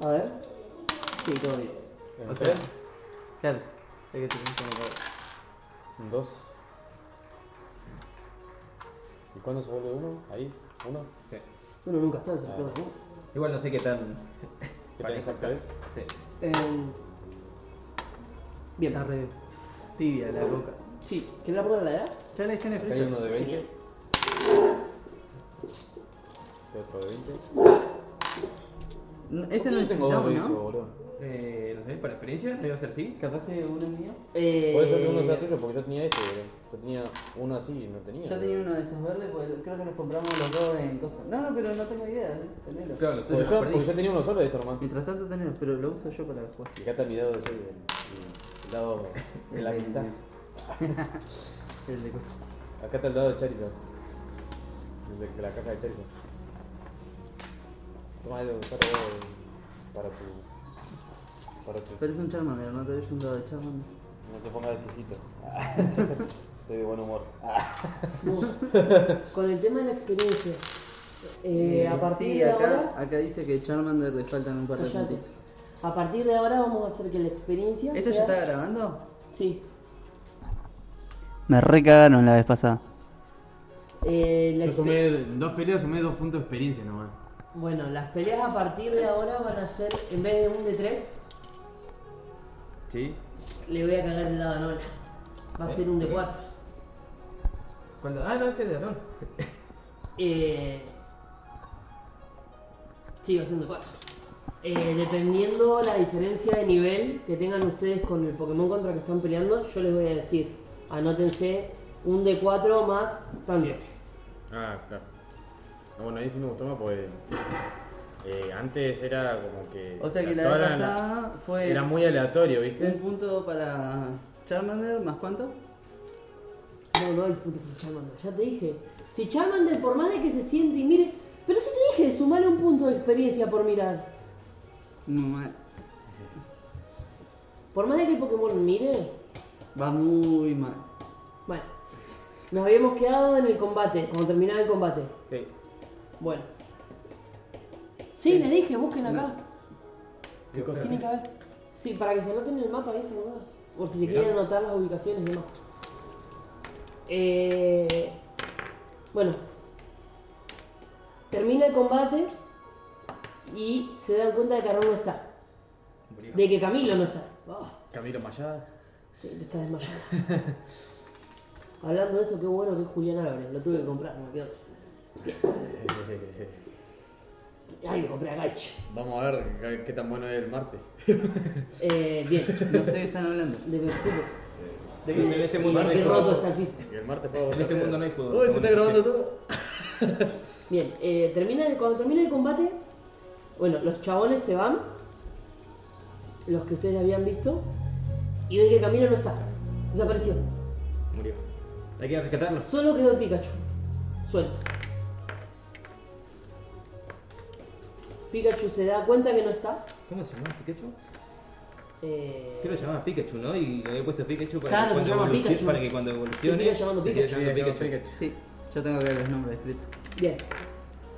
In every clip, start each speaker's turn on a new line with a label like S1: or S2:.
S1: A ver. Sí, todo bien.
S2: ¿En
S1: O
S2: serio?
S1: sea, claro. Es que tenés que anotar.
S2: Un 2. ¿Y cuándo se vuelve uno? Ahí, uno.
S3: Sí.
S1: Uno nunca sabe si
S2: Ah.
S1: juega o no.
S3: Igual no sé qué tan.
S2: ¿Qué tan exacto es?
S3: Sí.
S1: Em, bien.
S4: Está re tibia la coca.
S1: Sí, ¿querés la ponga la edad?
S4: Ya le están
S2: Acá hay uno
S4: expresa.
S2: de 20. Este otro de 20.
S4: Este
S2: Yo
S4: lo
S2: tengo dos
S4: necesitamos,
S2: de eso,
S4: ¿no?
S2: boludo.
S3: Eh, no sé, por experiencia, no iba a ser así.
S1: ¿Capaz que uno es mío?
S2: Por eso que uno
S4: Eh.
S2: sea tuyo, porque yo tenía este, boludo. Yo tenía uno así y no tenía.
S4: Yo tenía uno de esos verdes, pues creo que nos compramos los dos en cosas. No, no, pero no tengo idea, ¿eh? tenelo. pues,
S3: Claro, los
S2: Porque
S3: tuyos
S2: yo,
S3: por
S2: porque yo
S3: ahí.
S2: tenía uno solo de esto nomás.
S4: Mientras tanto tenelo, pero lo uso yo para después.
S2: Y acá está mi dado de seis, el, el dado de la amistad.
S4: Eh, El de cosas.
S2: Acá está el dado de Charizard. El de, de la caja de Charizard. Toma Edu, usalo vos para tu. Para tu.
S4: Parece un Charmander, ¿no? Te ves un dado de Charmander.
S2: No te pongas exquisito. Estoy de buen humor.
S3: Ah,
S1: Con el tema de la experiencia. eh,
S4: Eh,
S1: a partir
S4: sí,
S1: de
S4: acá,
S1: ahora.
S4: acá dice que Charmander le faltan un par de
S1: Cállate.
S4: puntitos.
S1: A partir de ahora vamos a hacer que la experiencia.
S4: ¿Esto ya
S1: sea-
S4: está grabando?
S1: Sí.
S4: Me recagaron la vez pasada.
S1: Eh, la
S3: Yo
S1: exper-
S3: sumé dos peleas, sumé dos puntos de experiencia nomás.
S1: Bueno, las peleas a partir de ahora van a ser, en vez de un de 3,
S3: ¿Sí?
S1: le voy a cagar el dado a Nona. Va
S4: Eh,
S1: a ser un de 4.
S3: Cuando... Ah, no, es que de no.
S1: Eh... Sí, va a ser un de 4. Eh, dependiendo la diferencia de nivel que tengan ustedes con el Pokémon contra que están peleando, yo les voy a decir, anótense un de 4 más tanto.
S2: Ah, claro. No, bueno, ahí sí me gustó más porque. eh, antes era como que.
S4: O sea que la
S2: toda
S4: vez pasada fue-
S2: Era muy aleatorio,
S4: Un
S2: ¿viste?
S4: punto para Charmander, ¿más cuánto?
S1: No, no hay punto con Charmander, ya te dije. Si Charmander, por más de que se siente y mire, pero si te dije, sumale un punto de experiencia por mirar.
S4: No, mal.
S1: Por más de que el Pokémon mire,
S4: Va muy mal.
S1: bueno, nos habíamos quedado en el combate, cuando terminaba el combate.
S2: Sí.
S1: Bueno. Sí, le dije, busquen acá.
S2: ¿Qué cosa?
S1: Tiene que haber. Sí, para que se anoten en el mapa eso nomás. Por si se quieren anotar las ubicaciones y demás. Eh, bueno. Termina el combate y se dan cuenta de que Arón no está. De que Camilo no está. Ah,
S3: Camilo Mayada.
S1: sí, te está desmayando. Hablando de eso, qué bueno que es Julián Álvarez. Lo tuve que comprar, no quedó. Bien. Ay, me compré a Gaich.
S2: Vamos a ver qué- qué tan bueno es el martes.
S1: Eh, bien.
S4: No sé qué están hablando.
S1: De que fútbol.
S3: De que en este
S1: Y
S3: mundo no hay
S1: qué roto está
S3: juego.
S1: el FIFA.
S2: Y el martes juego
S3: En este mundo no hay fútbol.
S2: Uy, se está grabando
S3: Sí.
S2: todo.
S1: Bien, eh, termina el- cuando termina el combate, bueno, los chabones se van, los que ustedes habían visto, y ven que Camilo no está, desapareció.
S3: Murió. Hay que rescatarlos.
S1: Solo quedó Pikachu, suelto. Pikachu se da cuenta que no está.
S3: ¿Cómo se llama Pikachu?
S1: eh,
S3: Creo que se llama Pikachu, ¿no? Y le había puesto Pikachu para,
S1: Claro,
S3: que,
S1: se
S3: cuando
S1: llama
S3: evolucione-
S1: Pikachu.
S3: para que cuando evolucione.
S1: Se siga llamando
S3: se
S1: Pikachu.
S3: siga llamando Pikachu.
S4: Sí, yo tengo que ver los nombres escritos.
S1: Bien.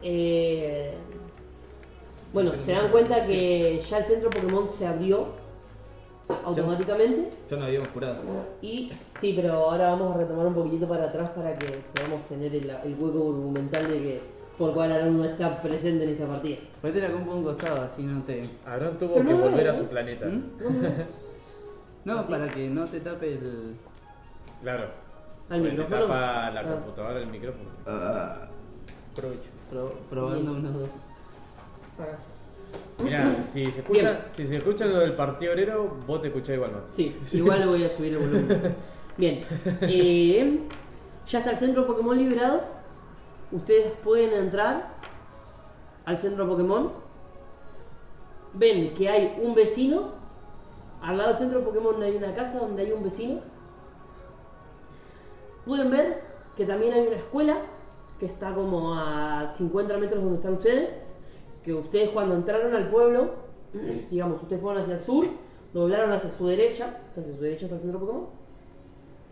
S1: Eh, bueno,
S3: Este
S1: se dan cuenta que ya el centro Pokémon se abrió automáticamente.
S3: Ya nos habíamos curado.
S1: Y sí, pero ahora vamos a retomar un poquitito para atrás para que podamos tener el, el hueco argumental de que por cual Aaron no está presente en esta partida.
S4: Ponete la compu a un costado, así no te.
S2: Abraham tuvo
S1: Pero
S2: que
S1: no,
S2: volver
S1: no. ¿eh?
S2: a su planeta.
S4: ¿Mm?
S1: No, no, no.
S4: No, para que no te tape el.
S2: Claro.
S1: Al
S2: Porque te
S1: micrófono.
S2: tapa la
S1: Ah.
S2: computadora el micrófono.
S3: Provecho.
S4: pro- probando
S1: Bien.
S4: unos dos.
S2: Mirá, si se escucha, si se escucha lo del partido obrero, vos te escuchás igual, ¿no?
S1: Sí, igual le voy a subir el volumen. Bien, eh, ya está el centro Pokémon liberado. Ustedes pueden entrar al centro Pokémon. Ven que hay un vecino. Al lado del centro Pokémon hay una casa donde hay un vecino. Pueden ver que también hay una escuela que está como a 50 metros donde están ustedes. Que ustedes cuando entraron al pueblo, digamos, ustedes fueron hacia el sur, doblaron hacia su derecha, hacia su derecha está el centro Pokémon.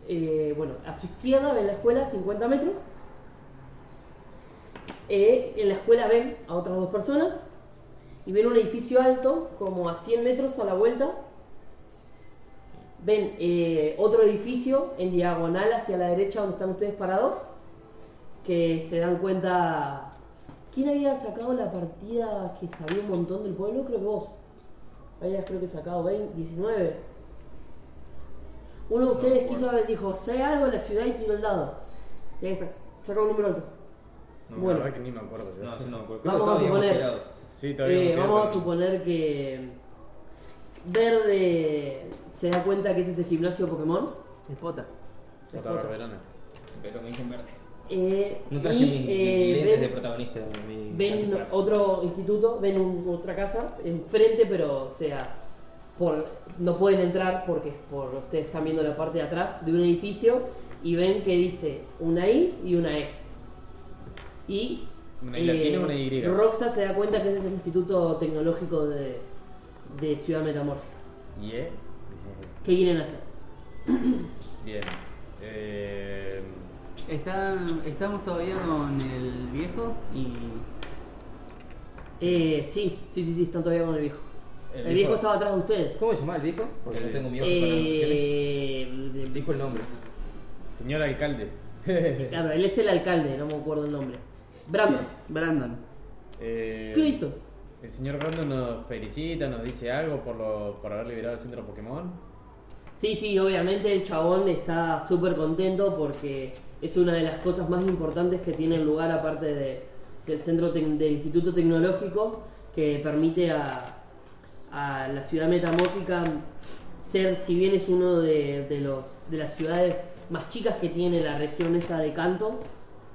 S1: Eh, bueno, a su izquierda ven la escuela, 50 metros. Eh, en la escuela ven a otras dos personas y ven un edificio alto, como a 100 metros a la vuelta. Ven eh, otro edificio en diagonal hacia la derecha donde están ustedes parados, que se dan cuenta... ¿Quién había sacado la partida que sabía un montón del pueblo? Creo que vos. Habías creo que sacado 20, 19. Uno de ustedes quiso, dijo, sé algo de la ciudad y tiró el dado. Y ahí sac- sacó un número alto.
S2: No,
S1: Bueno.
S2: la verdad que ni me acuerdo. yo.
S3: No, yo no me acuerdo. Creo que
S1: Vamos
S3: todos
S1: a
S3: habíamos
S1: suponer.
S3: tirado.
S2: Sí, todavía
S1: Eh,
S2: no queda
S1: vamos a
S2: tan-
S1: suponer que Verde se da cuenta que ese es el gimnasio Pokémon.
S4: Es pota.
S2: no tan verano.
S3: Pero me dicen verde.
S1: Eh,
S3: No traje
S1: y
S3: mis
S1: eh,
S3: lentes de
S1: ven,
S3: protagonista. mi-
S1: ven
S3: mi-
S1: otro instituto, ven un- otra casa enfrente, pero o sea, por, no pueden entrar porque es por ustedes están viendo la parte de atrás de un edificio y ven que dice una I y una E. Y eh,
S2: Una I latina, una Y.
S1: Roxa se da cuenta que ese es el instituto tecnológico de, de Ciudad Metamórfica.
S2: ¿Y eh?
S1: ¿Qué quieren hacer?
S2: Bien. Eh,
S4: Están, estamos todavía con el viejo y.
S1: Eh, sí, sí, sí, sí, están todavía con el viejo. El,
S2: El
S1: viejo,
S2: viejo-
S1: estaba atrás de ustedes.
S3: ¿Cómo se llama el viejo? Porque
S2: Sí.
S3: no tengo miedo para las mujeres.
S1: Eh,
S3: Dijo el nombre.
S2: señor alcalde.
S1: claro, él es el alcalde, no me acuerdo el nombre. Brandon,
S4: Brandon.
S2: Eh,
S1: Clayton.
S2: El señor Brandon nos felicita, nos dice algo por, lo, por haber liberado el centro Pokémon.
S1: Sí, sí, obviamente el chabón está súper contento porque es una de las cosas más importantes que tiene lugar aparte de- del centro tec- del Instituto Tecnológico que permite a, a la ciudad metamórfica ser, si bien es uno de, de los, de las ciudades más chicas que tiene la región esta de Canto,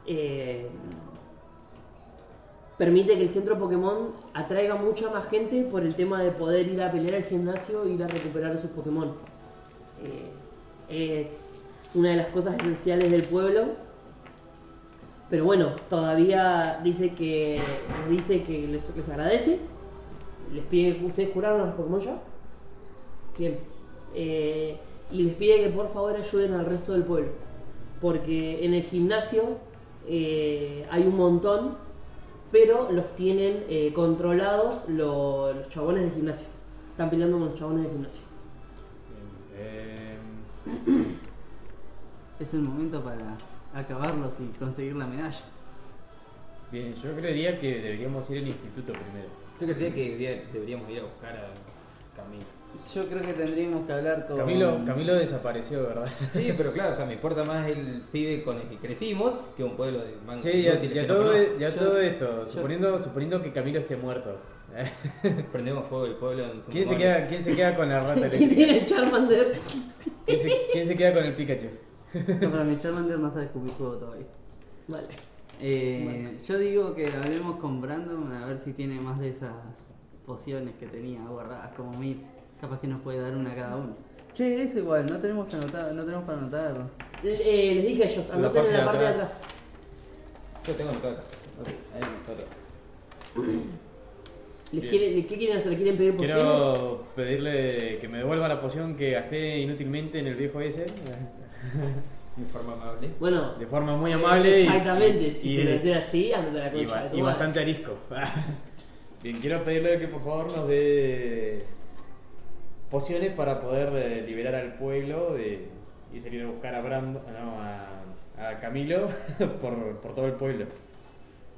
S1: eh, permite que el centro Pokémon atraiga mucha más gente por el tema de poder ir a pelear al gimnasio e ir a recuperar sus Pokémon. Eh, es una de las cosas esenciales del pueblo. Pero bueno, todavía dice que dice que les, les agradece. Les pide ustedes curaron a los Pokémon ya. Bien. Eh, y les pide que por favor ayuden al resto del pueblo. Porque en el gimnasio eh, hay un montón, pero los tienen eh, controlados lo- los chabones del gimnasio. Están peleando con los chabones del gimnasio.
S2: Eh,
S4: Es el momento para acabarlos y conseguir la medalla.
S2: bien, yo creería que deberíamos ir al instituto primero.
S3: Yo creía que debía- deberíamos ir a buscar a Camilo.
S4: Yo creo que tendríamos que hablar con.
S2: Camilo, Camilo desapareció, ¿verdad?
S3: Sí, pero claro, o sea, me importa más el pibe con el que crecimos que un pueblo de mangos
S2: Che, ya,
S3: inútiles
S2: ya
S3: que no
S2: todo,
S3: conozco.
S2: ya
S4: Yo-
S2: todo esto,
S4: yo-
S2: suponiendo, suponiendo que Camilo esté muerto.
S3: Prendemos fuego el pueblo en su
S2: ¿Quién se,
S3: memoria.
S2: queda, ¿Quién se queda con la rata
S1: ¿Quién tiene
S2: eléctrica?
S1: el Charmander?
S2: ¿Quién se, quién se queda con el Pikachu?
S4: No, para mi Charmander no sabe escupir fuego todavía.
S1: Vale.
S4: Eh, Yo digo que hablemos con Brandon a ver si tiene más de esas pociones que tenía guardadas, como mil. Capaz que nos puede dar una a cada uno. Che, es igual, no tenemos anotado, no tenemos para anotarlo.
S1: Le- eh, les dije a ellos, anoten en la parte de atrás.
S3: Yo tengo el toque.
S4: Ok, ahí anotado.
S1: Les
S2: Bien.
S1: quiere- ¿de ¿Qué quieren hacer? ¿Quieren pedir pociones?
S2: Quiero pedirle que me devuelva la poción que gasté inútilmente en el viejo ese.
S3: De forma amable.
S1: Bueno,
S2: De forma muy amable y,
S1: exactamente.
S2: y-
S1: si
S2: y-
S1: se lo haces así, andate a la
S2: y
S1: concha.
S2: ba-
S1: de tu
S2: y
S1: madre.
S2: bastante arisco. Bien, quiero pedirle que por favor nos dé pociones para poder eh, liberar al pueblo de- y salir a buscar a Brando, no, a, a Camilo por, por todo el pueblo.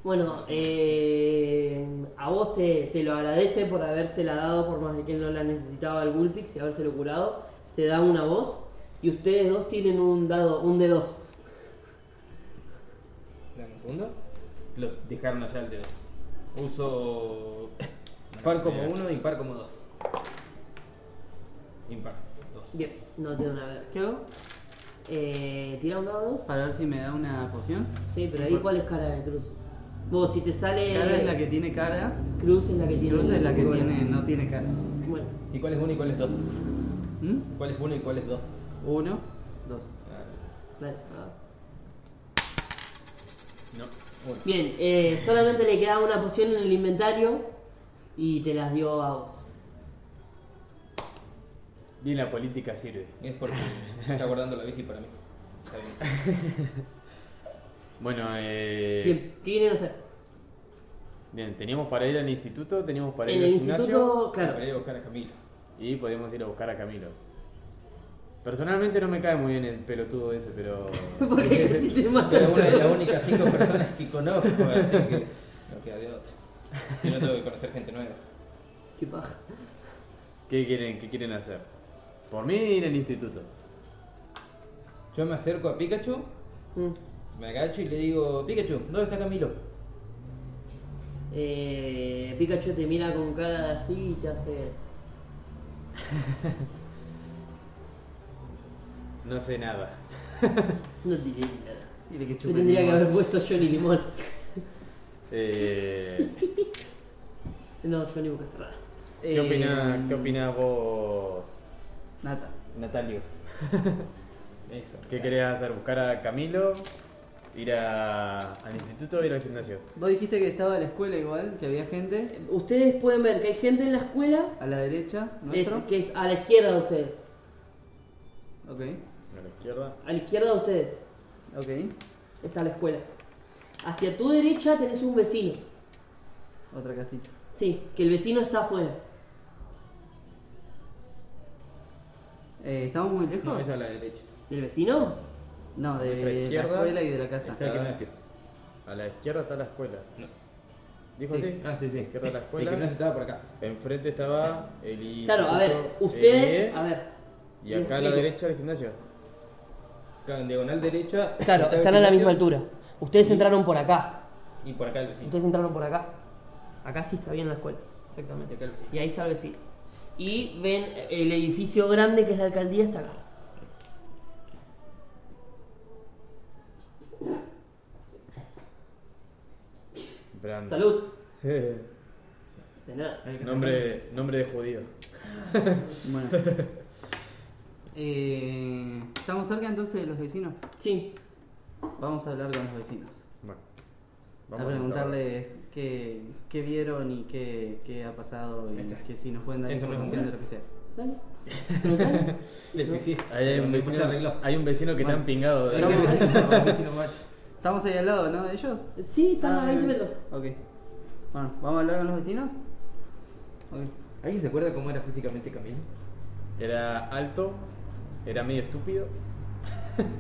S1: Bueno, eh, a vos te, te lo agradece por habérsela dado, por más de que él no la necesitaba al Gulpix y habérselo curado. Te da una voz y ustedes dos tienen un dado, un de dos.
S3: Dame un segundo. Lo dejaron allá el dedo. Uso par como
S2: Bien.
S3: uno, impar como dos. Impar, dos.
S1: Bien, no te da una ver.
S4: ¿Qué hago?
S1: Eh, ¿Tira un dado de dos?
S4: Para ver si me da una poción.
S1: Sí, pero ahí cuál es cara de cruz. Vos, si te sale.
S4: Cara es la que tiene caras,
S1: Cruz es la que tiene.
S4: Cruz es la que
S1: Eh. Bueno.
S4: tiene, no tiene caras.
S1: Bueno,
S3: ¿Y cuál es uno y cuál es dos?
S4: ¿Mm?
S3: ¿Cuál es uno y cuál es dos?
S4: Uno, dos.
S3: Ah,
S1: dale. ah.
S3: No, uno.
S1: Bien, eh, solamente le quedaba una poción en el inventario y te las dio a vos.
S2: Bien, la política sirve.
S3: Es porque está guardando la bici para mí. Está bien.
S2: Bueno, eh,
S1: Bien, ¿qué quieren hacer?
S2: Bien, teníamos para ir al instituto, teníamos para
S1: En
S2: ir al
S1: el
S2: gimnasio
S1: instituto,
S3: Oh, Claro. Para
S1: claro.
S3: ir a buscar a Camilo.
S2: y podíamos ir a buscar a Camilo. Personalmente no me cae muy bien el pelotudo ese, pero.
S1: ¿Por qué si te matan
S3: Era una de las
S1: todos?
S3: únicas cinco personas que conozco, así que no queda de otra. Yo no tengo que conocer gente nueva.
S1: Qué paja.
S2: ¿Qué quieren, qué quieren hacer? Por mí ir al instituto.
S3: Yo me acerco a Pikachu,
S1: Mm.
S3: me agacho y le digo, Pikachu, ¿dónde está Camilo?
S1: Eh, Pikachu te mira con cara de así y te hace.
S2: No sé nada.
S1: No te diré nada.
S4: Dile que
S1: Te
S4: chupe
S1: tendría que
S4: limón.
S1: haber puesto Johnny Limón.
S2: Eh,
S1: No, Johnny Boca Cerrada.
S2: ¿qué, opinás,
S4: Eh,
S2: ¿Qué opinás vos,
S4: Nata.
S2: Natalio?
S3: Eso.
S2: ¿Qué querías hacer? ¿Buscar a Camilo? ¿Ir a- al instituto o ir al gimnasio?
S4: Vos dijiste que estaba la escuela igual, que había gente.
S1: Eh, Ustedes pueden ver que hay gente en la escuela
S4: A la derecha,
S1: es-
S4: nuestro.
S1: que es a la izquierda de ustedes.
S4: Ok,
S2: A la izquierda.
S1: A la izquierda de ustedes
S4: ok.
S1: está la escuela. Hacia tu derecha tenés un vecino.
S4: Otra casita.
S1: Sí, que el vecino está afuera.
S4: Eh, ¿Estamos muy lejos?
S3: No,
S4: No,
S3: eso a la derecha.
S1: ¿Del vecino?
S4: de
S2: Nuestra
S4: Eh, la
S2: izquierda.
S4: escuela y de la casa.
S3: Está el gimnasio.
S2: A la izquierda está la escuela.
S3: No.
S2: ¿Dijo
S4: Sí.
S2: así?
S3: Ah, sí, sí.
S2: A la izquierda de la
S3: El gimnasio
S2: escuela.
S3: estaba por acá.
S2: Enfrente estaba el eh, instituto.
S1: Claro, a ver, ustedes. A ver.
S2: Y
S1: les
S2: acá a la
S1: explico.
S2: derecha el gimnasio.
S3: Claro, en diagonal derecha.
S1: Claro,
S3: estaba el
S1: están a la
S3: gimnasio
S1: misma altura. Ustedes entraron por acá.
S3: Y por acá el vecino.
S1: Ustedes entraron por acá. Acá sí está bien la escuela. Exactamente.
S3: Y acá el vecino.
S1: Y ahí está el vecino. Y ven el edificio grande que es la alcaldía está acá.
S2: Brando.
S1: Salud. De nada.
S2: nombre, nombre de judío.
S4: Ah, Bueno. Eh, ¿Estamos cerca entonces de los vecinos?
S1: Sí.
S4: Vamos a hablar con los vecinos.
S2: Bueno,
S4: a
S2: a
S4: preguntarles qué, qué vieron y qué, qué ha pasado y que si nos pueden dar
S3: Eso no es
S4: información de
S3: un
S4: lo que sea.
S1: Dale. Preguntale.
S3: Le pifié.
S2: interrogar. Ahí hay un
S3: Después se
S2: vecino,
S3: arregló.
S2: hay un vecino que
S4: Bueno.
S2: está pingado.
S4: Pero vamos-
S3: El vecino mal.
S4: Estamos ahí al lado, ¿no? De ellos.
S1: Sí, está
S4: Ah,
S1: a 20 metros.
S4: Ok. Bueno, ¿vamos a hablar con los vecinos? Ok.
S3: ¿Alguien se acuerda cómo era físicamente Camilo?
S2: Era alto, era medio estúpido.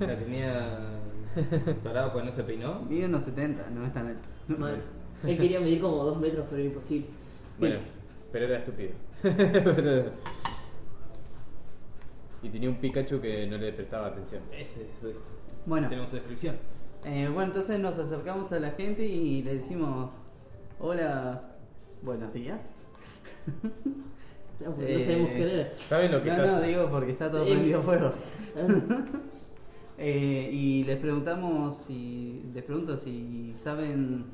S3: La tenía parado cuando no se peinó.
S4: Mide unos 70, no es tan alto.
S1: Mal. Él quería medir como 2 metros, pero era imposible.
S2: Bueno, pero era estúpido. Pero- y tenía un Pikachu que no le prestaba atención.
S3: Ese es su.
S4: Bueno,
S3: Tenemos su descripción.
S4: eh, bueno, entonces nos acercamos a la gente y le decimos: Hola, buenos días.
S1: No, porque no
S4: Eh,
S1: sabemos quién era.
S2: ¿Saben lo que
S4: no,
S2: está
S4: no, digo porque está todo
S1: Sí.
S4: prendido fuego. Eh, y les preguntamos si. Les pregunto si saben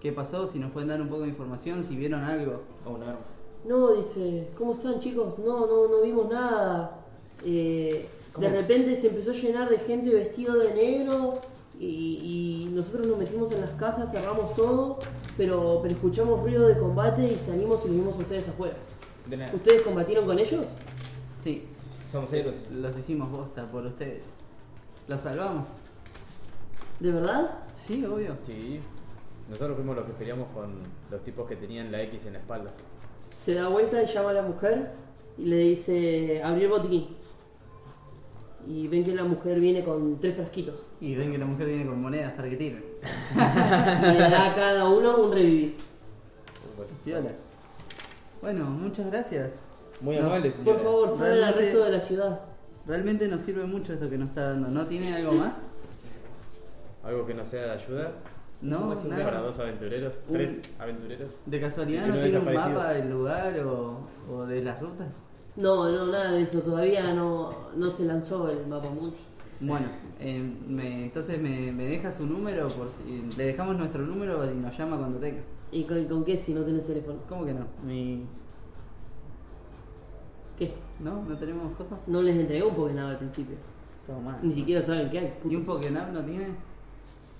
S4: qué pasó, si nos pueden dar un poco de información, si vieron algo.
S3: O un arma.
S1: No, dice, ¿cómo están chicos? No, no, no vimos nada. Eh, de repente se empezó a llenar de gente vestido de negro y, y nosotros nos metimos en las casas, cerramos todo, pero, pero escuchamos ruido de combate y salimos y los vimos a ustedes afuera.
S3: De nada.
S1: ¿Ustedes combatieron con ellos?
S4: Sí,
S3: Somos héroes.
S4: los hicimos bosta por ustedes. Los salvamos.
S1: ¿De verdad?
S4: Sí, obvio.
S2: Sí, nosotros fuimos los que peleamos con los tipos que tenían la X en la espalda.
S1: Se da vuelta y llama a la mujer y le dice, abrir botiquín. Y ven que la mujer viene con tres frasquitos.
S4: Y ven que la mujer viene con monedas para que tiren.
S1: Y le da a cada uno un revivir.
S4: Piola. Bueno, muchas gracias.
S2: Muy
S4: Nos-
S2: amable,
S1: Por
S2: señora.
S1: favor, salven al
S4: Realmente-
S1: resto de la ciudad.
S4: Realmente nos sirve mucho esto que nos está dando. ¿No tiene algo más?
S2: Algo que no sea de ayuda.
S4: No,
S2: Máximo Para
S4: nada.
S2: dos aventureros,
S4: Un-
S2: tres aventureros.
S4: ¿De casualidad
S2: Y
S4: no
S2: uno
S4: tiene un
S2: desaparecido.
S4: mapa del lugar o, o de las rutas?
S1: No, no, nada de eso. Todavía no, no se lanzó el mapa mundi.
S4: Bueno, eh, me- entonces me, me deja su número, por si, le dejamos nuestro número y nos llama cuando tenga.
S1: ¿Y con, con qué si no tenés teléfono?
S4: ¿Cómo que no? Mi-
S1: ¿Qué?
S4: ¿No? ¿No tenemos cosas?
S1: No les entregué un Pokénave al principio.
S4: Todo mal.
S1: Ni siquiera saben qué hay. putos.
S4: ¿Y un Pokénap no tiene?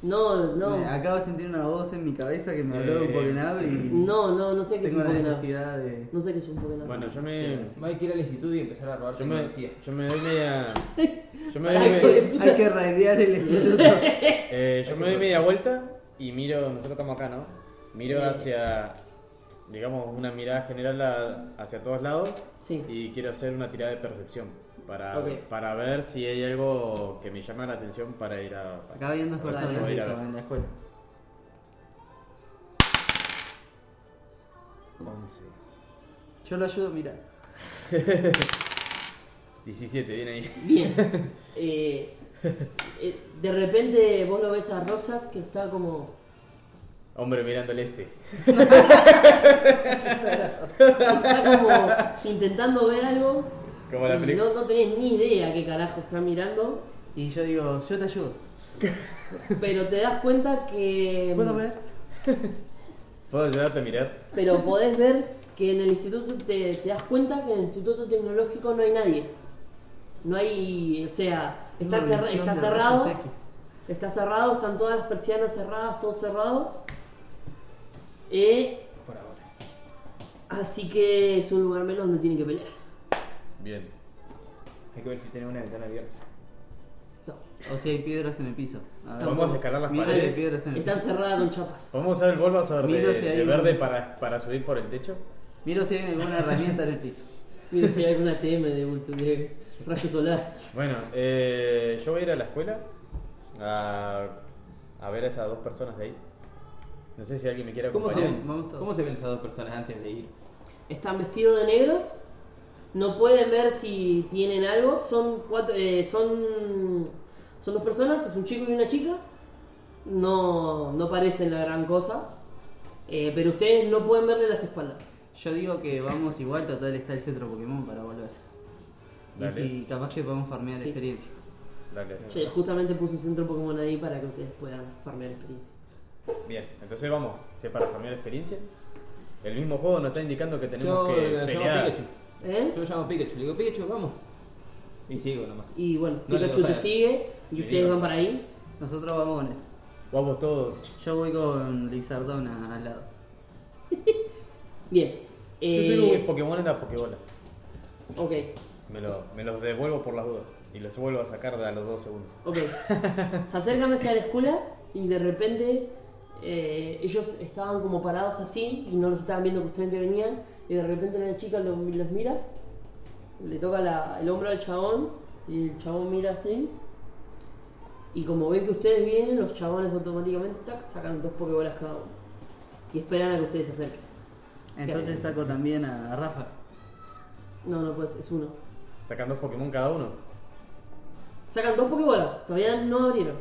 S1: No, no.
S4: Me- acabo de sentir una voz en mi cabeza que me habló de un
S2: Eh,
S4: Pokénap y
S1: No, no, no sé qué es
S4: tengo
S1: un
S4: la
S1: Pokénave.
S4: necesidad de...
S1: No sé qué es un Pokénave.
S2: Bueno, yo me.
S3: Hay que ir al instituto y empezar a robar
S2: Yo me,
S3: tecnología.
S2: yo me doy media. Yo me
S1: Ay,
S2: doy,
S1: qué
S2: me-
S1: puta.
S4: Hay que raidear el instituto.
S2: eh, yo me doy media vuelta y miro. Nosotros estamos acá, ¿no? Miro hacia, digamos, una mirada general a- hacia todos lados
S1: Sí.
S2: y quiero hacer una tirada de percepción para,
S1: Ok.
S2: para ver si hay algo que me llama la atención para ir a...
S4: Acá habían dos
S2: a ver si
S4: personas
S2: puedo ir a
S4: chicos,
S2: ver.
S4: en ¿eh? la escuela.
S2: 11.
S4: Yo lo ayudo a mirar.
S2: 17, viene ahí.
S1: Bien. Eh, eh, de repente vos lo ves a Roxas que está como.
S2: Hombre mirando al este.
S1: Está como intentando ver algo.
S2: Como la
S1: y
S2: película.
S1: no, no tenés ni idea qué carajo está mirando.
S4: Y yo digo, yo te ayudo.
S1: Pero te das cuenta que.
S4: ¿Puedo ver?
S2: ¿Puedo ayudarte a mirar?
S1: Pero podés ver que en el instituto te, te das cuenta que en el instituto tecnológico no hay nadie. No hay, o sea, está,
S4: Una
S1: cerra-
S4: visión
S1: está
S4: de
S1: cerrado.
S4: rayos X.
S1: Está cerrado, están todas las persianas cerradas, todo cerrado. Eh,
S3: Por ahora.
S1: así que es un lugar menos donde tienen que pelear.
S2: Bien.
S3: Hay que ver si tiene una ventana abierta.
S1: No.
S4: O si hay piedras en el piso. A ver,
S2: Vamos a escalar las
S4: miro si hay
S2: paredes.
S4: piedras en el
S1: Están
S4: piso.
S1: cerradas con chapas.
S2: ¿Podemos usar el Bulbasaur de,
S4: Miro si hay
S2: de
S4: un-
S2: verde para, para subir por el techo?
S4: Miro si hay alguna herramienta en el piso.
S1: Mira si hay alguna TM de, ultra- de rayo solar.
S2: Bueno, eh, yo voy a ir a la escuela a, a ver a esas dos personas de ahí. No sé si alguien me quiere
S3: ¿Cómo se,
S2: acompañar.
S3: ven?
S4: Vamos todos.
S3: ¿Cómo se ven esas dos personas antes de ir?
S1: Están vestidos de negros. No pueden ver si tienen algo. Son cuatro, eh, son, son dos personas, es un chico y una chica. No, no parecen la gran cosa. Eh, pero ustedes no pueden verle las espaldas.
S4: Yo digo que vamos igual, total está el centro Pokémon para volver.
S2: Dale.
S4: Y si capaz que podemos farmear
S1: Sí.
S4: experiencia.
S2: Dale.
S1: Che, justamente puse un centro Pokémon ahí para que ustedes puedan farmear experiencia.
S2: Bien, entonces vamos. ¿Se para cambiar experiencia? El mismo juego nos está indicando que tenemos
S3: Yo
S2: que
S3: le llamo
S2: pelear.
S3: Pikachu.
S1: ¿Eh?
S3: Yo llamo a Pikachu. Le digo, Pikachu, vamos. Y sigo nomás.
S1: Y bueno,
S3: No le
S1: Pikachu
S3: vas a
S1: te
S3: ver.
S1: sigue y
S3: Le
S1: ustedes
S3: digo.
S1: van para ahí.
S4: Nosotros vamos con él.
S2: Vamos todos.
S4: Yo voy con Lizardona al lado.
S1: Bien. Eh,
S2: Yo tengo mis Pokémon en la Pokébola.
S1: ok,
S2: Me, lo- me los devuelvo por las dudas. Y los vuelvo a sacar de a los dos segundos.
S1: ok. Se acercan hacia la escuela y de repente eh, ellos estaban como parados así y no los estaban viendo que ustedes que venían. Y de repente la chica lo- los mira, le toca la- el hombro al chabón y el chabón mira así. Y como ven que ustedes vienen, los chabones automáticamente tac, sacan dos Pokébolas cada uno. Y esperan a que ustedes se acerquen.
S4: Entonces
S1: hacen?
S4: saco también a Rafa.
S1: No, no pues es uno.
S2: Sacan dos Pokémon cada uno.
S1: Sacan dos Pokébolas, todavía no abrieron.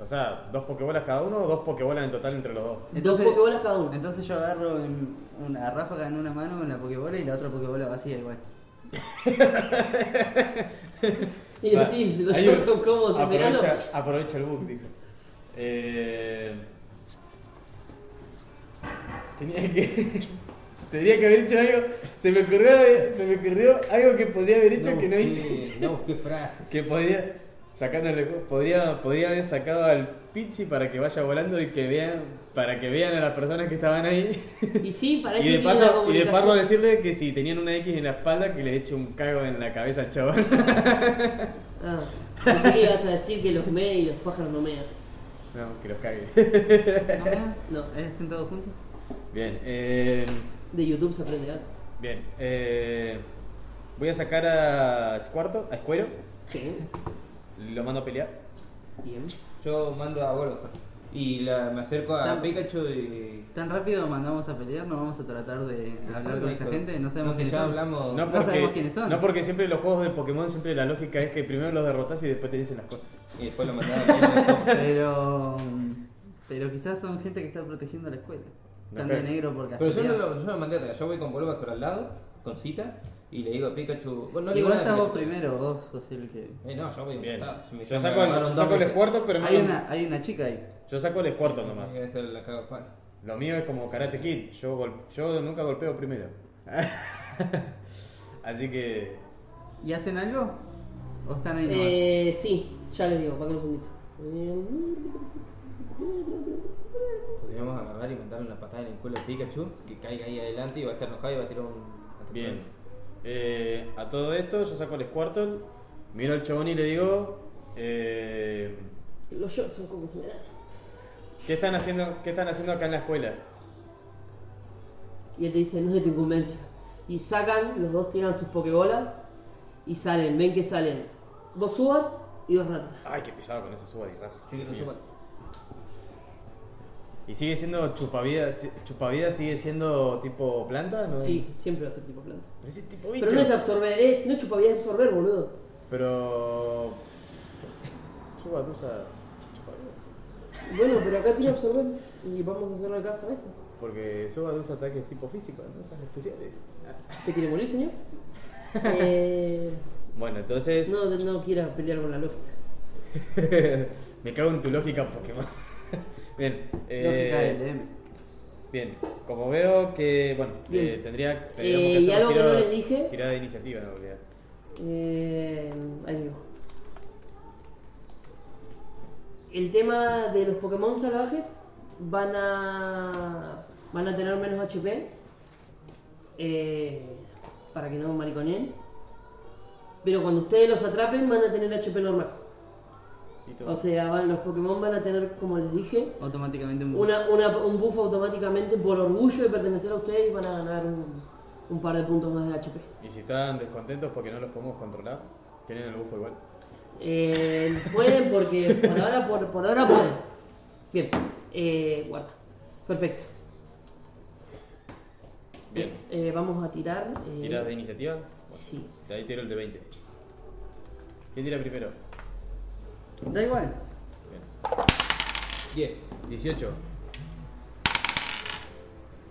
S2: O sea, dos Pokébolas cada uno o dos Pokébolas en total entre los dos.
S1: dos Pokébolas cada uno.
S4: Entonces yo agarro en una ráfaga en una mano en la Pokébola y la otra Pokébola vacía igual.
S1: Y los
S2: Va.
S1: tips, los
S2: Hay
S1: shorts
S2: un-
S1: son cómodos en verano.
S2: aprovecha, aprovecha el bug, dijo. Eh, tenía que. Tendría que haber hecho algo. Se me ocurrió, se me ocurrió algo que podría haber hecho que no hice.
S3: busqué- No, qué frase.
S2: Que podía. Sacándole, podría, podría haber sacado al Pichi para que vaya volando y que vean. Para que vean a las personas que estaban ahí.
S1: Y sí, para eso
S2: Y de,
S1: tiene la
S2: paso, y de
S1: comunicación.
S2: paso decirle que si tenían una X en la espalda, que le eche un cago en la cabeza al chaval.
S1: Ah, pensé que ibas a decir que los mea y los pájaros no mean.
S2: No, que los cague.
S1: No.
S4: ¿No? ¿Es sentado juntos?
S2: Bien, eh,
S1: De YouTube se aprende algo.
S2: bien. eh, voy a sacar a Squarto, a Escuero,
S1: Sí,
S2: lo mando a pelear.
S1: bien.
S3: Yo mando a Bulbasaur. Y la- me acerco a
S4: Tan-
S3: Pikachu y.
S4: Tan rápido mandamos a pelear, no vamos a tratar de hablar con esa gente, no sabemos
S3: si
S4: quiénes
S3: ya
S4: son.
S3: hablamos.
S4: No sabemos quiénes son.
S2: No porque siempre los juegos de Pokémon, siempre la lógica es que primero los derrotas y después te dicen las cosas.
S3: Y después lo mandamos a
S4: Pero. Pero quizás son gente que está protegiendo la escuela. Están de
S2: Ajá.
S4: negro por
S3: Pero yo
S4: casualidad.
S3: no, lo, yo no mandé atrás. Yo voy con Bulbasaur al lado, con cita, y le digo a Pikachu. Bueno, no le digo
S4: Igual
S3: nada,
S4: estás vos
S3: Pikachu.
S4: primero, vos sos el que.
S3: Eh, no, yo voy
S2: Bien.
S3: montado. Si me-
S2: Yo
S3: me
S2: saco, el-
S3: agarraron
S2: yo
S3: dos
S2: saco el
S3: veces.
S2: Squarto, pero no.
S4: Hay una, hay una chica ahí.
S2: Yo saco el Squarto nomás.
S3: Voy a hacer la cago palo.
S2: Lo mío es como Karate Kid, yo, gol- yo nunca golpeo primero. Así que.
S4: ¿Y hacen algo? ¿O están ahí nomás?
S1: Eh, sí, ya les digo, para que un segundito. Eh,
S3: Podríamos agarrar y mandarle una patada en el culo a Pikachu, que caiga ahí adelante y va a estar enojado y va a tirar un.
S2: Bien. Eh, a todo esto, yo saco el Squirtle, miro al chabón y le digo. eh,
S1: Eh, Los shorts son como se me dan.
S2: ¿qué, están haciendo, ¿Qué están haciendo acá en la escuela?
S1: y él te dice, no es de tu incumbencia. Y sacan, los dos tiran sus pokebolas y salen, ven que salen dos subas y dos ratas.
S2: Ay, qué pisado con esa suba de rato.
S3: Sí, que no
S2: Bien.
S3: sepa.
S2: ¿Y sigue siendo chupavida? si- ¿Chupavida sigue siendo tipo planta? ¿no?
S1: Sí, siempre va a ser tipo planta.
S2: Pero ese tipo bicho.
S1: Pero no es absorber, es, no es chupavía, es absorber, boludo.
S2: Pero. Suba, tú usa chupavida.
S1: Bueno, pero acá tiene absorber y vamos a hacerle caso a esto.
S2: Porque Suba usa ataques tipo físico, ¿no? Esas especiales. Ah.
S1: ¿Te quiere morir, señor? Eh,
S2: Bueno, entonces.
S1: no, no quieras pelear con la lógica.
S2: Me cago en tu lógica Pokémon. bien. eh,
S4: Lógica del DM.
S2: Bien. Como veo que. Bueno,
S1: Bien.
S2: eh, tendría.
S1: Eh,
S2: tendríamos
S1: y
S2: que hacer
S1: algo que no les dije.
S2: Tirada de iniciativa, en realidad.
S1: Eh, ahí digo. El tema de los Pokémon salvajes van a van a tener menos HP eh, para que no mariconeen. Pero cuando ustedes los atrapen van a tener HP normal.
S2: Y todo.
S1: O sea, van- los Pokémon van a tener, como les dije,
S4: Automáticamente un
S1: una, una- un buff automáticamente por orgullo de pertenecer a ustedes y van a ganar un, un par de puntos más de HP.
S2: Y si están descontentos porque no los podemos controlar, tienen el bufo igual.
S1: Eh, pueden porque por ahora, por, por ahora pueden. Bien, eh, guarda. Perfecto.
S2: Bien.
S1: Eh, vamos a tirar. eh,
S2: Tiras de iniciativa.
S1: Sí.
S2: De ahí tiro el de 20. ¿Quién tira primero?
S4: Da igual.
S2: Bien.
S3: 10.
S2: 18.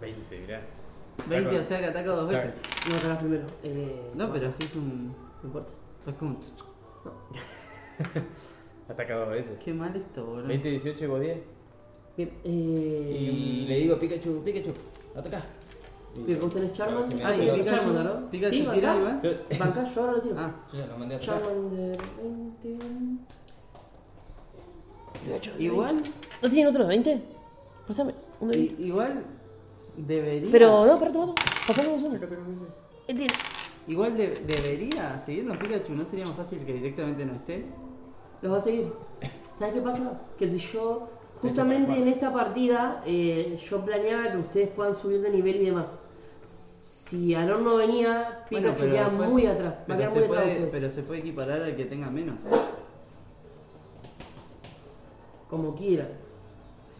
S2: 20, mirá.
S4: 20, o sea que ataca dos veces.
S1: No atrás primero. Eh,
S4: No,
S1: guarda,
S4: pero así es un.
S1: No importa.
S4: Es como. un tsk, tsk.
S2: Ataca dos veces.
S4: Qué mal esto, boludo.
S2: 20, 18 y vos 10.
S1: Bien, eh,
S3: Y le digo Pikachu, Pikachu, ataca.
S1: bien, vos tenés Charmander.
S2: Ahora sí
S1: Ah,
S2: me
S4: da.
S1: y
S4: Pikachu,
S1: Charmander, ¿no?
S4: Pikachu
S1: sí,
S4: tira
S1: bancá.
S4: igual.
S1: Bancá, yo ahora lo tiro.
S4: Ah,
S3: Yo ya lo mandé a atacar.
S1: Charmander 20.
S4: igual.
S1: ¿No tienen otros 20? Préstame. Un
S4: i- Igual. Debería.
S1: no, pará, tomá. Pasame uno. Él tiene.
S4: Igual de- debería seguirlo Pikachu. ¿No sería más fácil que directamente no esté?
S1: Los va a seguir. ¿Sabes qué pasa? Que si yo, justamente en esta partida, eh, yo planeaba que ustedes puedan subir de nivel y demás. Si Aaron no venía,
S4: Bueno,
S1: Pikachu
S4: pero
S1: queda
S4: después-
S1: muy atrás. Va a
S4: Pero
S1: quedar
S4: se,
S1: muy atrás. pues. de
S4: puede,
S1: ustedes.
S4: pero se puede equiparar al que tenga menos.
S1: Como quiera.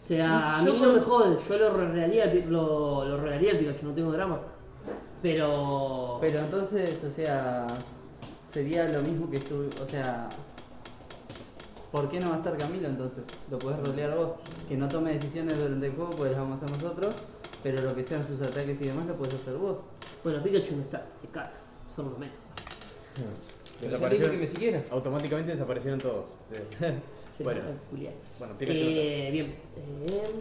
S1: O sea,
S4: No sé,
S1: a
S4: yo
S1: mí no me jode. Yo lo rolearía al, Pi- lo, lo rolearía al Pikachu, no tengo drama. Pero.
S4: Pero entonces, o sea, sería lo mismo que estuve, o sea, ¿por qué no va a estar Camilo entonces? Lo podés rolear vos, que no tome decisiones durante el juego, pues las vamos a hacer nosotros, pero lo que sean sus ataques y demás lo podés hacer vos.
S1: Bueno, Pikachu no está, se caga. Son los menos.
S3: Desapareció. que me
S2: Desaparecieron.
S3: siguiera.
S2: Automáticamente desaparecieron todos.
S1: Se
S2: bueno,
S1: caga el Julián.
S2: bueno, Pikachu. no está.
S1: Eh, bien. Eh,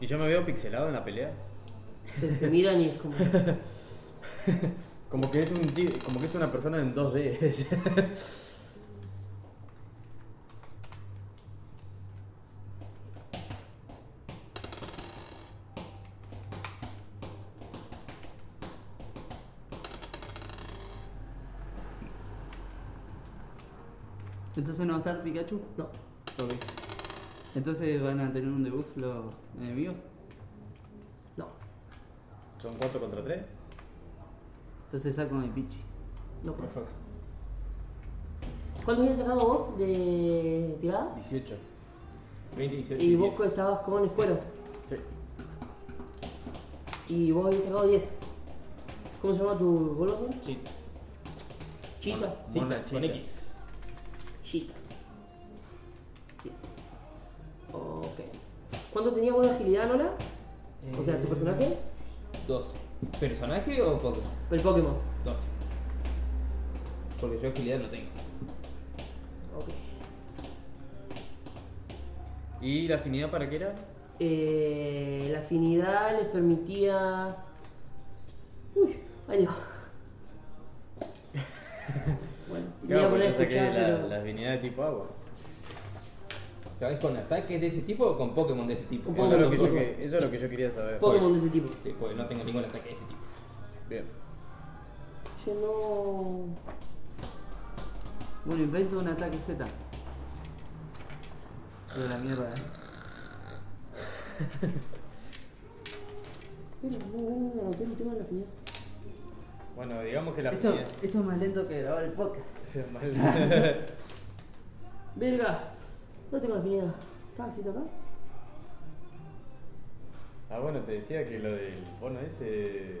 S2: ¿Y yo me veo pixelado en la pelea?
S1: te- te miran y es como.
S2: Como que es un ti- como que es una persona en 2D.
S4: Entonces no va a estar Pikachu.
S1: No.
S4: Ok. Entonces van a tener un debuff los enemigos.
S1: No,
S2: Son 4 contra 3.
S4: Entonces saco mi pichi.
S1: no pasa. ¿Cuántos habías sacado vos de tirada?
S2: 18.
S3: 20, 18.
S1: Y vos
S3: 10.
S1: estabas con escuero.
S2: Sí.
S1: Y vos habías sacado 10. ¿Cómo se llama tu goloso?
S3: Sí,
S1: Chita.
S3: sí,
S2: Mona
S3: con
S2: chita.
S3: X.
S1: Chita. 10. Ok. ¿Cuánto tenías vos de agilidad, Nola? O sea, tu
S3: Eh,
S1: personaje.
S3: 12. ¿Personaje o Pokémon?
S1: El Pokémon.
S3: 12. Porque yo agilidad no tengo.
S1: Ok.
S2: ¿Y la afinidad para qué era?
S1: Eh, la afinidad les permitía. Uy, ahí le va. bueno, me voy a
S2: Claro, porque
S1: poner a
S2: yo saqué
S1: escuchar,
S2: la,
S1: pero-
S2: la afinidad de tipo agua.
S3: ¿Sabes con ataques de ese tipo o con Pokémon de ese tipo?
S1: Con
S2: Eso es,
S1: Pokémon,
S2: lo que yo,
S1: Pokémon.
S2: que- eso es lo que yo quería saber.
S1: Pokémon de ese tipo.
S3: Sí, porque no tengo ningún ataque de ese tipo.
S2: Bien.
S1: Yo no.
S4: Bueno, invento un ataque Z. De la mierda. eh.
S1: Pero no, no, no, anoté el tema de la afinidad.
S2: Bueno, digamos que la
S4: Esto,
S2: afinidad-
S4: esto es más lento que grabar el podcast.
S2: Mal-
S1: Verga, no tengo la afinidad. ¿Estaba escrito acá?
S2: ah, bueno, te decía que lo del bono ese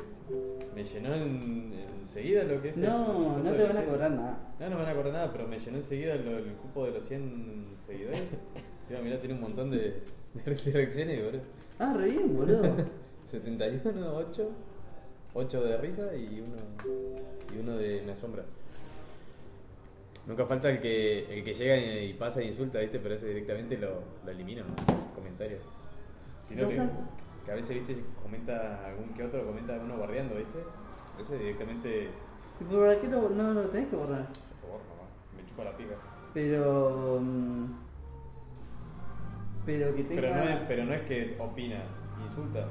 S2: me llenó en- enseguida lo que es. el
S4: No,
S2: coso
S4: no te
S2: de
S4: van a
S2: los-
S4: cobrar nada.
S2: No, no me van a cobrar nada, pero me llenó enseguida lo- el cupo de los 100 seguidores. Encima, mirá, tiene un montón de, de reacciones, boludo.
S4: Ah, re bien, boludo.
S2: 71, 8, 8 de risa y uno, y uno de me asombra. Nunca falta el que, el que llega y, y pasa e insulta, ¿viste? Pero ese directamente lo, lo eliminan los comentarios. Sino que,
S4: Pasa.
S2: que a veces, ¿viste? Comenta algún que otro, comenta uno bardeando, ¿viste? Ese directamente
S4: Tipo, ¿Por qué lo, no lo tenés que borrar?
S2: "Por favor, mamá, me chupa la pica.
S4: Pero. mm, Pero que tenga.
S2: Pero no, es, pero no es que opina, insulta.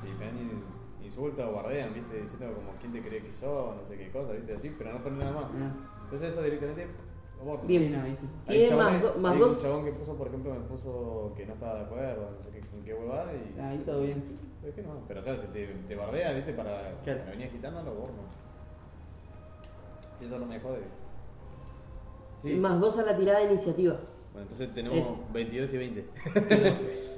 S2: Si ven y insulta o bardean, ¿viste? Diciendo como quién te cree que sos, no sé qué cosa, ¿viste? Así, pero no pone nada más.
S4: Ah,
S2: Entonces eso directamente lo borro.
S1: Bien.
S4: sí, no, ahí sí.
S2: Hay un
S1: Tiene
S2: chabón
S1: más
S2: que-
S1: do- más
S2: hay
S1: dos-
S2: un chabón que puso, por ejemplo, me puso que no estaba de acuerdo, no sé qué, con qué huevada y...
S4: Ahí todo bien.
S2: Es que no, pero o sea, si te, te bardea, ¿viste? Para
S4: Claro.
S2: para venir quitando, lo borro. Si eso no me jode. Sí.
S1: Más dos a la tirada de iniciativa.
S2: Bueno, entonces tenemos
S1: Es-
S2: 22 y 20.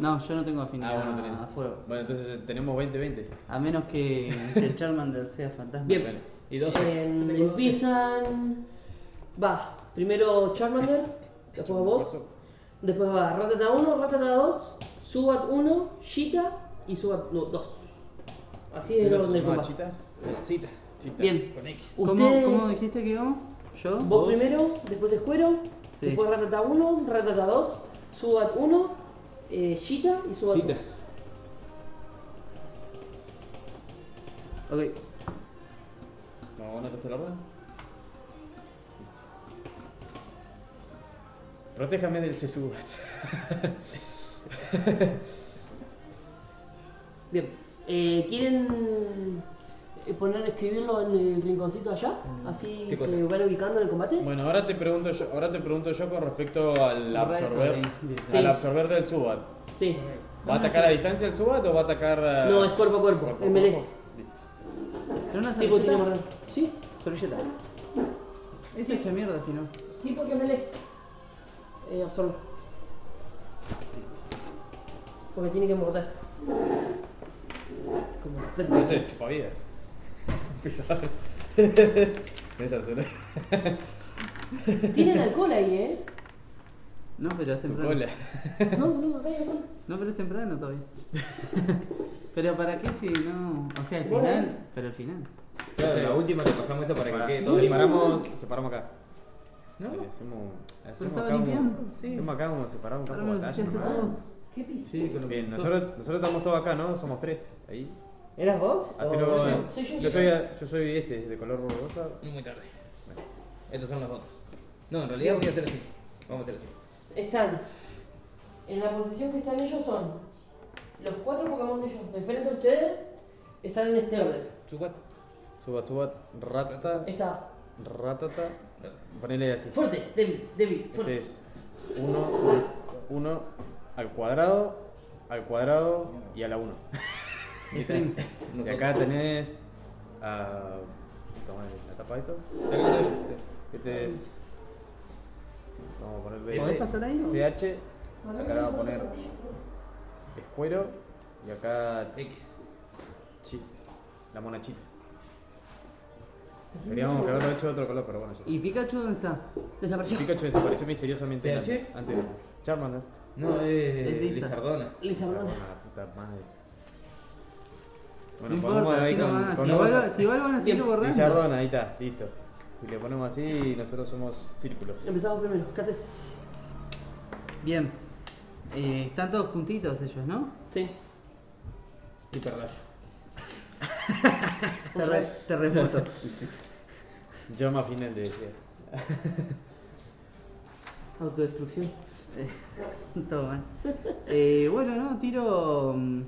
S4: No, yo no tengo afinidad
S2: Ah, bueno, tenés.
S4: a fuego.
S2: Bueno, entonces tenemos 20-20.
S4: A menos que, que el Charmander sea fantasma.
S1: Bien.
S2: Ah, Bueno, y 12.
S1: En- Em, empiezan. Va, primero Charmander, después vos, después va Ratata 1, Ratata 2, Subat 1, Shita y Subat 2. Así es el orden de combate.
S3: Cita.
S1: Bien.
S3: Con X.
S4: ¿Cómo,
S1: Ustedes,
S4: cómo dijiste que íbamos? ¿Yo?
S1: vos, primero, después Escuero,
S4: Sí.
S1: después Ratata 1, Ratata 2, Subat 1, eh, Shita y Subat 2.
S3: Shita.
S4: Ok.
S2: No, vos no te la orden. Protéjame del Sesubat.
S1: Bien. Eh, ¿Quieren eh, poner escribirlo en el rinconcito allá? Así
S2: Mm. ¿Qué
S1: se
S2: cosa?
S1: van ubicando en el combate.
S2: Bueno, ahora te pregunto yo, ahora te pregunto yo con respecto al
S4: Borra eso,
S2: absorber,
S4: sí,
S1: sí.
S2: al absorber del Subat.
S1: Ah, Sí.
S2: ¿Va a atacar a distancia el Subat o va a atacar a...
S1: No, es cuerpo a cuerpo,
S2: Cuerpo a
S1: es melee.
S2: cuerpo. Listo.
S4: ¿Tenés una
S1: Sí, porque tiene
S4: servilleta?
S1: morder. Sí,
S4: servilleta. Es hecha mierda si no.
S1: sí, porque es melee. Eh, absorbe. Porque tiene que morder. Como los perros.
S2: No sé, chupa vida. Es arsenal.
S1: Tienen alcohol ahí, ¿eh?
S4: No, pero es
S2: Tu
S4: temprano.
S2: cola.
S1: No, no, acá hay alcohol.
S4: No, pero es temprano todavía. pero para qué si no. O sea, al
S1: Bueno.
S4: final. Pero al final.
S3: Claro, la última le pasamos eso para que
S2: Separa-
S3: quede todo.
S2: separamos, separamos acá.
S4: No.
S2: Dale, hacemos, hacemos,
S4: estaba
S2: acá un,
S4: limpiando, sí.
S2: hacemos acá un separamos un
S4: Ahora
S2: campo de
S4: me lo
S2: batalla.
S4: ensuciaste
S2: nomás.
S4: todo.
S1: ¿Qué piso?
S3: Sí, con lo
S2: Bien, nosotros, nosotros estamos todos acá, ¿no? Somos tres ahí.
S4: ¿Eras vos?
S2: Así
S4: ¿O
S2: no-
S4: no?
S1: soy yo.
S2: yo, soy, yo soy este, de color rosa.
S3: Muy tarde. Estos son los otros. No, en realidad voy a hacer así. Vamos a hacer así.
S1: Están. En la posición que están ellos son. Los cuatro Pokémon que ellos de frente a ustedes están en este orden.
S3: Subat.
S2: Subat, subat, ratata,
S1: Está
S2: ratata. Ponele así.
S1: fuerte, débil, débil,
S2: Este
S1: fuerte.
S2: es 1, 1 al cuadrado, al cuadrado y a la 1.
S4: Sprint.
S2: Y acá tenés a. Toma la tapa de esto. Este es. Vamos a ponerle.
S4: ¿Podés pasar ahí o no?
S2: CH. Acá le vamos a poner. Escuero. Y acá.
S3: X.
S2: chi- La mona chita. Deberíamos que haberlo hecho de otro color, pero bueno. Ya.
S4: ¿Y Pikachu dónde está?
S1: Desapareció.
S2: Pikachu desapareció misteriosamente. en la-
S3: CH?
S2: Antes. Charmander.
S3: No, es,
S4: Es Lisa.
S3: Lizardona.
S1: Lisa,
S2: Esa
S1: hermana.
S2: buena puta madre.
S4: no importa, así nomás. Igual, va- si igual van a seguir
S1: Bien,
S4: borrando.
S2: Lizardona, ahí está, listo. Y le ponemos así y nosotros somos círculos.
S1: Empezamos primero. ¿Qué haces?
S4: Bien. Eh, están todos juntitos ellos, ¿no?
S1: Sí.
S3: Hiperrayo.
S4: Te, re, te remoto.
S2: Llama final de decía.
S1: Autodestrucción.
S4: Todo mal. Eh, bueno, no, tiro. mm,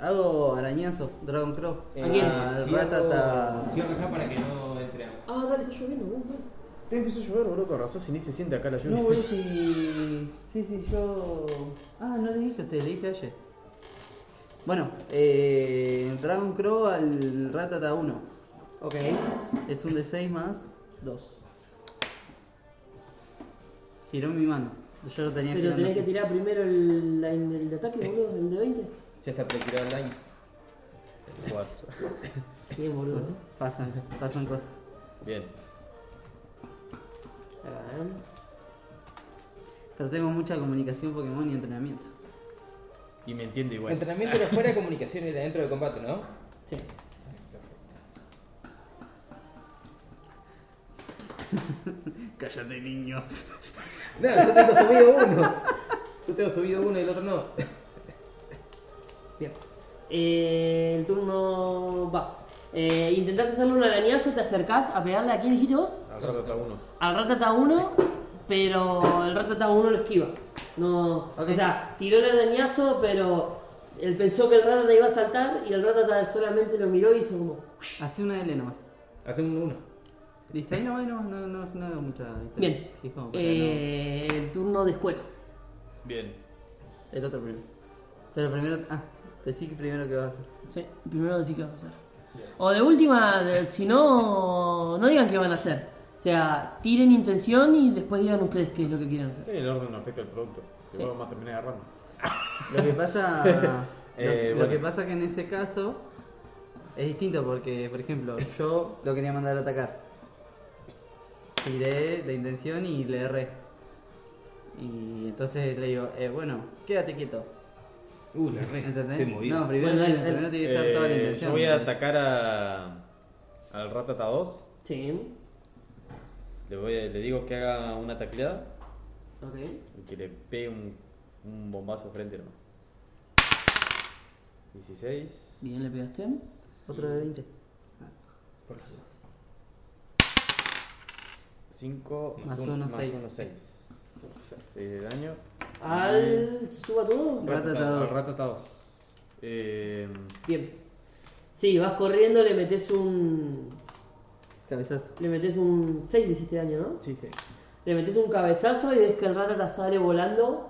S4: Hago arañazo, Dragon Crow.
S3: Ah,
S1: ¿A quién?
S4: A Ratata.
S3: Cierro acá para que no entre agua.
S1: Ah, dale, está lloviendo, boludo.
S2: Te empezó a llover, boludo, con razón, si ni se siente acá la lluvia.
S4: No, boludo, si. Sí, sí, yo. Ah, no le dije a usted, le dije a ella. Bueno, eh, Dragon Crow al Ratata 1.
S1: Ok.
S4: Es un de 6 más 2. Giró mi mano. Yo lo tenía
S1: Pero
S4: girando
S1: tenés que
S4: así.
S1: tirar primero el, la- el de ataque, boludo, el de 20.
S3: Ya está pretirado el daño. Cuatro.
S1: Bien, boludo.
S4: Bueno, pasan, pasan cosas.
S3: Bien.
S1: Ah,
S4: Pero tengo mucha comunicación Pokémon y entrenamiento.
S2: Y me entiende igual.
S3: Entrenamiento era fuera, comunicación era dentro de combate, ¿no?
S4: Sí. Cállate, niño.
S3: No, yo tengo subido uno. Yo tengo subido uno y el otro no.
S1: Bien. Eh, el turno va. Eh, intentás hacerle un arañazo, te acercás a pegarle aquí, dijiste vos.
S2: Al rato está uno.
S1: Al Ratata 1, pero el Ratata 1 lo esquiva. No,
S4: Ok.
S1: O sea, tiró el arañazo, pero él pensó que el Ratata iba a saltar y el Ratata solamente lo miró y hizo como.
S4: Hace una L nomás.
S3: Hace un uno.
S4: Listo, ahí nomás, ahí nomás, no, no, no hago mucha historia.
S1: Bien.
S4: Sí, es como para
S1: Eh, el turno de escuela.
S2: Bien.
S4: no- El otro primero. Pero primero. Ah, decí que primero que vas a hacer.
S1: Sí, primero decir qué vas a hacer. O de última, de- si no, no digan qué van a hacer. O sea, tiren intención y después digan ustedes qué es lo que quieren hacer.
S2: Sí, el orden no afecta el producto. Que
S1: Sí.
S2: vos más terminás agarrando.
S4: Lo que pasa. lo-
S2: Eh,
S4: lo,
S2: bueno.
S4: que pasa que en ese caso. Es distinto porque, por ejemplo, yo lo quería mandar a atacar. Tiré la intención y le erré. Y entonces le digo, eh, bueno, quédate quieto.
S3: Uh, la re.
S4: ¿Entendés?
S3: Se movió.
S4: No, primero,
S1: Bueno,
S4: tiene-
S1: el-
S4: primero tiene que estar
S2: Eh,
S4: toda la intención.
S2: Yo voy
S4: me
S2: a
S4: parece.
S2: atacar a. al Ratata 2.
S1: Sí,
S2: Le, voy a- le digo que haga una tacleada
S1: ok.
S2: y que le pegue un, un bombazo frente, hermano. 16.
S1: Bien, le pegaste.
S4: Otro de 20.
S2: 5
S4: Más uno, seis.
S2: 6. 6 de daño.
S1: Al. suba todo.
S4: Ratata
S2: Ratata-
S4: dos.
S2: Ratata 2. Eh,
S1: Bien. Sí, vas corriendo, le metes un.
S4: Cabezazo.
S1: Le metes un. 6 le hiciste daño, ¿no?
S2: sí, sí.
S1: Le metes un cabezazo y ves que el ratata sale volando,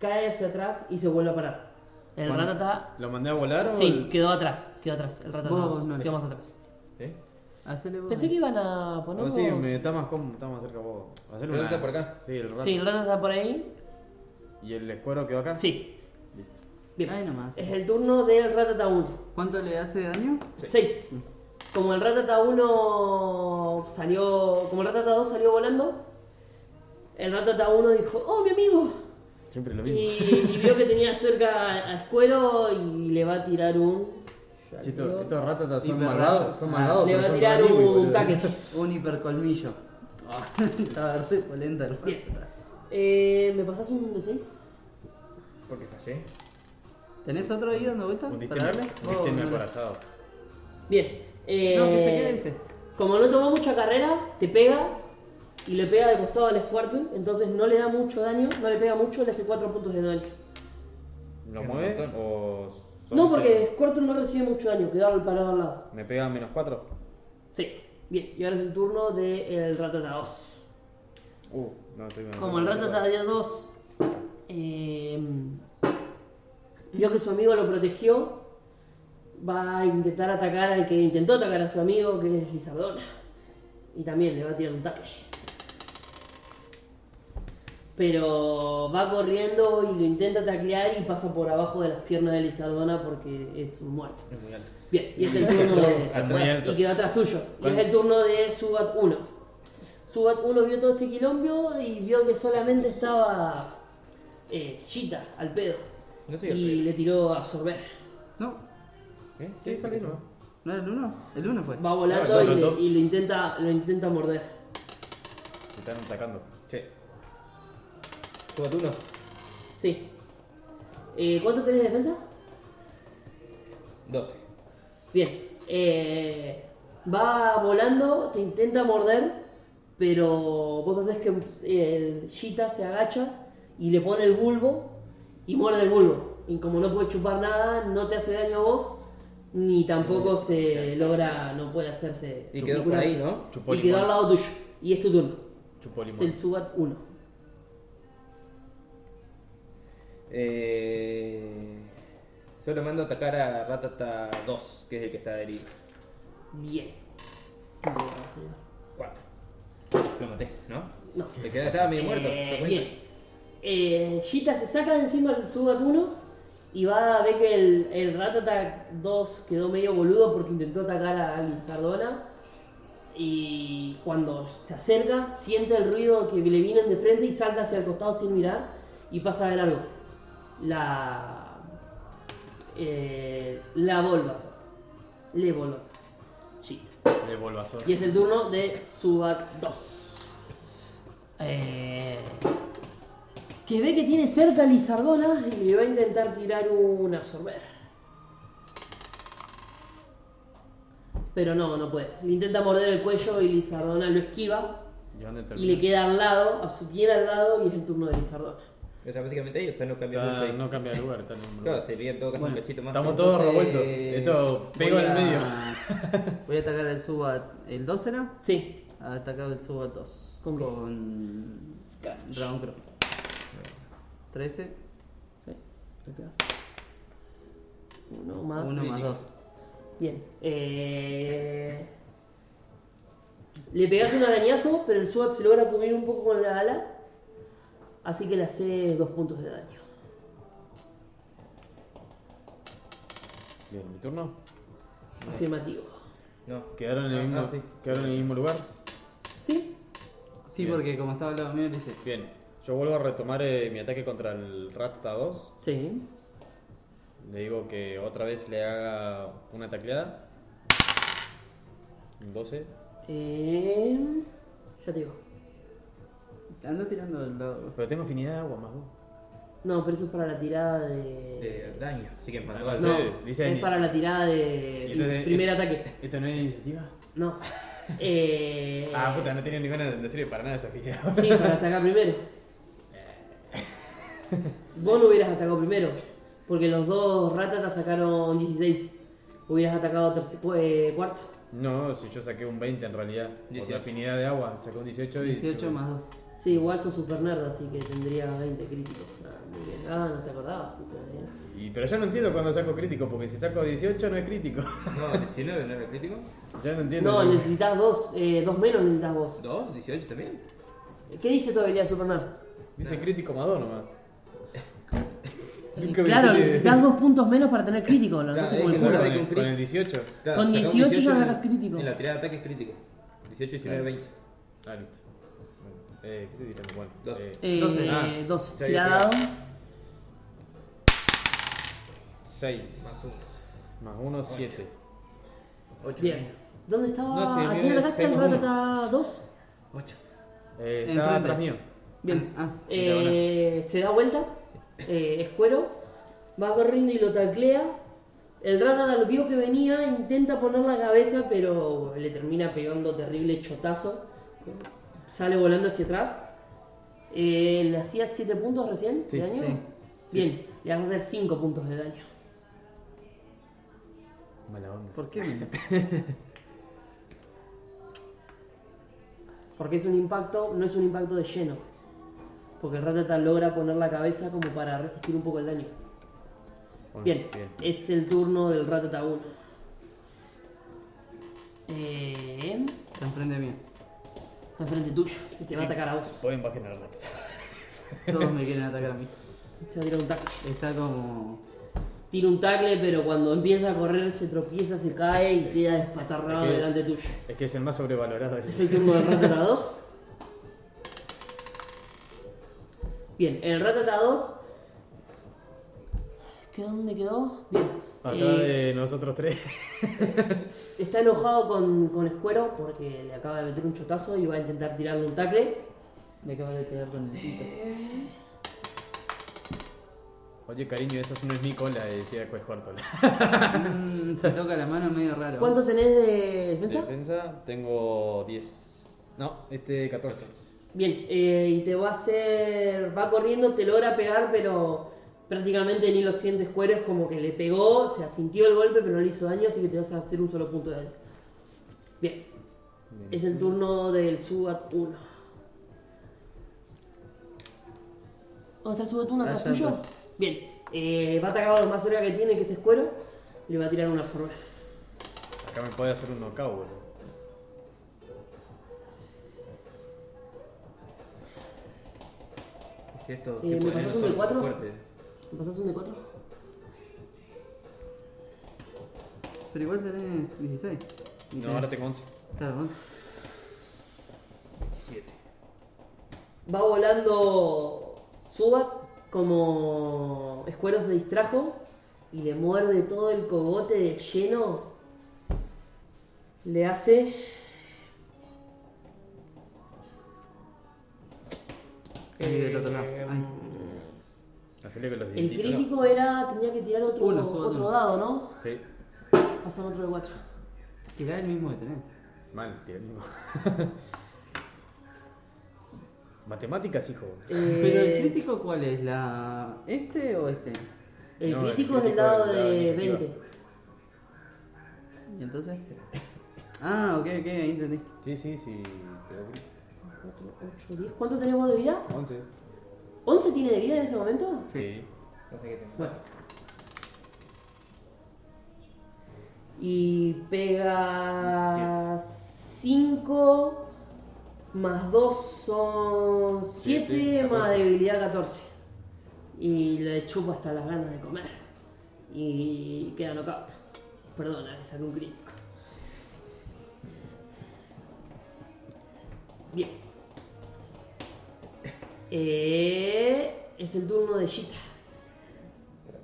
S1: cae hacia atrás y se vuelve a parar. El
S2: Bueno,
S1: ratata.
S2: ¿Lo mandé a volar o.?
S1: Sí,
S2: el-
S1: quedó atrás, quedó atrás. El ratata
S4: Vos no le-
S1: quedó más atrás.
S2: ¿Eh?
S4: Hacele vos.
S1: Pensé que iban a poner.
S2: No, sí, me, está, más cómodo, está más cerca vos. Hacer
S3: Pero
S2: una...
S3: está por acá.
S2: Sí, el ratata.
S1: Sí, el ratata está por ahí.
S2: ¿Y el escuero quedó acá?
S1: Sí,
S2: Listo.
S1: bien.
S4: Ahí nomás.
S1: Es el turno del ratata 1.
S4: ¿Cuánto le hace de daño?
S1: 6. Como el ratata 1 salió. Como el ratata 2 salió volando, el ratata 1 dijo: ¡Oh, mi amigo!
S2: Siempre lo mismo.
S1: Y, y vio que tenía cerca a Escuero y le va a tirar un. ya
S2: Chito,
S1: digo,
S2: estos ratatas son
S4: Hiperrayos.
S2: malvados, son malvados,
S1: le
S2: pero
S1: va a
S2: son
S1: tirar
S2: re
S1: un,
S2: amigos, boludo.
S1: taque.
S4: Un hipercolmillo. Estaba re polenta el
S1: Ah. Bien.
S4: ratata.
S1: Eh, ¿Me pasas un de 6?
S3: Porque fallé.
S4: ¿Tenés otro ahí dando vuelta?
S2: Hundiste
S4: para
S2: en-
S4: darle?
S2: hundiste
S4: Oh,
S2: en
S4: no,
S2: el
S4: no.
S2: corazón.
S1: Bien. Eh,
S4: No, que se quede ese.
S1: Como no tomó mucha carrera, te pega y le pega de costado al Squirtle, entonces no le da mucho daño, no le pega mucho, le hace 4 puntos de daño.
S2: ¿Lo
S3: Es un
S2: mueve
S3: montón.
S2: o.?
S1: No,
S2: solamente-
S1: porque Squirtle no recibe mucho daño, quedó al parado al lado.
S2: ¿Me pega menos 4?
S1: Sí. Bien, y ahora es el turno del Ratata 2.
S2: Uh, no estoy bien.
S1: Como el Ratata de 2 eh, vio que su amigo lo protegió, va a intentar atacar al que intentó atacar a su amigo, que es Lizardona. Y también le va a tirar un tackle. Pero va corriendo y lo intenta taclear y pasa por abajo de las piernas de Lizardona porque es un muerto.
S3: Es muy alto.
S1: Bien, y es el turno de...
S2: Es muy alto.
S1: Y quedó atrás tuyo. Y es el turno de Subat 1. Subat 1 vio todo este quilombo y vio que solamente estaba eh, Chita al pedo.
S3: No estoy al
S1: y
S3: pedo.
S1: le tiró a absorber.
S4: No,
S3: ¿Eh?
S2: Sí, está bien, ¿no?
S4: no era el uno. El uno fue.
S1: Va volando
S2: No, el
S1: y,
S2: otro
S1: le-
S2: dos.
S1: y lo intenta lo intenta morder.
S2: Se están atacando.
S3: Che. Jugate uno.
S1: Sí. Eh, ¿Cuánto tenés de defensa?
S3: 12.
S1: Bien. Eh, va volando, te intenta morder, pero vos haces que el Cheetah se agacha y le pone el bulbo y muerde el bulbo. Y como no puede chupar nada, no te hace daño a vos, ni tampoco se logra, no puede hacerse.
S3: Y quedó por ahí, ¿no?
S2: Chupó
S1: y quedó
S2: limón.
S1: al lado tuyo. Y es tu turno.
S2: Chupó
S1: Es
S2: limón.
S1: el Subat 1.
S3: Eh... Yo lo mando a atacar a Ratata 2, que es el que está herido.
S1: Bien.
S3: 4. Lo maté, ¿no?
S1: No.
S3: Te queda- estaba medio muerto.
S1: Eh,
S3: ¿se cuenta?
S1: bien. Eh, Shita se saca de encima el Subat 1 y va a ver que el, el Ratata 2 quedó medio boludo porque intentó atacar a Lizardona. Y cuando se acerca, siente el ruido que le vienen de frente y salta hacia el costado sin mirar y pasa de largo. La. eh, la Volvazor. Le Volvazor. Shita.
S2: De Bulbasaur.
S1: Y es el turno de Subat 2. Eh, que ve que tiene cerca a Lizardona y le va a intentar tirar un absorber. Pero no, no puede. Le intenta morder el cuello y Lizardona lo esquiva.
S2: ¿Y dónde termina?
S1: Y le queda al lado, a su bien al lado, y es el turno de Lizardona.
S3: O sea, básicamente ellos o sea, no cambian mucho.
S2: Está-
S3: ahí.
S2: Ah, no cambia de lugar, está en un
S3: Claro, sería en todo caso
S4: Bueno,
S3: un cachito más.
S2: estamos
S3: pero-
S2: todos-
S4: Entonces, eh,
S2: revuelto. Esto, pego
S4: voy
S2: al
S4: a-
S2: medio.
S4: Voy a atacar el Subat. ¿El 2 era?
S1: Sí.
S4: Ha atacado el Subat 2.
S1: ¿Con qué?
S4: Con. Dragon Crow. 13.
S1: Sí. Le pegas. Uno más.
S4: 1 más
S3: crítico.
S4: 2.
S1: Bien. Eh... Le pegas un arañazo, pero el SWAT se logra cubrir un poco con la ala. Así que le hace dos puntos de daño.
S2: Bien, mi turno.
S1: Afirmativo.
S3: No,
S2: Quedaron en el
S3: Ah,
S2: mismo,
S3: ah, sí.
S2: quedaron en el mismo lugar.
S1: ¿Sí?
S4: Sí,
S2: Bien.
S4: porque como estaba al lado mío, le hice.
S2: Bien. Yo vuelvo a retomar eh, mi ataque contra el Ratta 2.
S1: Sí.
S2: Le digo que otra vez le haga una tacleada. Un 12.
S1: Eh... Ya te digo.
S4: Ando tirando del lado.
S2: Pero tengo afinidad de agua más dos.
S1: No, pero eso es para la tirada de...
S3: de daño. Así que más
S2: No,
S3: dos.
S1: No,
S2: Sí, dice
S1: es
S2: ni-
S1: para la tirada de...
S2: Entonces,
S1: primer
S2: eh,
S1: ataque.
S2: ¿Esto no es iniciativa?
S1: No. Eh...
S2: Ah, puta, no tenía ninguna, no sirve para nada esa afinidad.
S1: Sí, para atacar primero. Vos no hubieras atacado primero, porque los dos ratatas sacaron 16. Hubieras atacado terce- cu- eh, cuarto.
S2: No, si yo saqué un 20 en realidad. Por
S3: 18.
S2: la afinidad de agua, saqué un 18 y.
S4: 18 más 2.
S1: Sí, igual sos super nerd, así que tendría 20 críticos. Ah, muy bien. Ah, no te acordabas. puta, eh.
S2: Y, pero yo no entiendo cuando saco crítico, porque si saco 18 no es crítico.
S3: No, 19 no era el crítico.
S2: yo no entiendo.
S1: No,
S2: porque-
S1: necesitas dos, eh, dos menos necesitas vos.
S3: 2, 18 también.
S1: ¿Qué dice tu habilidad super nerd?
S2: Dice crítico más dos nomás. Nunca me
S1: Claro,
S2: enteré.
S1: necesitas dos puntos menos para tener crítico, lo
S3: Claro,
S1: anotaste
S3: es
S1: como el
S3: que
S2: Con
S1: culo.
S3: no lo-
S2: el, con el 18.
S3: Claro,
S1: Con
S3: sacamos
S1: 18 ya
S3: en-
S1: sacas crítico.
S3: En la tirada de ataque es crítico. 18, 19, 20.
S2: Ah, listo. Bueno, eh, ¿qué te dirán? Bueno,
S3: Dos.
S2: eh,
S1: Eh,
S4: 12.
S1: doce.
S3: Ah, ya había
S1: Tira
S3: tirado.
S1: dado.
S2: 6.
S3: Más
S2: Más 1, 7.
S3: 8.
S1: Bien. ¿Dónde estaba?
S2: No sé,
S1: ¿A
S2: me
S1: quién atacaste
S2: sé
S1: al
S2: con uno.
S1: ratata 2?
S3: 8.
S2: Eh,
S4: Enfrente.
S2: estaba atrás mío.
S1: Bien.
S4: Ah,
S1: Eh, se da vuelta, eh, es cuero, va corriendo y lo taclea. El Ratata lo vio que venía, intenta poner la cabeza, pero le termina pegando terrible chotazo. Sale volando hacia atrás. Eh, le hacía 7 puntos recién
S2: Sí,
S1: de daño.
S4: sí,
S1: Bien, le vas a hacer 5 puntos de daño.
S2: Mala onda.
S4: ¿Por qué me.?
S1: Porque es un impacto, no es un impacto de lleno. Porque el Ratata logra poner la cabeza como para resistir un poco el daño.
S2: Bueno,
S1: Bien,
S2: bien.
S1: es el turno del Ratata 1. Eh,
S4: Está enfrente mío.
S1: está enfrente tuyo y te va a atacar a vos.
S2: Pueden bajar la rata.
S4: Todos me quieren atacar a mí.
S1: Te va a tirar un tackle.
S4: Está como.
S1: Tira un tackle, pero cuando empieza a correr se tropieza, se cae y queda despatarrado
S2: Es que-
S1: delante tuyo.
S2: Es que es el más sobrevalorado. de
S1: Es el turno del Ratata 2. Bien, el Ratata 2. ¿Qué dónde quedó? Bien.
S2: Acá
S1: eh,
S2: de nosotros tres.
S1: Está enojado con, con Escuero porque le acaba de meter un chotazo y va a intentar tirarle un tackle.
S4: Le acabo de pegar con el pito.
S2: Oye, cariño, esa no es mi cola, eh, decía después Cuartola.
S4: Mm, se toca la mano medio raro.
S1: ¿Cuánto tenés de defensa?
S2: Defensa, tengo 10. No, este 14.
S1: Bien, eh, y te va a hacer. Va corriendo, te logra pegar, pero prácticamente ni lo sientes cuero. Es como que le pegó, o sea, sintió el golpe, pero no le hizo daño, así que te vas a hacer un solo punto de daño. Bien,
S2: Bien.
S1: es el turno del Subat 1. ¿Dónde está el Subat 1? ¿Atrás
S4: Allá
S1: tuyo?
S4: atrás.
S1: Bien, Eh, va a atacar a los más cerca que tiene, que es escuero, y le va a tirar una absorber.
S2: Acá me puede hacer un knockout, boludo.
S3: Es que estos
S1: Eh, ¿me
S3: tipos de
S1: pasas
S3: nenes
S1: un
S3: son
S1: de cuatro?
S3: fuertes.
S1: ¿Me pasas un de 4?
S4: Pero igual tenés 16.
S2: No, ahora tengo 11.
S4: Claro, 11.
S3: Siete.
S1: Va volando Subat como Escuero se distrajo y le muerde todo el cogote de lleno. Le hace.
S4: Ahí del otro lado.
S1: Eh,
S4: Ahí.
S2: Hacele con los
S1: El
S2: dientitos.
S1: crítico era. tenía que tirar otro,
S4: Uno, solo
S1: otro
S4: uno.
S1: dado, ¿no?
S2: Sí.
S1: Pasan otro de 4.
S4: Tirá el mismo que tenés.
S2: Mal, tío. mismo. Matemáticas, hijo.
S1: Eh,
S4: ¿Pero el crítico cuál es? ¿La. este o este?
S1: El
S2: No, el
S1: crítico es el
S2: crítico
S1: dado
S2: del dado de
S1: de
S2: iniciativa.
S1: 20.
S4: ¿Y entonces? Ah, ok, ok, ahí entendí.
S2: Sí, sí, sí.
S1: 4, 8, 10. ¿Cuánto tenemos de vida?
S2: 11.
S1: ¿11 tiene de vida en este momento?
S2: Sí.
S3: No sé qué tengo.
S1: Bueno. Y pega 5 más 2 son 7
S2: Siete,
S1: más
S2: 14.
S1: debilidad 14. Y le chupa hasta las ganas de comer. Y queda knockout. Perdona, le saqué un crítico. Bien. Eh, es el turno de Shita.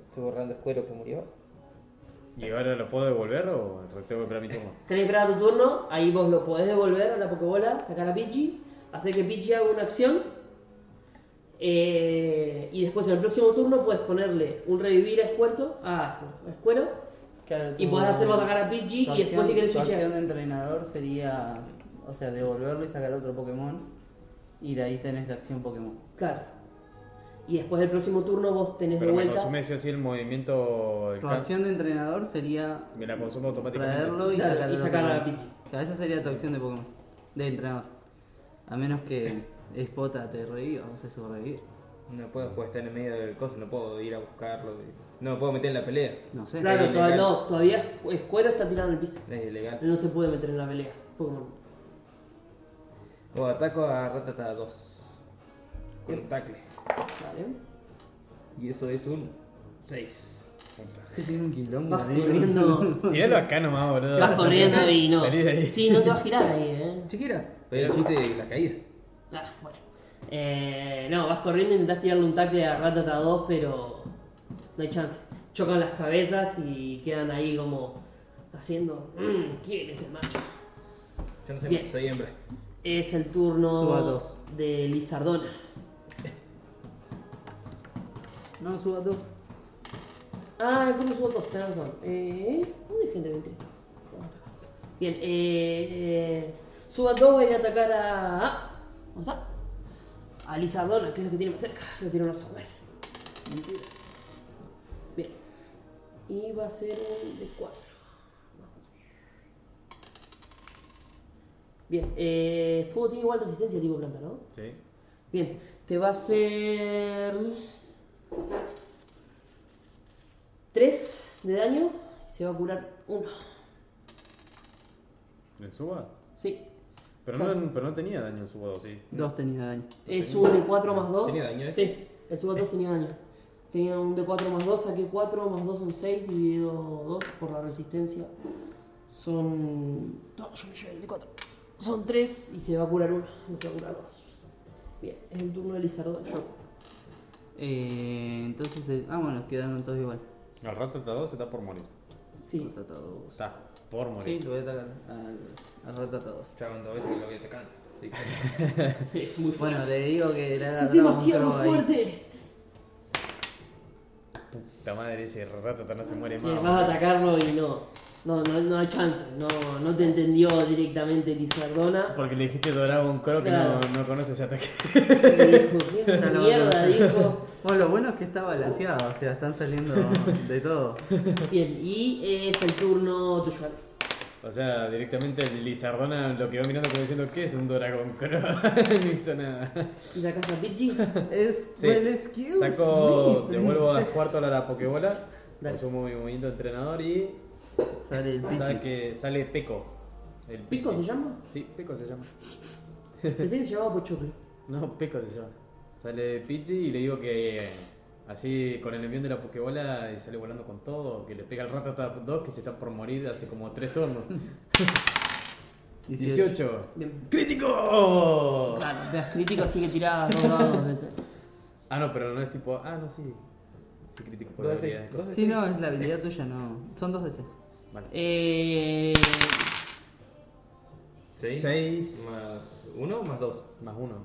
S5: Estoy borrando escuero que murió.
S2: ¿Y ahora lo puedo devolver o tengo que esperar mi turno?
S1: Tenés que esperar a tu turno, ahí vos lo podés devolver a la Pokébola, sacar a Pichi, hacer que Pichi haga una acción. eh, y después en el próximo turno puedes ponerle un revivir a Escuerto, a, Escuerto, a Escuero,
S4: Claro,
S1: y
S4: tu-
S1: podés hacerlo atacar a Pichi y
S4: tu
S1: después si querés
S4: tu acción
S1: switchar.
S4: de entrenador sería. O sea, devolverlo y sacar otro Pokémon. Y de ahí tenés la acción Pokémon.
S1: Claro. Y después del próximo turno vos tenés
S2: Pero
S1: de
S2: me
S1: vuelta.
S2: consume sí o sí el movimiento. del
S4: Tu
S2: can-
S4: acción de entrenador sería
S2: Me la consumo automáticamente.
S4: traerlo y
S1: Claro,
S4: sacar,
S1: y
S4: al
S1: sacar
S4: otro
S1: a
S4: Pokémon. Claro, esa sería tu acción de Pokémon, de entrenador. A menos que Spota te reviva, o sea, su revivir.
S3: No puedo jugar estar en medio del coso, no puedo ir a buscarlo. y- No me puedo meter en la pelea.
S4: No sé.
S1: Claro,
S3: Es
S1: todavía,
S3: ilegal.
S1: no, todavía Escuero está tirado en el piso.
S3: Es ilegal.
S1: Él no se puede meter en la pelea. Pokémon.
S3: O ataco a Ratata 2. Con un tackle.
S1: Vale.
S3: Y eso es un 6.
S4: Sí, tiene un quilombo.
S1: Vas
S4: ahí.
S1: corriendo.
S2: Tíralo acá nomás, boludo.
S1: Vas corriendo y no.
S2: Salí de ahí.
S1: Sí, no te vas a girar ahí, eh.
S3: Chiquera. Pero el chiste de la caída.
S1: Ah, bueno. Eh, no, vas corriendo e intentás tirarle un tackle a Ratata 2, pero no hay chance. Chocan las cabezas y quedan ahí como haciendo. "Mm, ¿Quién es el macho?
S3: Yo no sé,
S1: Bien.
S3: soy hembra.
S1: Es el
S4: Suba
S1: turno
S4: dos.
S1: de Lizardona.
S4: No, suba dos.
S1: Ah, el turno subo 2, tenés razón. Eh, ¿Dónde gente 20? Bien, eh, eh, suba 2 va a ir a atacar a. ah, ¿Dónde está? A Lizardona, que es lo que tiene más cerca. Lo tiene más sobre.
S4: Mentira.
S1: Bien. Y va a ser un de 4. Bien, eh, fuego tiene igual resistencia tipo planta, ¿no?
S2: Sí.
S1: Bien, te va a hacer 3 de daño y se va a curar 1.
S2: ¿En suba?
S1: Sí,
S2: Pero,
S1: Claro.
S2: no, pero no tenía daño en suba 2, sí.
S4: Dos tenía daño.
S1: es un de 4 más 2.
S3: ¿Tenía daño ese? Eh.
S1: Sí, el suba 2 tenía daño. Tenía un de 4 más 2, saqué 4 más 2 son 6, dividido 2 por la resistencia. Son. No, yo me llevé el de 4. Son 3 y se va a curar 1, no se va a curar 2. Bien, es el turno de Lizardo. Yo.
S4: Eh, entonces, eh, ah, bueno, quedaron todos igual.
S2: Al rato está 2 está por morir.
S1: Sí,
S4: Ratata dos.
S2: Está por
S4: Sí,
S2: morir.
S4: lo voy a atacar al, al Ratata dos.
S3: Ya van dos veces que lo voy atacando. Así que-
S1: es muy fuerte.
S4: Bueno, le digo que le
S1: es
S4: agarraba
S1: demasiado
S4: un crow ahí.
S1: fuerte.
S2: Puta madre, ese rato no se muere
S1: Y vas
S2: más.
S1: a atacarlo y no. No, no, no hay chance. No, no te entendió directamente Lizardona.
S2: Porque le dijiste Dragon Crow que
S1: Claro.
S2: no, no conoce ese ataque.
S1: Le dijo, sí, es
S4: Ya
S1: una
S4: lo
S1: mierda,
S4: mató.
S1: dijo.
S4: Bueno, lo bueno es que está balanceado, o sea, están saliendo de todo.
S1: Bien, y es el turno tuyo. Ale.
S2: O sea, directamente Lizardona lo que va mirando como diciendo, ¿qué es un dragón Crow? no hizo nada.
S1: ¿Y sacaste a Pidgey?
S4: Es.
S2: Sí.
S4: Well, excuse
S2: Saco,
S4: me,
S2: devuelvo a
S4: princess.
S2: cuarto a la Pokébola.
S1: Dale.
S2: Consumo mi movimiento de entrenador y
S4: Sale el
S2: sabe
S4: pichi.
S2: que sale Peco. El
S1: ¿Pico se llama?
S2: Sí, Peco se llama.
S1: Pensé que se llamaba Pochoclo.
S2: No, Peco se llama. Sale Pichi y le digo que eh, así con el envión de la Pokébola y sale volando con todo, que le pega el Rattata 2 que se está por morir hace como 3 turnos. 18.
S1: Bien.
S2: ¡Crítico!
S1: Claro, te das crítico, así que tirás dos dados de ese.
S2: Ah, no, pero no es tipo. Ah, no, sí. Sí, crítico por
S5: Dos
S2: la
S5: de
S2: habilidad.
S5: seis, dos de
S4: Sí, no, es la habilidad tuya, no. Son dos de seis.
S2: Vale.
S1: Eh.
S2: 6
S5: Más uno más dos.
S2: más 1.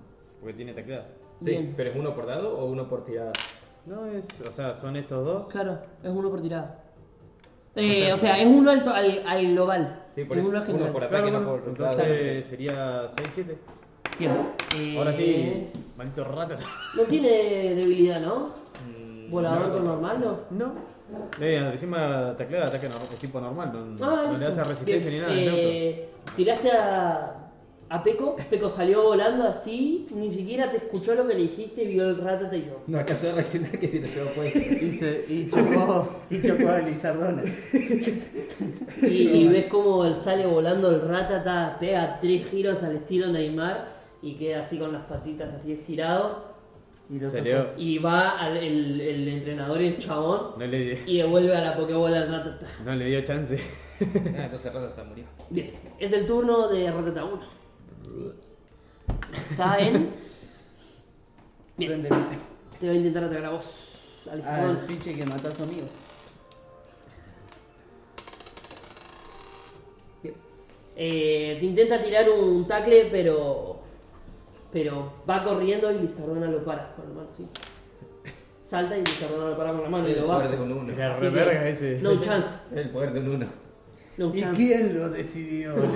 S2: Porque tiene teclado.
S5: Sí,
S1: Bien.
S5: pero es uno por dado o uno por tirada.
S2: No es. O sea, son estos dos.
S1: Claro, es uno por tirada. Eh, o sea, es uno al, to- al, al global.
S5: Sí, por
S1: es
S5: eso,
S1: uno al
S5: uno
S1: general.
S5: por
S2: Claro,
S5: ataque, no
S2: bueno,
S5: por
S2: entonces Eh, sería 6, 7.
S1: Bien. Eh,
S2: Ahora sí, maldito rata.
S1: No tiene debilidad, ¿no?
S5: Mm,
S1: Volador
S5: no,
S1: con
S5: no.
S1: normal, ¿no?
S2: No. Eh, encima teclado ataque normal, es tipo normal, no,
S1: Ah,
S2: no
S1: listo.
S2: le hace resistencia
S1: Bien.
S2: ni nada, es neutro.
S1: Eh, Tiraste a, a Peco, Peco salió volando así, ni siquiera te escuchó lo que le dijiste, vio el ratata y yo.
S5: No alcanzó a reaccionar que si no se lo puede.
S4: Y, se, y chocó. Y chocó a Lizardona.
S1: Y, y ves cómo él sale volando el ratata, pega tres giros al estilo Neymar y queda así con las patitas así estirado.
S4: Y los
S2: Salió.
S4: ojos.
S1: Y va al, el, el entrenador, el chabón,
S2: No le, di-
S1: y devuelve a la Pokébola al ratata.
S2: no le dio chance.
S5: Ah, entonces Rata hasta murió.
S1: Bien, es el turno de ratata 1. Está en. Bien,
S4: Prende
S1: te voy a intentar atacar a vos, Alessandro.
S4: al pinche que mató a su amigo.
S1: Eh, te intenta tirar un tackle, pero. Pero va corriendo y Lizardona lo para con la mano, sí. Salta y Lizardona lo para con la mano y lo
S5: el
S1: baja.
S5: poder de un uno.
S2: Era
S1: Así
S2: re
S1: que,
S2: verga ese.
S1: No chance,
S5: El poder de un uno.
S1: no
S4: ¿Y
S1: chance.
S4: quién lo decidió? Le-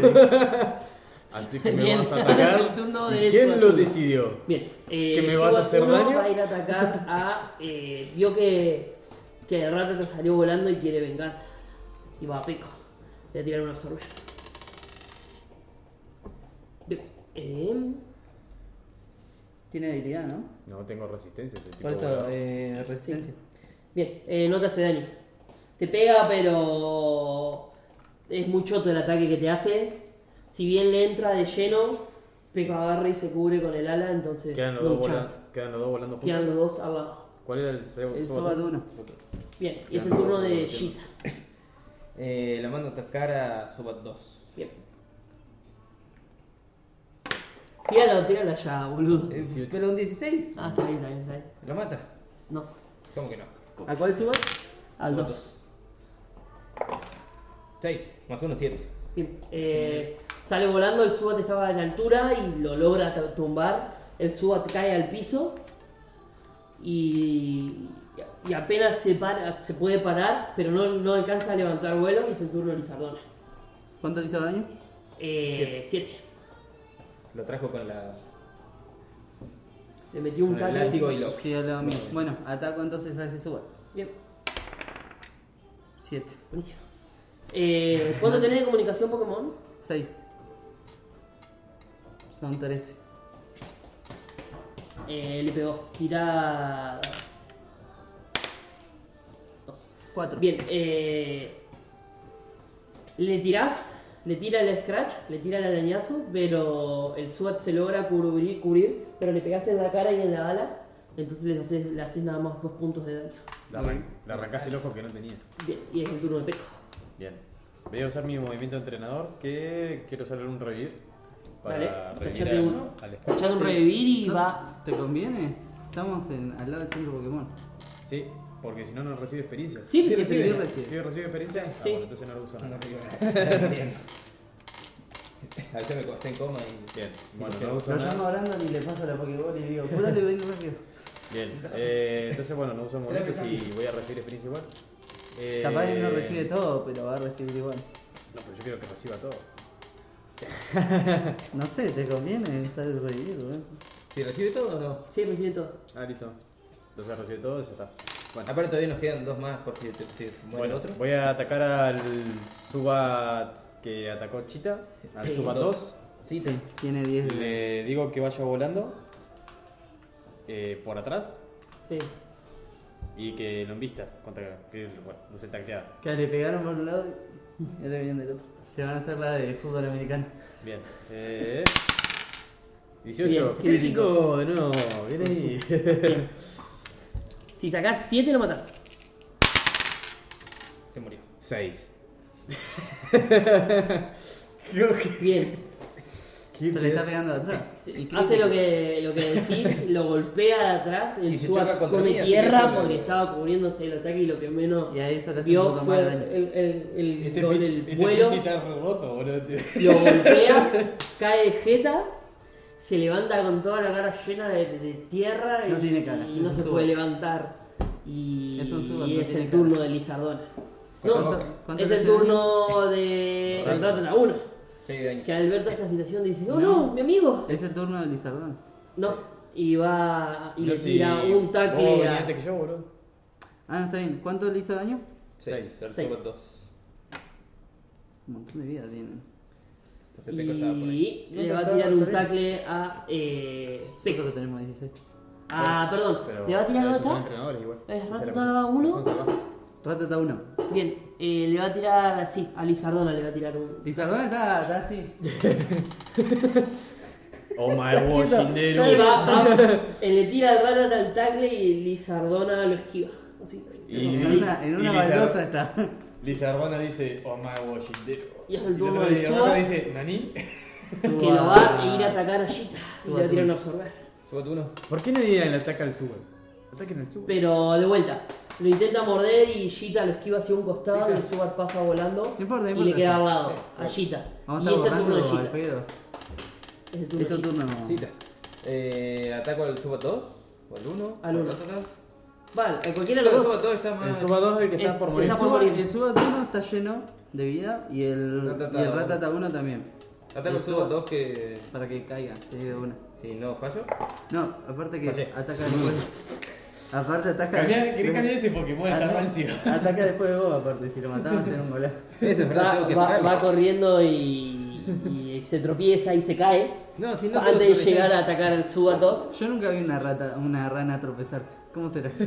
S2: Así que me
S1: Bien,
S2: vas a
S1: es el
S2: atacar.
S1: turno
S2: ¿Y
S1: de
S2: ¿Quién
S1: Edson.
S2: lo decidió?
S1: Bien, eh,
S2: ¿Que me vas a
S1: Subas
S2: hacer
S1: uno
S2: daño?
S1: va a ir a atacar a. eh, vio que. Que el rata te salió volando y quiere venganza. Y va a pico. Le voy a tirar una absorber. Bien, eh,
S4: Tiene habilidad, ¿no?
S2: No tengo resistencia ese tipo.
S4: Por eso,
S2: boludo.
S4: eh, resistencia.
S1: Bien, eh, no te hace daño. Te pega, pero es muy choto el ataque que te hace. Si bien le entra de lleno, Peco agarra y se cubre con el ala, entonces
S2: Quedan los,
S1: no
S2: dos
S1: chance.
S2: volando, quedan los dos volando juntos.
S1: Quedan los dos al lado.
S2: ¿Cuál era el segundo?
S4: El Sobat uno.
S1: Bien, y es el
S2: Quedan
S1: turno
S2: los dos
S1: de
S2: volando.
S1: Shita.
S5: Eh, la mando a atacar a Sobat 2.
S1: Bien. Tíralo, tíralo ya, boludo.
S4: Pero un 16.
S1: Ah, está bien, está bien, está bien.
S5: ¿Lo mata?
S1: No,
S5: ¿Cómo que no?
S4: ¿A cuál Sobat?
S1: al 2.
S5: 6 más 1, 7.
S1: Bien, eh, sale volando, el Subat estaba en altura y lo logra t- tumbar. El Subat cae al piso y, y apenas se, para, se puede parar, pero no, no alcanza a levantar vuelo y se turno de Lizardona.
S4: ¿Cuánto le hizo daño?
S1: Eh, 7.
S5: Lo trajo con la.
S1: Le metió un
S5: Con el
S1: tackle.
S5: látigo y- Lo-
S4: Sí, es lo mismo. Bueno, ataco entonces a ese Sobat.
S1: Bien,
S4: 7.
S1: buenísimo. Eh, ¿Cuánto tenés de comunicación Pokémon?
S4: 6. Son 13.
S1: Eh, le pegó. Tira. Dos.
S4: 4.
S1: Bien, eh, le tirás, le tira el scratch, le tira el arañazo, pero el SWAT se logra cubrir, cubrir, pero le pegás en la cara y en la ala, entonces le haces, le haces nada más dos puntos de daño.
S2: Le, arran- le arrancaste el ojo que no tenía.
S1: Bien, y es el turno de Peco.
S2: Bien. Voy a usar mi movimiento de entrenador que quiero usar un revivir. Para
S1: Dale,
S2: revivir
S1: tachate
S2: al-
S1: uno.
S2: al este. Spark.
S1: Echando un revivir y va.
S4: ¿Te conviene? Estamos en, al lado del centro Pokémon.
S2: Sí, porque si no, no recibe experiencia.
S1: Sí,
S4: Sí,
S1: sí,
S4: recibe,
S1: sí.
S4: sí, recibe.
S2: ¿Sí recibe experiencia? Ah,
S1: Sí.
S2: bueno, entonces no lo uso nada.
S5: A veces me acosté en coma y.
S2: Bien, bueno,
S5: Lo
S2: no uso
S4: Lo llamo
S2: nada.
S4: a Brandon y le paso la Pokébola y le digo, curale, ven rápido.
S2: Bien, eh, entonces bueno, no uso movimientos y voy a recibir experiencia igual. Eh,
S4: Capaz él no recibe todo, pero va a recibir igual.
S2: No, pero yo quiero que reciba todo.
S4: No sé, ¿te conviene? Sale reír, weón.
S5: ¿Si recibe todo o no?
S1: Sí, recibe todo.
S2: Ah, listo. Entonces recibe todo y ya está. Bueno,
S5: Aparte, todavía nos quedan dos más por si, te- si se muere
S2: Bueno,
S5: otro.
S2: voy a atacar al Suba que atacó Chita, al
S5: Sí,
S2: Subat
S5: dos.
S2: 2.
S5: Sí,
S4: Sí, tiene 10 de-
S2: Le digo que vaya volando eh, por atrás
S1: Sí.
S2: y que lo invista contra que, bueno, no se tacleada.
S4: Que le pegaron por un lado y ahora vienen del otro. Te van a hacer la de fútbol americano.
S2: Bien. Eh, 18.
S1: Bien, crítico.
S2: crítico de nuevo. Bien ahí.
S1: Bien. Si sacás 7 lo matás.
S5: te murió.
S2: 6.
S1: Bien.
S4: Pero le está pegando de atrás.
S5: Y creo
S1: Hace lo que, lo que decís, lo golpea de atrás, el
S5: Y se
S1: SWAT
S5: choca contra
S1: come
S5: mí, así que
S1: tierra
S5: sí,
S1: porque
S5: lo-
S1: estaba cubriéndose el ataque y lo que menos
S4: Y a eso le hace un
S1: vio
S4: poco
S1: fue
S4: más
S1: el,
S4: daño.
S1: el- el-
S2: Este,
S1: con
S2: pi-
S1: el
S2: este
S1: vuelo,
S2: pichi está re roto, boludo. tío.
S1: lo golpea, cae de jeta, se levanta con toda la cara llena de, de- de tierra y
S4: No tiene cara,
S1: y
S4: es
S1: no
S4: un
S1: se
S4: SWAT.
S1: puede levantar. Y
S4: Es un SWAT,
S1: y
S4: no
S1: es
S4: tiene
S1: el
S4: cara.
S1: turno de Lizardona.
S5: ¿Cuánto-
S1: No,
S4: cuánto
S1: es
S4: le
S1: el
S4: hace
S1: turno de
S2: Correcto.
S1: Contrato la 1.
S5: Sí, de ahí.
S1: Que Alberto a esta situación dice, no,
S4: No.
S1: no, mi amigo.
S4: Es el turno del Lizardón.
S1: No, y va y
S2: No,
S1: le
S2: si
S1: tira un
S2: vos
S5: Oh,
S1: tackle
S2: venís
S1: a...
S5: este
S2: antes que yo, boludo.
S4: Ah, no, está bien. ¿Cuánto le hizo daño?
S5: Seis, al
S1: Seis.
S5: Sobat 2.
S4: Un montón de vida tienen.
S5: Entonces te costaba por ahí.
S1: Y le va a tirar un tackle a... Eh,
S4: Nosotros
S1: Peck.
S4: tenemos 16.
S1: Ah, perdón. Le va a tirar
S2: a
S1: dónde está?
S2: entrenadores igual.
S1: Es
S2: Esa la
S1: Ratata
S2: cuestión.
S1: 1.
S4: Ratata 1.
S1: Bien, eh, le va a tirar así, a Lizardona le va a tirar un...
S4: Lizardón está, está así.
S2: Oh my
S1: Y
S2: bolsinero.
S1: va, va- eh, le tira al Ratata al tackle y Lizardona lo esquiva. Así.
S2: Y-
S4: en una, en
S2: y
S4: una
S2: Lizard-
S4: baldosa está.
S2: Lizardona dice, oh my bolsinero.
S1: Y es el
S2: la
S1: turno
S2: otra-
S1: del
S2: y la
S1: Suba.
S2: otra dice, Nani.
S1: Que lo va a ir a atacar a Gita. Y le va a tirar un absorber.
S5: Sobat 1.
S2: ¿Por qué nadie le ataca al Suba? Ataquen al Suba.
S1: Pero de vuelta, lo intenta morder y Gita lo esquiva hacia un costado y el Subat pasa volando
S4: No importa, no
S1: y le
S4: importa.
S1: queda al lado a Gita.
S4: Vamos
S1: Y
S4: a
S1: es
S4: estar
S1: el turno de
S4: borrando al
S1: Gita.
S4: pedo.
S1: Es el turno
S4: Es
S1: de
S4: tu
S1: Gita.
S4: turno.
S5: Cita. Eh, ataco al Sobat 2. O al 1.
S1: Al uno.
S5: El
S1: Vale, a cualquiera de los
S5: Sobat
S1: dos.
S5: 2 está
S2: El
S5: más.
S2: Suba 2 es el que
S1: Eh,
S2: está por
S1: que
S2: morir.
S1: está
S4: Ah, El
S1: por
S4: suba,
S1: morir.
S4: el suba 1 está lleno de vida y el,
S5: Ratata
S4: y el
S5: uno.
S4: ratata 1 también.
S5: Ataco al Sobat 2 que.
S4: Para que caiga, sí, de una.
S5: Si no fallo.
S4: No, aparte que
S5: Fallé.
S4: ataca después. aparte ataca.
S2: Cambiá- ¿Querés cambiar ese Pokémon? Está
S4: Ataca-
S2: rancio.
S4: Ataca después de vos, aparte. Si lo matabas, tenés un golazo.
S5: Eso es verdad, tengo
S1: Va,
S5: que
S1: va- va
S5: atacarlo.
S1: corriendo y, y se tropieza y se cae.
S5: No, si no
S1: antes de
S5: tengo que
S1: llegar a atacar al Subat 2.
S4: Yo nunca vi una rata, una rana tropezarse. ¿Cómo será?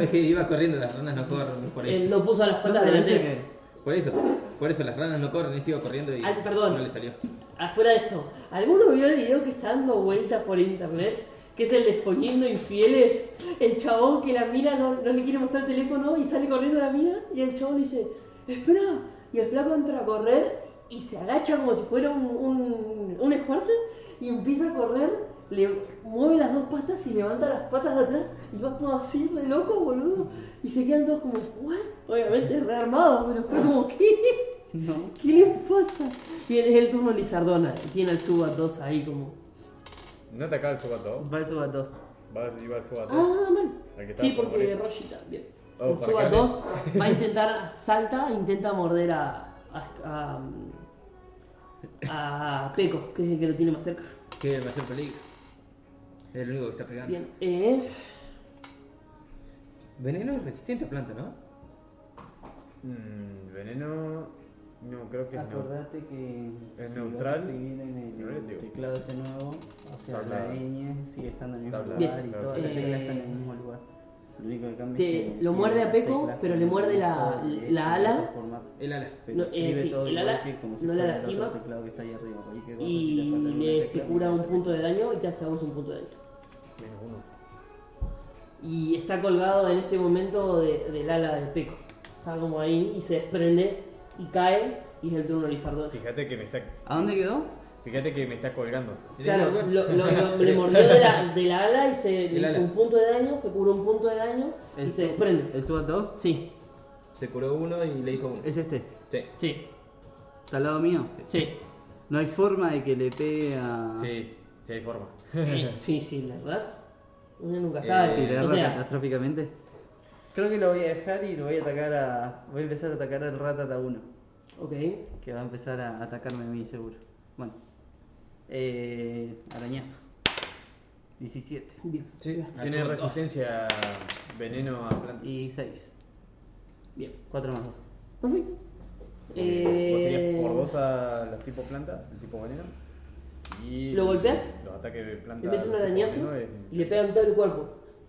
S5: Es que iba corriendo, las ranas no corren, por
S1: Él
S5: eso.
S1: lo puso a las patas
S4: ¿Nunca viste
S1: delanteras.
S4: que-
S5: Por eso, por eso las ranas no corren, este iba corriendo y
S1: Ay, perdón.
S5: no le salió.
S1: Afuera de esto, ¿alguno vio el video que está dando vueltas por internet? Que es el de exponiendo infieles. El chabón que la mina no, no le quiere mostrar el teléfono y sale corriendo a la mina y el chabón dice, espera. Y el flaco entra a correr y se agacha como si fuera un, un, un Squirtle y empieza a correr, le mueve las dos patas y levanta las patas de atrás y va todo así de loco, boludo. Y se quedan todos como, ¿what? Obviamente es rearmado, pero fue como, ¿qué?
S4: No.
S1: ¿Qué le pasa? Bien, es el turno Lizardona. y Tiene al Subat 2 ahí como.
S2: No atacaba al Suba 2.
S4: Va el suba 2.
S2: Va iba al Suba 2.
S1: Ah, mal.
S2: El que está
S1: Sí,
S2: por
S1: porque
S2: morir.
S1: Rollita. Bien.
S2: Oh,
S1: el
S2: para
S1: Subat
S2: que
S1: 2 va a intentar, salta, intenta morder a. a. a, a Peco, que es el que lo tiene más cerca.
S5: Que es el mayor peligro. Es el único que está pegando.
S1: Bien, eh.
S5: Veneno es resistente a planta, ¿no?
S2: Mm, veneno. No, creo que no.
S4: Acordate que.
S2: Es
S4: si
S2: neutral.
S4: vas a escribir en el
S2: Neutral,
S4: teclado este nuevo, o sea,
S2: Tablado.
S4: la ñ sigue estando en el mismo
S2: Tablado,
S4: lugar y
S1: Bien.
S4: todas las
S1: Eh,
S4: siglas están en el mismo lugar. Lo único que cambia
S1: te-
S4: es que
S1: lo muerde
S4: tiene
S1: a Peco,
S4: teclas
S1: pero
S4: que
S1: le
S4: no
S1: muerde la-
S4: puede leer
S1: la
S4: en otro
S1: ala.
S4: formato.
S5: El ala.
S4: Pero
S1: No, eh,
S4: escribe
S1: sí,
S4: todo
S1: el
S4: igual
S1: ala
S4: que como si
S1: no la
S4: fuera el otro
S1: lastima.
S4: teclado que está ahí arriba, cualquier cosa, si la
S1: Y
S4: tocan con el
S1: le se
S4: teclado,
S1: cura un
S4: hace-
S1: punto de daño y te hace a vos un punto de daño.
S2: Menos uno.
S1: Y está colgado en este momento de- del ala de Peco. Está como ahí y se desprende y cae y es el turno Lizardona.
S2: Fíjate que me está.
S4: ¿A dónde quedó?
S2: Fíjate que me está colgando.
S1: Claro, lo, lo- lo- le mordió de la, de la ala y se le
S5: El
S1: hizo
S5: ala.
S1: un punto de daño, se curó un punto de daño y
S4: El
S1: se
S4: su-
S1: desprende.
S4: ¿El Subat 2?
S1: Sí,
S5: Se curó uno y le hizo uno.
S4: Es este.
S5: Sí.
S1: sí,
S4: Está al lado mío.
S1: sí.
S4: No hay forma de que le pegue a.
S2: Sí, sí hay forma.
S1: Sí, sí, la verdad. Uno nunca
S5: Eh,
S1: sabe.
S4: Si le
S1: o
S4: agarra
S1: sea,
S4: catastróficamente. Creo que lo voy a dejar y lo voy a atacar a. Voy a empezar a atacar al Ratata 1.
S1: ok.
S4: Que va a empezar a atacarme a mí, seguro. Bueno. Eh. Arañazo. 17.
S1: Bien.
S5: Sí.
S2: Tiene resistencia veneno a planta.
S4: Y 6.
S1: Bien.
S4: 4 más 2.
S1: Perfecto. Eh,
S2: Vos serías por dos a los tipo planta, el tipo veneno. Y
S1: ¿Lo golpeas?
S2: Los ataques de planta.
S1: Le mete un
S2: del tipo
S1: arañazo
S2: veneno es-
S1: y le pega en todo el cuerpo.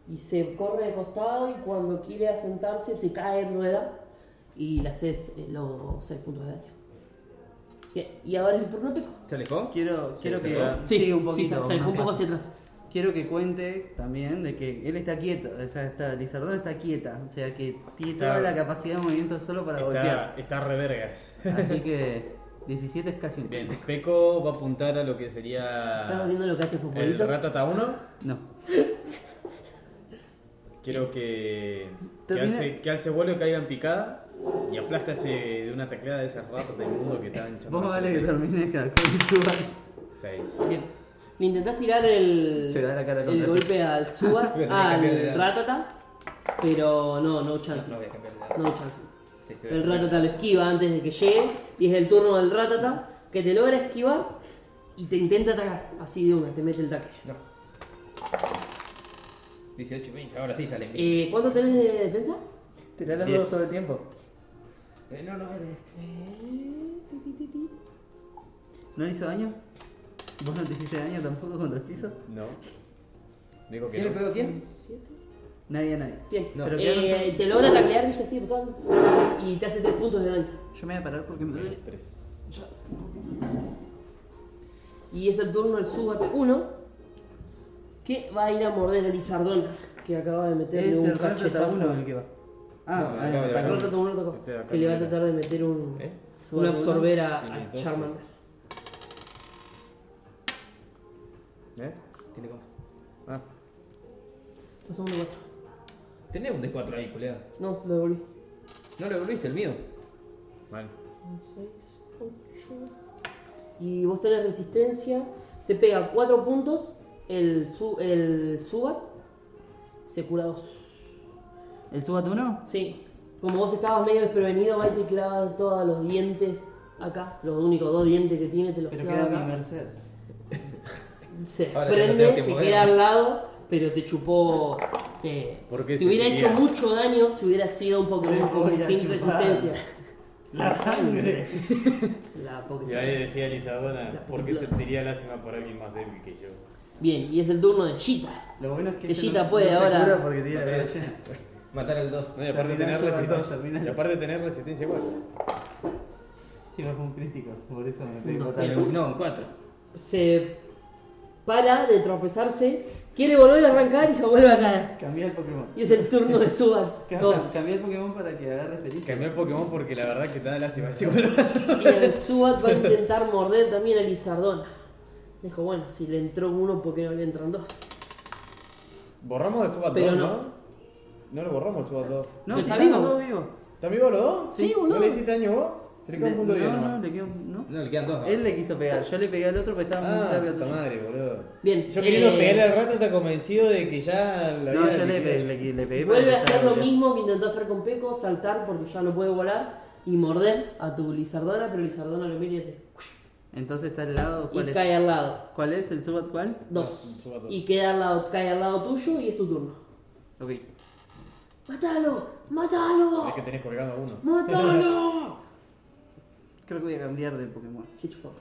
S1: Y se corre de costado y cuando quiere asentarse se cae rueda y le haces eh, los 6 puntos de daño. Bien, y ahora es el turno pico.
S3: ¿Se alejó?
S4: Quiero, quiero
S3: se
S4: que
S3: va.
S4: siga un poquito.
S1: se- se
S4: más
S1: fue un poco
S4: paso.
S1: hacia atrás.
S4: Quiero que cuente también de que él está quieto, o sea, está, Lizardón está quieta, o sea que tiene toda
S2: Está-
S4: la capacidad de movimiento solo para
S2: Está,
S4: golpear.
S2: está revergas.
S4: Así que 17 es casi un
S2: Bien,
S4: crítico.
S2: Peco va a apuntar a lo que
S5: Ah.
S2: sería.
S1: ¿Estás viendo lo que hace
S2: el
S1: Fosforito?
S2: Ratata 1.
S4: No.
S2: Quiero que. Que
S4: Termina-
S2: alce, que alce vuelo, caiga en picada y aplastase de una tacleada de esas ratas del mundo que están echando.
S4: Vos vale que termine con el suba.
S2: 6.
S1: Bien. Le intentás tirar el,
S4: Se da la cara
S1: el
S4: contra
S1: golpe al Suba,
S5: Voy a tener que cambiar de
S1: al
S5: lado.
S1: Ratata, pero no, no chances.
S5: No voy a
S1: No,
S5: cambiar de lado.
S1: chances.
S5: Sí, sí,
S1: El
S5: voy a-
S1: Ratata lo esquiva antes de que llegue y es el turno del Ratata que te logra esquivar y te intenta atacar. Así de una, te mete el tackle.
S5: No. 18, 20, ahora sí sale.
S1: Eh, ¿Cuánto tenés de defensa?
S4: Tirar los
S2: Diez.
S4: dos todo el tiempo.
S5: Eh, No, no, no.
S4: ¿No le hizo daño? ¿Vos no te hiciste daño tampoco contra el piso?
S2: No. Digo que
S5: ¿Quién le
S2: no.
S5: pegó a quién?
S4: Nadie a nadie.
S1: Bien.
S5: No.
S4: Pero
S1: Eh,
S4: quedaron
S1: te logra taclear, viste así, de pasado, y te hace 3 puntos de daño.
S4: tan- Yo me voy a parar porque me duele.
S2: 3.
S1: Y es el turno del Subat 1, que va a ir a morder a Lizardón, que acaba de meterle
S4: Es
S1: un
S4: el Ratata
S1: cachetazo.
S4: 1 el que va.
S2: No,
S4: Ah,
S2: acaba de
S4: ahí,
S1: El
S2: agarrar.
S4: atacó.
S1: Ratata 1 lo tocó,
S2: Este de acá
S1: que le va a
S2: primero.
S1: tratar de meter un,
S2: ¿Eh?
S1: un
S4: Subat uno.
S1: absorber a, a
S2: Tiene doce.
S1: Charmander.
S2: ¿Eh?
S5: ¿Quién le come?
S2: Ah.
S1: Pasó un 4.
S5: Tenés un D4 ahí, colega.
S1: No, se lo devolví.
S5: No lo volviste el mío.
S2: Bueno.
S1: 6, 8. Y vos tenés resistencia. Te pega 4 puntos. El, su, el Subat se cura 2.
S4: ¿El Subat 1?
S1: Sí. Como vos estabas medio desprevenido, va y te clava todos los dientes acá. Los únicos dos dientes que tiene te los
S4: Pero
S1: clava
S4: queda a mi
S1: acá.
S4: merced.
S1: Se
S5: Ahora ya no
S1: desprende,
S5: tengo que
S1: te
S5: mover.
S1: queda al lado, pero te chupó. Te,
S2: ¿Por qué
S1: te
S2: se
S1: hubiera
S2: quería?
S1: hecho mucho daño si hubiera sido un Pokémon
S4: Me
S1: con-
S4: voy a
S1: sin
S4: chupar.
S1: resistencia.
S4: La sangre.
S1: La
S2: Y ahí le
S1: Pokémon.
S2: decía a Lizardona, ¿por qué sentiría lástima por alguien más débil que yo?
S1: Bien, y es el turno de Cheetah.
S4: Lo bueno es que
S1: Que
S4: ella
S1: Gita puede
S4: se
S1: ahora.
S4: cura porque tiene la vida llena.
S5: Matar al Eh, 2.
S2: No, y aparte
S4: Terminal
S2: tener
S4: Sugar dos,
S2: resistencia.
S4: terminal.
S2: Y aparte tener resistencia igual.
S4: Sí, me fue un crítico, por eso me
S1: No,
S4: pegó tanto.
S5: No, un 4.
S1: Se para de tropezarse, quiere volver a arrancar y se vuelve a caer.
S4: Cambié el Pokémon.
S1: Y es el turno de Subat. Dos.
S4: Cam- Cambié el Pokémon para que agarre feliz.
S2: Cambié el Pokémon porque la verdad que te da lástima ese boludo.
S1: Y el Subat va a intentar morder también a Lizardona. Dijo, bueno, si le entró uno, ¿por qué no le entran dos?
S2: Borramos el Subat
S1: Pero
S2: 2,
S1: no.
S2: ¿no? No lo borramos el Subat 2.
S4: No,
S1: ¿Pero
S4: si
S1: está
S4: está
S1: vivo?
S4: vivo, todo vivo.
S2: ¿Están vivos los dos?
S1: Sí, boludo.
S2: ¿No le hiciste daño vos? Se le queda un punto de
S4: no,
S2: vida
S4: no,
S2: nomás.
S4: le quedó un- no.
S5: No, le quedan 2.
S4: Él le quiso pegar, yo le pegué al otro porque estaba muy
S2: Ah,
S4: cerca
S2: puta
S4: tuyo.
S2: madre, boludo.
S1: Bien,
S2: Yo queriendo
S1: eh,
S2: pegarle al rato, está convencido de que ya la
S4: No,
S2: había
S4: yo le
S2: liquidado.
S4: pegué, le, le pegué para
S1: Vuelve
S4: que
S1: a hacer
S4: salga
S1: lo
S4: bien.
S1: mismo que intentó hacer con Peco, saltar porque ya no puede volar y morder a tu Lizardona, pero Lizardona lo mira y hace,
S4: Entonces está al lado,
S1: y
S4: ¿cuál es?
S1: cae al lado.
S4: ¿Cuál es? ¿El Subat cuál?
S1: Dos.
S2: el Subat dos.
S1: Y queda al lado, cae al lado tuyo y es tu turno.
S4: Ok.
S1: ¡Mátalo!
S2: Es que
S1: ¡Mátalo!
S2: tenés colgado a uno.
S1: ¡Mátalo!
S4: Creo que voy a cambiar de Pokémon.
S1: Qué chupado.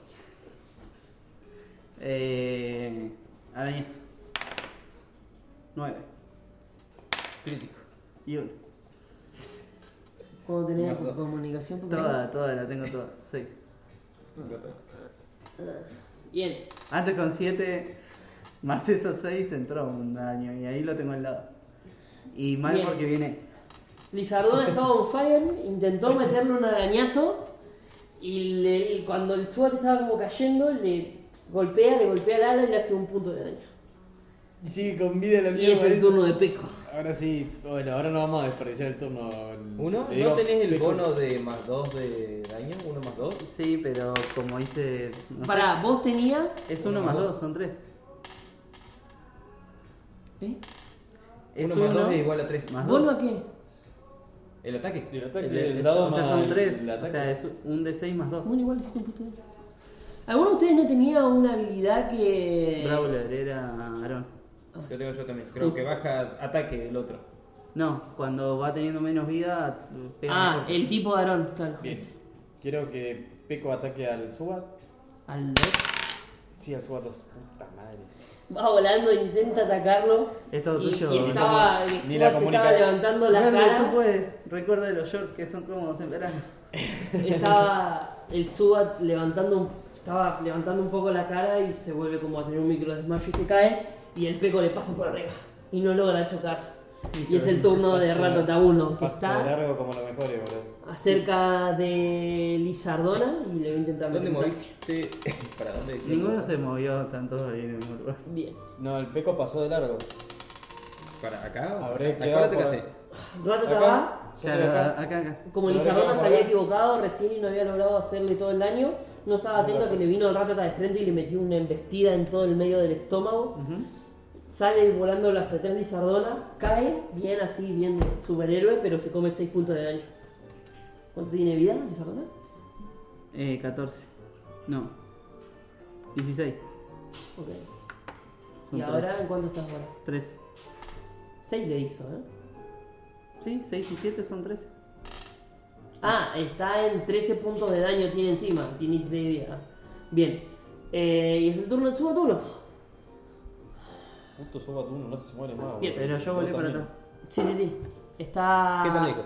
S4: Eh. Arañazo. 9
S5: Crítico.
S4: y 1.
S1: Cuando tenés
S5: Más dos.
S1: comunicación porque-
S4: Toda, toda, la tengo toda. 6.
S1: Bien.
S4: Antes con 7, más esos 6 entró un daño y ahí lo tengo al lado. Y mal
S1: Bien.
S4: porque viene.
S1: Lizardona estaba on fire, intentó meterle un arañazo y, le- y cuando el SWAT estaba como cayendo, le golpea, le golpea el ala y le hace un punto de daño.
S2: Y sigue con vida la
S1: Y es
S2: mierda.
S1: el turno de Peco.
S2: Ahora sí, bueno, ahora no vamos a desperdiciar el turno.
S5: ¿Uno?
S2: Le digo,
S5: ¿No tenés el
S2: Peco,
S5: bono de más 2 de daño? ¿Uno más 2?
S4: Sí, pero como hice. no sé,
S1: Pará, vos tenías.
S4: es 1 más 2, son 3.
S1: ¿Eh?
S4: Es
S5: 1 más 2 es
S4: 1
S5: igual a 3.
S4: más
S1: ¿Vos
S4: 2.
S1: no qué?
S5: ¿El ataque?
S2: El ataque,
S4: El-
S2: el,
S4: es-
S2: dado
S4: o sea,
S2: más
S4: son
S2: el
S4: 3. O
S2: ataque.
S4: sea, es un D6 más 2.
S1: Bueno, igual hiciste un punto de daño. ¿Alguno de ustedes no tenía una habilidad que.
S4: Brawler era Aaron.
S5: Lo tengo yo también. Creo que baja ataque del otro.
S4: No, cuando va teniendo menos vida, pega
S1: Ah,
S4: mejor.
S1: el tipo de Aarón, claro.
S2: Bien. Quiero que Peco ataque al Subat.
S4: Al dos.
S2: Sí, al Subat 2. Puta madre.
S1: Va volando, intenta atacarlo.
S4: Es todo
S1: y,
S4: tuyo,
S1: y
S4: Nico.
S1: estaba, el
S2: Ni
S1: Swat
S2: la
S1: se
S2: comunica-
S1: estaba levantando la
S4: Verde,
S1: cara.
S4: tú puedes. Recuerda los shorts que son cómodos en verano.
S1: Estaba el Subat levantando, un- estaba levantando un poco la cara y se vuelve como a tener un micro desmayo y se cae. Y el Peco le pasa por arriba y no logra chocar. Y es el turno de Rato Tabuno, que
S2: Paso
S1: está
S2: largo como lo mejor, boludo.
S1: acerca de Lizardona y le va a intentar
S5: ¿Dónde
S1: meter un
S5: moviste? ¿Para dónde?
S4: Ninguno se movió, están todos ahí en el mismo lugar.
S1: toque. Bien.
S2: No, el Peco pasó de largo.
S5: ¿Para acá? o
S2: Habré
S5: acá? ¿A
S2: quedado
S5: cuál atacaste?
S1: Rato
S2: Acá.
S1: Tabá
S4: Ya,
S2: Yo estoy
S4: acá,
S2: acá.
S4: acá. acá.
S1: Como
S2: Lo
S1: Lizardona
S2: agregamos
S1: se había
S2: acá.
S1: equivocado recién y no había logrado hacerle todo el daño, no estaba atento a que le vino el ratata de frente y le metió una embestida en todo el medio del estómago.
S4: Ujú.
S1: Sale volando la satélite Lizardona, cae, bien así, bien superhéroe, pero se come 6 puntos de daño. ¿Cuánto tiene vida Lizardona?
S4: Eh, 14. No. 16.
S1: Ok.
S4: Son
S1: ¿Y ahora
S4: tres.
S1: en cuánto estás ahora?
S4: 13.
S1: 6 le hizo, ¿eh?
S4: Sí, 6 y 7 son 13.
S1: Ah, está en 13 puntos de daño, tiene encima, tiene 16 de vida. Bien. Eh, y es el turno de Subatuno.
S2: Justo Subat 1 no se muere más,
S1: Bien,
S2: boludo.
S4: Pero yo volé para
S2: también.
S4: atrás.
S1: Sí, sí, sí. Está.
S5: ¿Qué
S4: Ah.
S5: tan lejos?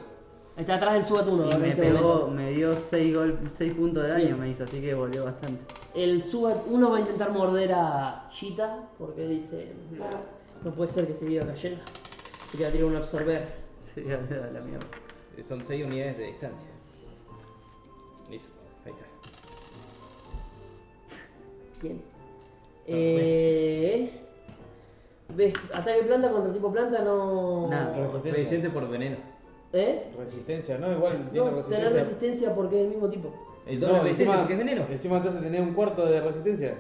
S1: Está atrás del Subatuno.
S4: Y
S1: ahora en
S4: me
S1: este
S4: pegó,
S1: momento.
S4: me dio 6 puntos de daño,
S1: Bien.
S4: me hizo, así que volvió bastante.
S1: El Subatuno va a intentar morder a Chita porque dice. "No, No puede ser que se viva cayendo. Así que va a tirar un absorber.
S4: Se dio a la mierda.
S5: Eh, Son 6 unidades de distancia. Listo, ahí está.
S1: Bien. Eh. ¿Ves? Ataque planta contra tipo planta no.
S4: Nada.
S2: Resistencia.
S5: Resistente por veneno.
S1: ¿Eh?
S2: Resistencia, no, igual tiene
S1: No, tener
S2: resistencia.
S1: resistencia porque es el mismo tipo.
S5: El doble
S2: No,
S5: resistente porque es veneno.
S2: Encima entonces tenés un cuarto de resistencia.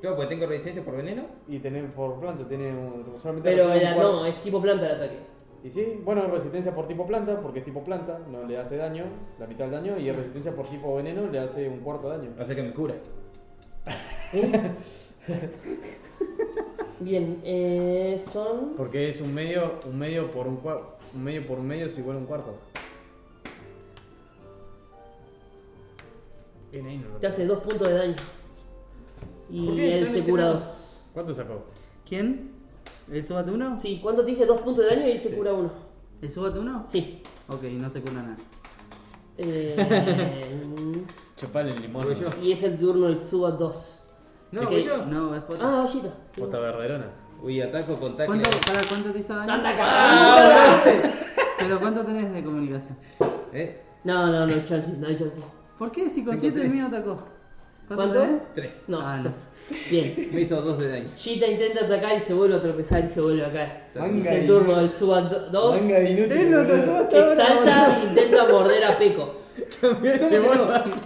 S5: Claro, porque tengo resistencia por veneno.
S2: Y tenés por planta, tiene un. Solamente
S1: Pero
S2: recibe un
S1: era-
S2: cuarto.
S1: no, es tipo planta el ataque.
S2: Y sí, bueno, resistencia por tipo planta, porque es tipo planta, no le hace daño, la mitad del daño, y resistencia por tipo veneno le hace un cuarto daño.
S5: O sea que me cura.
S1: ¿Eh? Bien, eh, son.
S2: Porque es un medio, un medio por un cuarto, un medio por un medio es igual a un cuarto.
S3: Bien ahí, no
S1: Te hace dos puntos de daño.
S5: ¿Por
S1: Y
S5: qué?
S1: él
S5: Estoy
S1: se cura
S5: mencionando.
S1: dos.
S2: ¿Cuánto sacó?
S4: ¿Quién? ¿El Subat 1?
S1: Sí, ¿cuánto te dije? Dos puntos de daño y él se cura uno.
S4: ¿El Subat 1?
S1: Sí.
S4: Ok, no se cura nada.
S1: Eh,
S2: Chopale el limón.
S3: Pues
S5: Voy yo.
S1: y es el turno del Subat 2.
S5: No,
S1: Ok.
S5: voy yo.
S4: No, es foto.
S1: Ah, vallita.
S2: Bota verderona.
S5: Uy, ataco con tackle.
S4: ¿Cuánto, para, ¿Cuánto te hizo daño?
S1: Anda acá.
S4: Ah. ¿Pero cuánto tenés de comunicación?
S5: ¿Eh?
S1: No, no, no hay chance, no hay chance.
S4: ¿Por qué si con
S5: Tengo
S4: 7 el
S5: tres.
S4: mío atacó? ¿Cuánto,
S1: ¿Cuánto?
S4: tenés?
S5: 3.
S1: No.
S4: Ah, no.
S1: Bien.
S5: Me hizo 2 de daño.
S1: Chita intenta atacar y se vuelve a tropezar y se vuelve a caer.
S2: Manga
S1: es el
S2: y-
S1: turno del Subat 2.
S2: Manga de inútil.
S4: Él lo
S2: boludo.
S4: tocó hasta
S1: Que
S4: ahora.
S1: salta e intenta morder a Peco.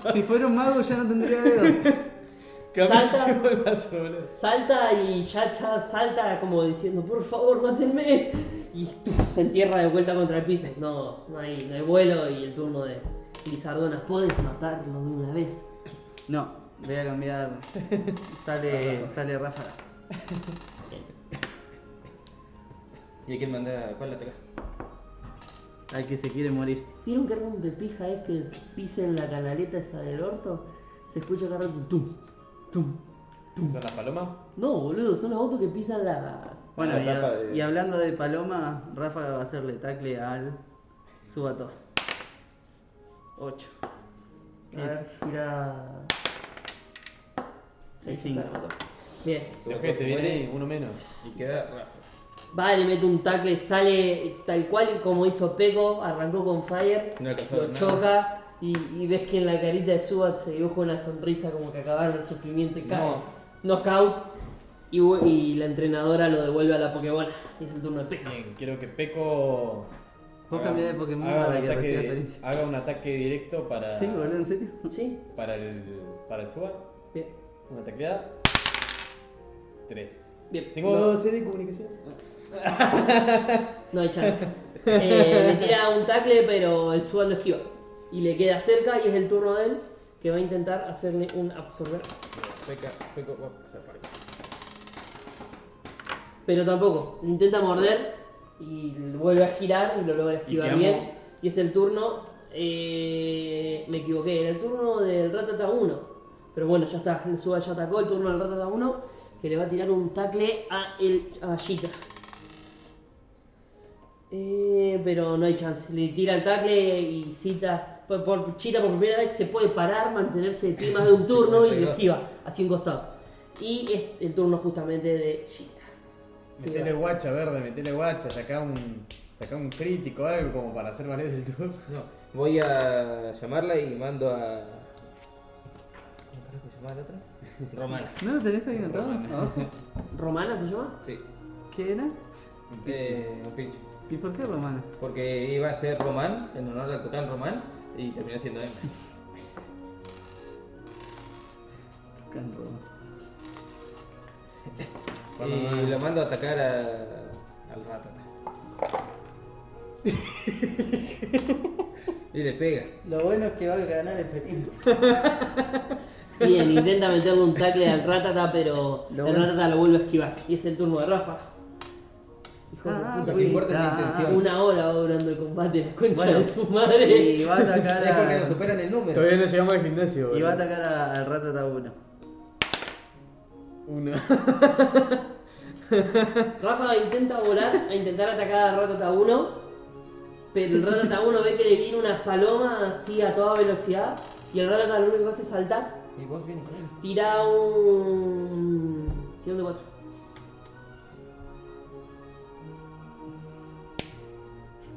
S4: Si, si fuera un mago ya no tendría dedos.
S1: Salta.
S2: Cambió el brazo, boludo.
S1: Salta y ya, ya salta como diciendo, por favor, mátenme. Y tuf, se entierra de vuelta contra el piso. No, no hay, no hay vuelo y el turno de Lizardona. Puedes matarlo de una vez.
S4: No, voy a cambiar. Sale, sale ráfaga.
S5: ¿Y a quién manda? ¿Cuál atacas?
S4: Al que se quiere morir.
S1: ¿Vieron qué ron de pija es que pisen la canaleta esa del orto? Se escucha cada rato tum, tum.
S2: ¿Son las palomas?
S1: No, boludo, son los autos que pisan la.
S4: Bueno,
S5: Ah,
S4: y,
S5: tapa
S4: a-
S5: de-
S4: y hablando de Paloma, Ráfaga va a hacerle tacle al Subatos. 8.
S1: A ver, tira.
S4: Sí,
S1: Sí,
S4: cinco.
S1: está, mató. Bien.
S2: De ojete, viene y uno menos.
S5: Y queda Rafa.
S1: Va, le mete un tackle, sale tal cual como hizo Peco, arrancó con Fire,
S5: No alcanzó
S1: lo
S5: nada.
S1: choca y, y ves que en la carita de Subat se dibuja una sonrisa como que acabaron el sufrimiento y cae. Knockout. Y, vu- y la entrenadora lo devuelve a la Pokébola. Y es el turno de Peco.
S2: Bien, quiero que Peco.
S4: Vos
S2: haga-
S4: cambiá de Pokémon
S2: haga un
S4: para que
S2: ataque
S4: reciba
S2: di-
S4: experiencia.
S2: Haga un ataque directo para.
S4: Sí, boludo, en serio.
S1: ¿Sí?
S2: Para el. Para el Subat.
S1: Bien.
S2: Una tacleada. Tres.
S1: Bien.
S2: Tengo
S1: No.
S2: 12 de comunicación.
S1: No hay chance. Eh, le tira un tackle, pero el Subat lo esquiva. Y le queda cerca y es el turno de él que va a intentar hacerle un absorber.
S5: Peca, Peco, va a pasar para acá.
S1: Pero tampoco. Intenta morder y vuelve a girar y lo logra esquivar
S2: quedamos-
S1: bien. Y es el turno eh, me equivoqué, era el turno del Ratata 1. Pero bueno, ya está, el Suba ya atacó el turno del Ratata 1, que le va a tirar un tackle a, el, a Gita. Eh, pero no hay chance, le tira el tackle y Cita, por, por- Chita por primera vez se puede parar, mantenerse de pie más de un turno y le esquiva hacia un costado. Y es el turno justamente de Gita.
S2: Metele guacha verde, metele guacha, sacá un, sacá un crítico, algo como para hacer valer el turno.
S5: No, voy a llamarla y mando a. ¿Cómo carajo se llamaba la otra? Romana.
S4: ¿No lo tenés ahí anotado? Abajo.
S1: ¿Romana se llama?
S5: Sí.
S4: ¿Qué era?
S5: Eh, un pinche.
S4: ¿Y por qué romana?
S5: Porque iba a ser Román, en honor al total Román, y terminó siendo Emma.
S4: Can Roma.
S5: y la mando a atacar a- al ratata. y le pega.
S4: Lo bueno es que va a ganar Ah, experiencia.
S1: Bien, intenta meterle un tackle al Ratata, pero
S4: Lo
S1: el
S4: bueno.
S1: Ratata lo vuelve a esquivar. Y es el turno de Rafa. Hijo de
S4: Ah,
S1: puta.
S5: Lo que importa es la
S4: cuidado.
S5: intención.
S1: Una hora va durando el combate, la concha
S4: Bueno,
S1: de su madre.
S4: Y va a atacar
S5: Es porque nos
S4: a...
S5: superan el número.
S2: no llegamos al gimnasio,
S4: Y va a atacar a- al Ratata 1.
S2: Uno.
S1: Rafa intenta volar a intentar atacar al Ratata 1, pero el Ratata 1 ve que le viene unas palomas así a toda velocidad. Y el Ratata lo único que hace es saltar,
S5: Y vos vienes con él.
S1: tira un. tira un de 4.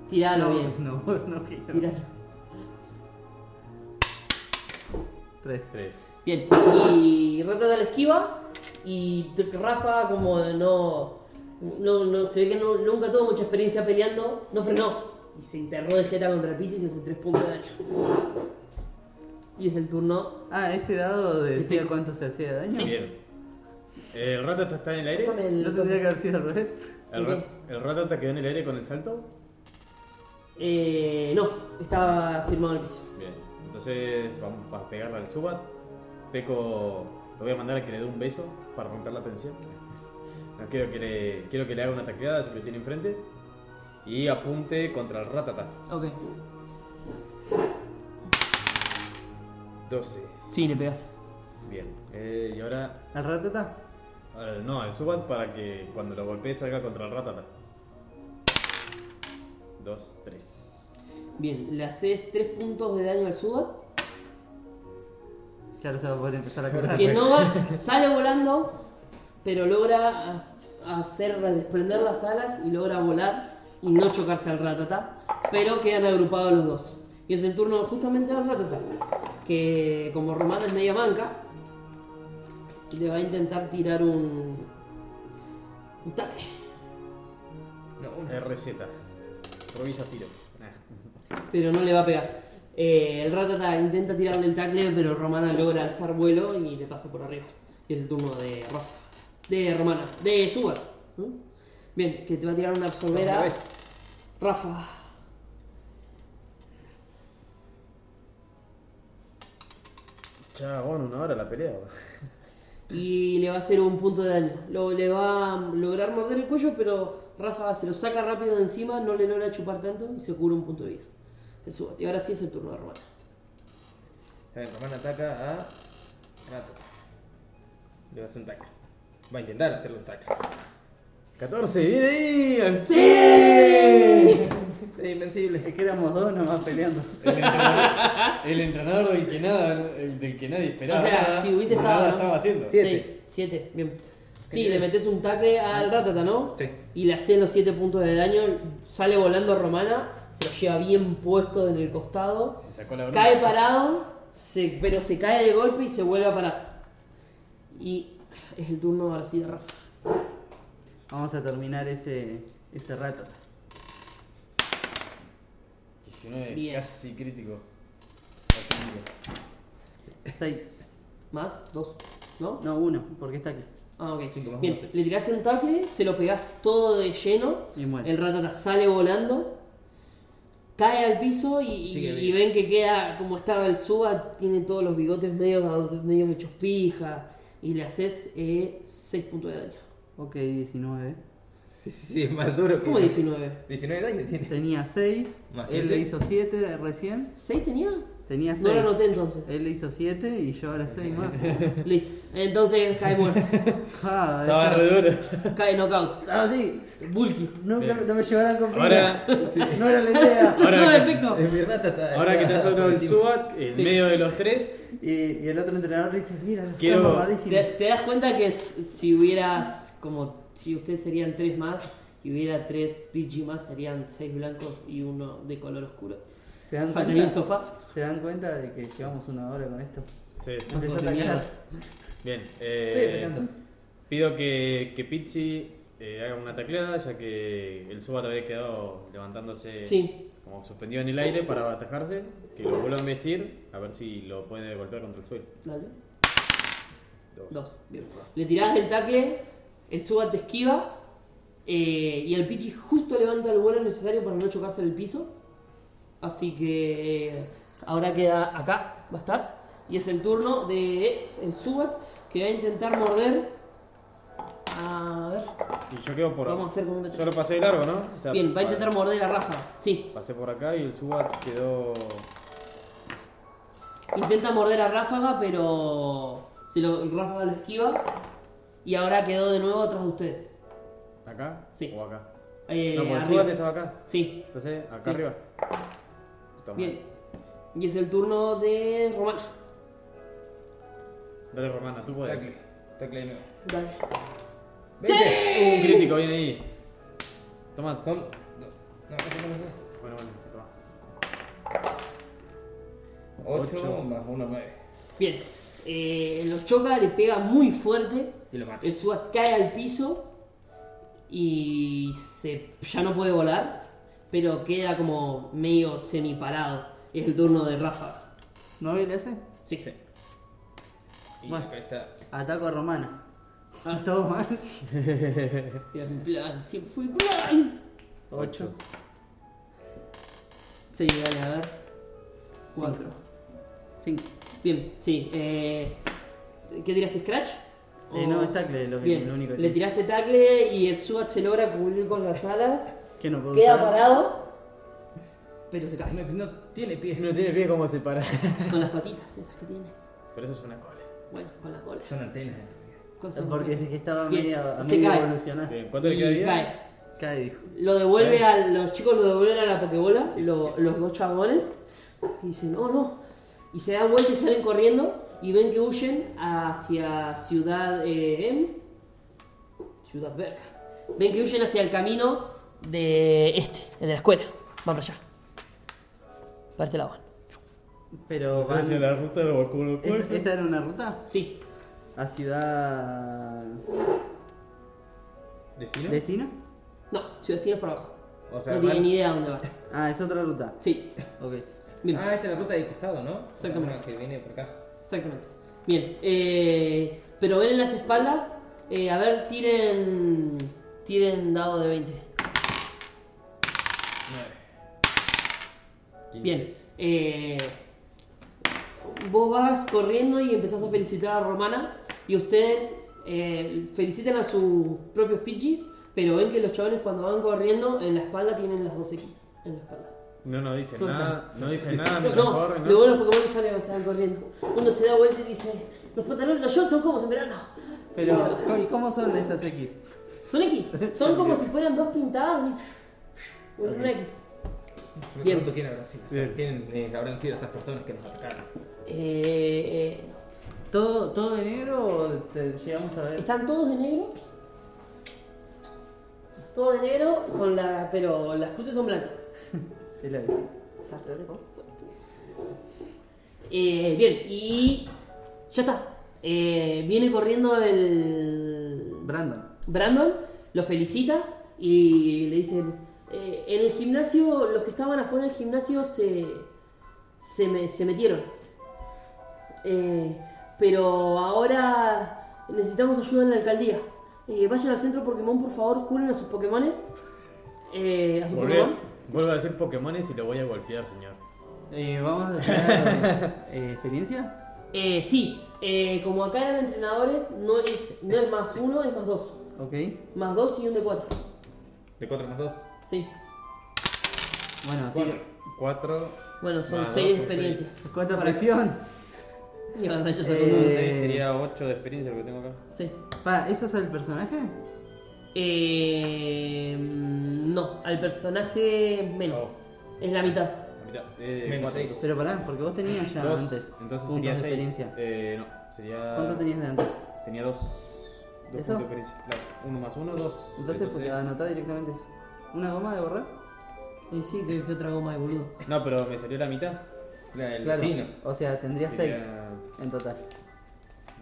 S1: Tiralo
S4: no,
S1: bien.
S4: No, no quiero.
S1: Tiralo.
S4: Tres.
S2: Tres.
S1: Bien, y Ratata la esquiva y t- Rafa como de no, no, no- se ve que no- nunca tuvo mucha experiencia peleando, no frenó y se enterró de jeta contra el piso y se hace tres puntos de daño. Y es el turno.
S4: Ah, ese dado decía cuánto se hacía de daño.
S2: Bien. ¿El ratata está en el aire?
S1: Pásame el-
S4: ¿No tendría que haber sido al revés?
S2: ¿El, rat- el ratata quedó en el aire con el salto?
S1: Eh, no, estaba firmado en el piso.
S2: Bien. Entonces vamos a pegarle al Subat. Peco lo voy a mandar a que le dé un beso para romper la tensión. No quiero que le, quiero que le haga una tacleada, yo lo tiene enfrente. Y apunte contra el ratata.
S1: Ok.
S2: 12.
S1: Sí, le pegas.
S2: Bien. Eh, y ahora,
S4: ¿Al Ratata?
S2: ahora no, al Subat para que cuando lo golpee salga contra el ratata. 2, 3.
S1: Bien, le haces tres puntos de daño al Subat.
S4: Ya lo se va a poder empezar a correr.
S1: que no va, sale volando, pero logra a- hacer desprender las alas y logra volar y no chocarse al ratata, pero quedan agrupados los dos. Y es el turno justamente del ratata, que como Román es media manca, le va a intentar tirar un, un tackle.
S5: No, una.
S2: RZ. Provisa tiro.
S1: pero no le va a pegar. Eh, el Ratata intenta tirarle el tackle, pero Romana logra alzar vuelo y le pasa por arriba. Y es el turno de Rafa. De Romana. De Sugar. ¿Mm? Bien, que te va a tirar una absorbera. Rafa.
S2: Chabón, una hora la pelea.
S1: Y le va a hacer un punto de daño. Lo, le va a lograr morder el cuello, pero Rafa se lo saca rápido de encima, no le logra chupar tanto y se cura un punto de vida. El Sugar. Y ahora sí es el turno de Romana.
S5: A ver, Román ataca a. Ratata. Le va a hacer un tackle. Va a intentar hacerle un tackle.
S2: 14, viene ahí. al
S5: Es invencible.
S4: Es que éramos dos nomás peleando.
S2: El entrenador, el entrenador del que nada, el del que nadie esperaba.
S1: O sea,
S2: nada,
S1: si hubiese
S2: nada
S1: estado, ¿no?
S2: estaba haciendo.
S5: Sí. Siete.
S1: Seis, siete, bien. Sí, le metes un tackle al Ratata, ¿no?
S5: Sí.
S1: Y le haces los 7 puntos de daño, sale volando Romana, se lo lleva bien puesto en el costado,
S2: Se sacó la bronca.
S1: cae parado, se- pero se cae de golpe y se vuelve a parar. Y es el turno ahora sí de Rafa.
S4: Vamos a terminar ese, ese Ratata.
S2: 19,
S1: Bien.
S2: casi crítico.
S4: Seis.
S1: Más, dos, ¿no?
S4: No, uno, porque está aquí.
S1: Ah, ok.
S5: Cinco más
S1: Bien,
S5: uno, seis.
S1: le tirás un tackle, se lo pegás todo de lleno,
S4: Y muere.
S1: el ratata sale volando, cae al piso y, y-
S5: Sigue
S1: y
S5: vivo.
S1: ven que queda como estaba el suba, tiene todos los bigotes medio, medio hechos eh, pija, y le haces 6 puntos de daño.
S4: Ok, 19.
S5: Sí, sí, sí, es más duro que.
S1: ¿Cómo 19?
S5: 19 daño tiene.
S4: Tenía 6,
S5: Más
S4: él
S5: siete.
S4: le hizo 7 recién.
S1: ¿6 tenía?
S4: Tenía 6.
S1: No lo anoté entonces.
S4: Él le hizo 7 y yo ahora 6 más.
S1: Listo. Entonces cae muerto.
S4: Ah,
S2: Estaba
S4: eso-
S2: re duro.
S1: cae knockout.
S4: Ah, sí.
S1: Bulky.
S4: No, no, no me llevarán con
S2: Ahora-
S4: pila. No era la idea.
S2: Ahora-
S1: no de pico.
S5: Es mi rata está.
S2: Ahora que estás otro del
S5: Sí.
S2: SWAT, en
S1: Sí.
S2: medio de los tres,
S4: Y, y el otro entrenador dice, mira, está
S2: Quiero-
S4: mamadísimo".
S1: ¿Te, te das cuenta que s- si hubieras, como si ustedes serían tres más y hubiera tres PG más, serían seis blancos y uno de color oscuro?
S4: ¿Se dan
S1: Faltaría
S4: cuenta?
S1: un sofá.
S4: ¿Se dan cuenta de que llevamos una hora con esto?
S2: Sí.
S4: Empezó a
S1: de
S4: atacar.
S1: mierda.
S2: Bien,
S4: Estoy
S2: eh,
S4: atacando.
S2: pido que, que Pichi eh, haga una tacleada, ya que el Subat había quedado levantándose
S1: Sí.
S2: como suspendido en el aire para atajarse, que lo vuelva a vestir, a ver si lo puede golpear contra el suelo.
S1: Dale.
S2: Dos.
S1: Dos. Bien. Le tirás el tackle, el suba te esquiva eh, y el Pichi justo levanta el vuelo necesario para no chocarse en el piso. Así que eh, ahora queda acá, va a estar. Y es el turno de el Subat que va a intentar morder. A ver.
S2: Y yo quedo por...
S1: Vamos a hacer como un-
S2: Yo lo pasé de largo, ¿no? O sea,
S1: Bien, va a
S2: vale.
S1: intentar morder a Rafa. Sí.
S2: Pasé por acá y el Subat quedó...
S1: Intenta morder a Ráfaga, pero se lo, Ráfaga lo esquiva. Y ahora quedó de nuevo atrás de ustedes.
S2: ¿Acá?
S1: Sí.
S2: ¿O acá?
S1: Eh,
S2: no, porque el
S1: arriba.
S2: Subat estaba acá.
S1: Sí,
S2: Entonces, acá
S1: Sí.
S2: arriba. Toma.
S1: bien. Y es el turno de Romana.
S2: Dale, Romana, tú puedes.
S5: Tacle. Tacle de nuevo.
S1: Dale.
S5: Veinte.
S2: Un crítico viene ahí. Toma,
S5: Son. No, no, este no lo sé.
S2: Bueno, bueno, toma.
S5: 8
S2: Ocho.
S5: más 1, 9.
S1: Bien. Eh, lo choca, le pega muy fuerte.
S5: Y lo maté.
S1: El Suat cae al piso. Y se, ya no puede volar. Pero queda como medio semiparado. Es el turno de Ráfaga.
S4: ¿No vi el ese?
S1: Sí.
S5: Y
S4: Bueno.
S5: acá está.
S4: Ataco a Romana.
S1: Ah.
S4: ¿Todo más?
S1: Bien, plan, sí, fui plan.
S4: 8.
S1: Sí, dale, a ver. Cuatro.
S4: 5.
S1: Bien, sí. Eh, ¿Qué tiraste, Scratch?
S4: Eh,
S1: ¿O-
S4: no, es tackle lo que-
S1: Bien,
S4: lo único que
S1: le
S4: tiene.
S1: tiraste tackle y el SWAT se logra cubrir con las alas.
S4: Que no puedo
S1: Queda
S4: usar.
S1: parado, pero se
S5: No,
S1: cae.
S5: no tiene pies.
S2: No tiene pie como separar.
S1: Con las patitas esas que tiene.
S2: Pero eso es una cola.
S1: Bueno, con la cola.
S5: Son antenas. eh.
S1: Cosas
S4: Porque
S1: muy-
S4: estaba
S1: Bien,
S4: medio, a
S1: se
S4: medio
S1: cae.
S4: evolucionar.
S2: Bien, ¿cuánto le
S1: y
S2: queda de vida?
S1: cae.
S4: Cae, dijo.
S1: Lo devuelve a los chicos, lo devuelven a la Pokébola, lo- los dos chabones, y dicen, no, no. Y se dan vuelta y salen corriendo y ven que huyen hacia Ciudad eh, em, Ciudad Verga. Ven que huyen hacia el camino de este, el de la escuela. Van para allá. Para este lado van.
S4: Pero van-
S2: Hacia la ruta de Bakuro.
S4: ¿Es- ¿Esta era una ruta?
S1: Sí,
S4: ¿A ciudad.
S5: ¿Destino?
S4: destino?
S1: no, Ciudad Destino es para abajo.
S5: O sea,
S1: no tienen
S5: van-
S1: ni idea dónde van.
S4: Ah, es otra ruta.
S1: Sí,
S4: Ok.
S1: bien.
S5: Ah, esta es la ruta del costado, ¿no?
S1: Exactamente.
S5: La que viene por acá.
S1: Exactamente. Bien. eh, pero ven en las espaldas. eh, a ver, tiren. Tiren dado de 20.
S5: 9.
S1: Bien. eh, vos vas corriendo y empezás a felicitar a Romana. Y ustedes eh, felicitan a sus propios pitches. Pero ven que los chavales cuando van corriendo en la espalda tienen las dos X. En la espalda.
S2: No, no dice
S4: Suelta.
S2: nada. No dice nada.
S1: No,
S2: mientras
S1: no,
S2: corre,
S1: lo bueno es porque vos salen, salen corriendo. Uno se da vuelta y dice: Los pantalones, los shorts son como en verano.
S4: Pero, ¿y cómo son esas X?
S1: Son X, son como si fueran dos pintadas y un X.
S5: Me
S1: Bien.
S5: pregunto quién habrá sido. O sea,
S2: Bien.
S5: ¿quién, eh, habrán sido esas personas que nos atacaron?
S1: Eh,
S4: ¿Todo, todo de negro o te llegamos a
S1: eh,
S4: ver?
S1: están todos de negro. Todos de negro, con la, pero las cruces son blancas.
S4: Es la bici.
S1: Eh, bien, y ya está. Eh, viene corriendo el...
S4: Brandon.
S1: Brandon lo felicita y le dicen, eh, en el gimnasio, los que estaban afuera del gimnasio se, se, me- se metieron. Eh, pero ahora necesitamos ayuda en la alcaldía. Eh, vayan al centro Pokémon, por favor, curen a sus Pokémones. Eh, a sus
S2: Volvé-
S1: Pokémon.
S2: Vuelvo a decir Pokémones y lo voy a golpear, señor.
S4: Eh, ¿Vamos a tirar eh, experiencia?
S1: Eh, sí, eh, como acá eran entrenadores, no es, no es más uno, es más dos.
S4: Ok.
S1: Más dos y un de cuatro.
S5: ¿De 4 más 2?
S1: Sí.
S4: Bueno, tiro.
S5: 4.
S1: Bueno, son
S5: Más
S1: 6
S5: dos, son
S1: experiencias.
S4: Cuatro presión.
S1: Y van a
S4: Eh,
S1: con uno.
S2: sería 8 de experiencia lo que tengo acá.
S1: Sí.
S4: Para, ¿eso es el personaje?
S1: Eh, mm, no, al personaje menos.
S2: Oh.
S1: Es la mitad.
S2: La mitad. Eh,
S5: Menos
S2: cuatro.
S5: seis.
S4: Pero pará, porque vos tenías ya
S2: Dos,
S4: antes.
S2: Entonces
S4: puntos
S2: sería
S4: de
S2: 6.
S4: experiencia.
S2: Eh, no, sería.
S4: ¿Cuánto tenías de antes?
S2: Tenía 2. 2 puntos
S4: ¿Eso?
S2: de experiencia. Claro, 1 más 1, 2.
S4: Entonces, porque anotá directamente eso. ¿Una goma de borrar?
S1: Y Eh, sí, que, que otra goma de boludo.
S4: pues,
S2: No, pero me salió la mitad.
S5: La del
S4: claro.
S5: vecino.
S4: O sea, tendrías seis
S2: Sería-
S4: en total.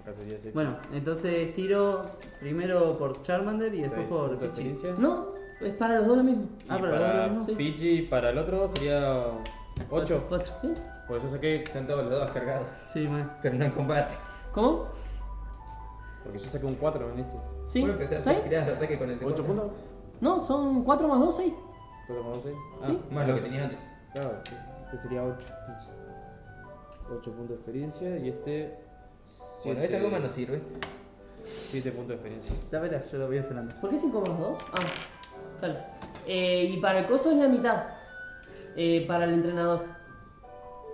S2: Acá sería 6.
S4: Bueno, entonces tiro primero por Charmander y después por Pichi.
S2: experiencia.
S1: No, es para los dos lo mismo.
S2: Y
S4: Ah, pero
S2: para
S4: ahora no, sí.
S2: Pichi y para el otro sería 8.
S1: Cuatro, ¿eh?
S5: Pues yo saqué, están todos los dos cargados.
S4: Sí, man.
S5: Pero no en combate.
S1: ¿Cómo?
S2: Porque yo saqué un 4 en este.
S1: Sí.
S5: Puedo empezar
S1: ¿Seis?
S5: a tirar de ataque con el
S2: ¿8
S5: T4.
S2: puntos?
S1: No, son 4 más 2, 6.
S2: 4 más 6.
S1: Sí.
S5: Más Ah, lo que tenías antes.
S2: Ah, Claro, sí. Este sería 8. 8 puntos de experiencia y este.
S5: Bueno, este esta goma no sirve.
S2: 7 puntos de experiencia.
S4: Ya verás, yo lo voy acelerando.
S1: ¿Por qué 5 más 2? Ah, claro. Eh, y para el coso es la mitad. Eh, para el entrenador.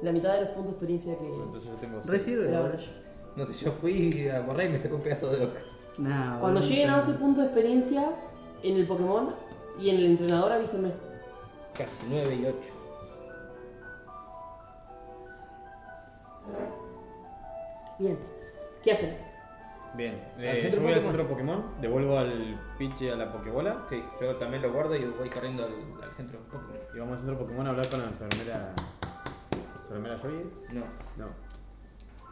S1: La mitad de los puntos de experiencia que.
S2: Bueno, entonces yo tengo. seis.
S4: Recibe.
S1: la
S4: igual.
S1: batalla.
S5: No sé, yo fui a borrar y me sacó un pedazo de roca.
S4: Nah,
S1: Cuando
S4: boludo,
S1: lleguen a
S4: no.
S1: 12 puntos de experiencia en el Pokémon y en el entrenador, avísenme.
S5: Casi 9 y 8.
S1: Bien. ¿Qué hacen?
S2: Bien.
S5: Al
S2: Eh,
S5: centro
S2: yo voy al
S5: Pokémon.
S2: centro Pokémon, devuelvo al Pichi a la Pokébola
S5: Sí, yo también lo guardo y voy corriendo al, al centro un poco.
S2: y vamos al centro Pokémon a hablar con la enfermera. ¿Enfermera Joyce?
S5: No.
S2: No.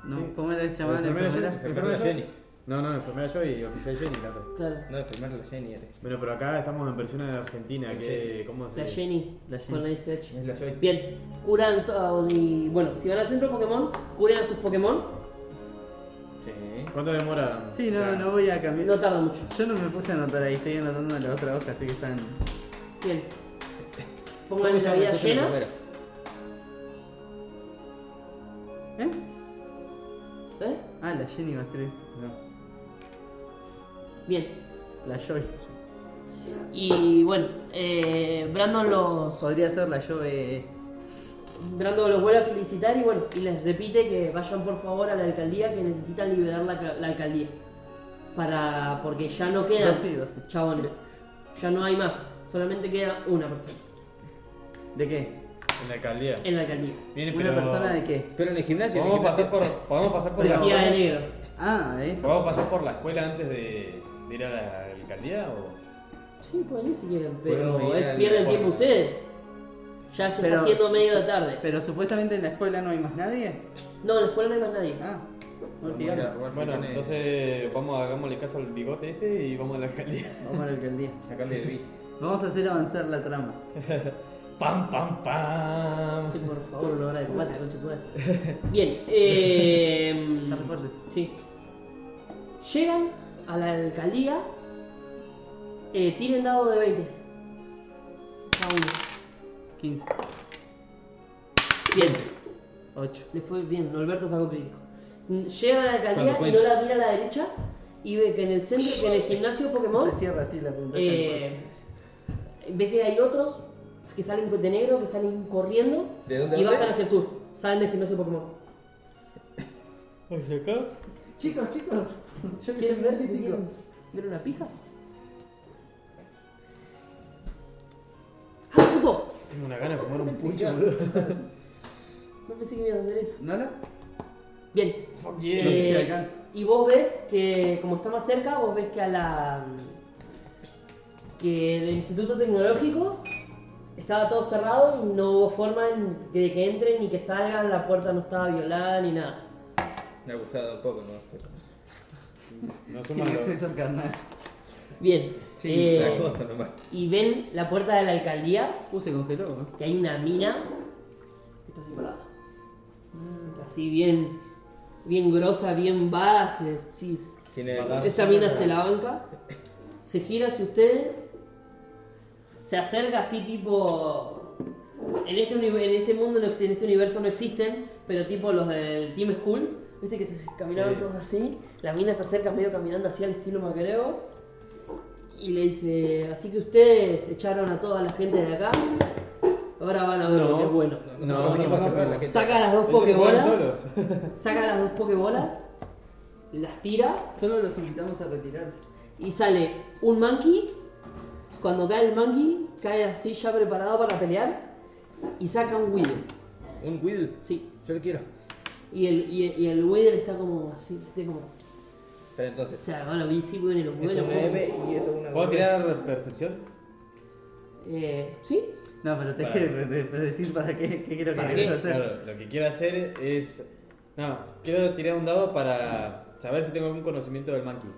S4: No,
S2: Sí.
S4: ¿Cómo le llamaban la enfermera?
S5: Joy. Enfermera
S2: Joy?
S5: Jenny.
S2: No, no, enfermera Joy y oficial Jenny, la otra.
S1: Claro.
S5: No, enfermera la Jenny eres.
S2: Bueno, pero acá estamos en versión de Argentina,
S5: La
S2: que,
S5: Jenny.
S2: ¿cómo se
S1: La Jenny,
S4: La Jenny.
S1: con la SH.
S5: Es la Joy.
S1: Bien, curan to- y bueno, si van al centro Pokémon, curen a sus Pokémon,
S5: Sí.
S2: ¿Cuánto demoraron?
S4: Sí, no,
S5: Claro.
S4: no voy a cambiar.
S1: no tarda mucho.
S4: Yo no me puse a anotar ahí, estoy anotando en la otra hoja, así que están.
S1: Bien. Pongan la vida llena.
S4: ¿Eh?
S1: ¿Eh?
S4: Ah, la Jenny va a escribir.
S5: No.
S1: Bien.
S4: La Joy.
S1: Y bueno, eh, Brandon los.
S4: Podría ser la eh, Joy.
S1: Brandon los vuelve a felicitar y bueno, y les repite que vayan por favor a la alcaldía que necesitan liberar la, ca- la alcaldía. Para. porque ya no quedan
S4: Dos sí, dos sí.
S1: chabones. Ya no hay más. Solamente queda una persona.
S4: ¿De qué?
S2: En la alcaldía.
S1: En la alcaldía.
S2: Viene,
S4: ¿Una
S2: pero-
S4: persona de qué?
S5: Pero en el gimnasio. en el
S2: Podemos pasar
S5: gimnasio-
S2: por, podemos pasar por
S4: Pero-
S1: Vestida
S2: la
S1: de negro.
S4: Ah, eso.
S2: ¿Podemos pasar por la escuela antes de, de ir a la alcaldía o
S1: Sí, pueden ir si quieren,
S5: Podemos
S1: pero
S5: ir
S1: es-
S5: al-
S1: pierden tiempo
S5: por-
S1: ustedes. Ya se está haciendo medio de tarde.
S4: Pero supuestamente en la escuela no hay más nadie.
S1: No, en la escuela no hay más nadie.
S4: Ah, bueno,
S5: Vamos
S4: sigamos.
S5: a robar
S2: Bueno,
S5: sillones,
S2: entonces vamos a hagámosle caso al bigote este y vamos a la alcaldía.
S4: Vamos a la alcaldía.
S5: Sacarle de bici.
S4: Vamos a hacer avanzar la trama.
S2: Pam pam
S1: Sí,
S2: pam.
S1: por favor, una hora de combate, concha su madre. Bien, eh,
S4: Harry Potter.
S1: sí. Llegan a la alcaldía, eh, tiren dado de 20. Cada uno.
S4: 15,
S1: Bien,
S4: 8.
S1: le fue bien, Norberto sacó crítico. Mm, Llegan a la alcaldía
S5: Cuando
S1: y no la mira a la derecha y ve que en el centro, que en el gimnasio Pokémon,
S4: Se cierra así la pantalla.
S1: eh, ve que hay otros que salen de negro, que salen corriendo
S5: ¿De dónde,
S1: y
S5: dónde?
S1: bajan hacia el sur. Salen del gimnasio Pokémon.
S2: ¿Hacia acá?
S4: Chicos, chicos. Yo que soy
S1: ¿Quieren ver?
S4: crítico.
S1: ¿Quieren ver una pija? ¡Ah, puto!
S2: Tengo una gana de fumar un pucho, boludo.
S1: No pensé que me ibas a hacer eso.
S4: ¿No lo?
S1: Bien.
S2: Fuck
S4: No
S2: yeah.
S4: sé si
S1: Eh,
S4: alcanza.
S1: y vos ves que, como está más cerca, vos ves que a la. que el Instituto Tecnológico estaba todo cerrado y no hubo forma en- de que entren ni que salgan, la puerta no estaba violada ni nada.
S5: Me ha abusado un poco, ¿no?
S2: No suman
S4: Tiene
S2: los-
S4: acceso al carnal.
S1: Bien.
S5: Sí,
S1: Eh,
S5: la cosa nomás.
S1: y ven la puerta de la alcaldía
S4: Uh, se congeló, ¿no?
S1: que hay una mina que está así parada. Mm, Así bien, bien grosa, bien vaga, que decís,
S5: Tiene
S2: Badass.
S1: esta mina se la banca, se gira hacia ustedes, se acerca así tipo, en este, uni- en este mundo, no ex- en este universo no existen, pero tipo los del Team School, viste que se caminaban
S2: Sí.
S1: todos así, la mina se acerca medio caminando así al estilo magrego Y le dice, así que ustedes echaron a toda la gente de acá, ahora van a ver lo que es bueno.
S2: No,
S5: Nosotros venimos
S2: no,
S5: a sacar a
S2: no.
S5: la gente.
S1: Saca las dos
S2: Ellos se juegan
S1: pokebolas,
S2: solos.
S1: saca las dos pokebolas, las tira
S4: Solo los invitamos a retirarse.
S1: y sale un monkey. Cuando cae el monkey, cae así ya preparado para pelear y saca un Wither.
S5: Un Whittle.
S1: Sí.
S5: Yo lo quiero.
S1: Y el, y, el- y el Wither está como así, está como.
S5: Pero
S1: O
S5: entonces.
S1: sea, bueno, vi sí, bueno, y los
S2: Este
S5: Esto es
S1: buenos.
S5: una M y esto es una
S2: ¿Puedo
S5: W.
S2: tirar percepción?
S1: Eh, ¿Sí?
S4: No, pero te
S2: Para.
S4: quiero decir para qué, qué quiero que
S2: ¿Para
S4: querés
S2: qué?
S4: hacer.
S2: Claro, lo que quiero hacer es. No, quiero tirar un dado para saber si tengo algún conocimiento del monkey.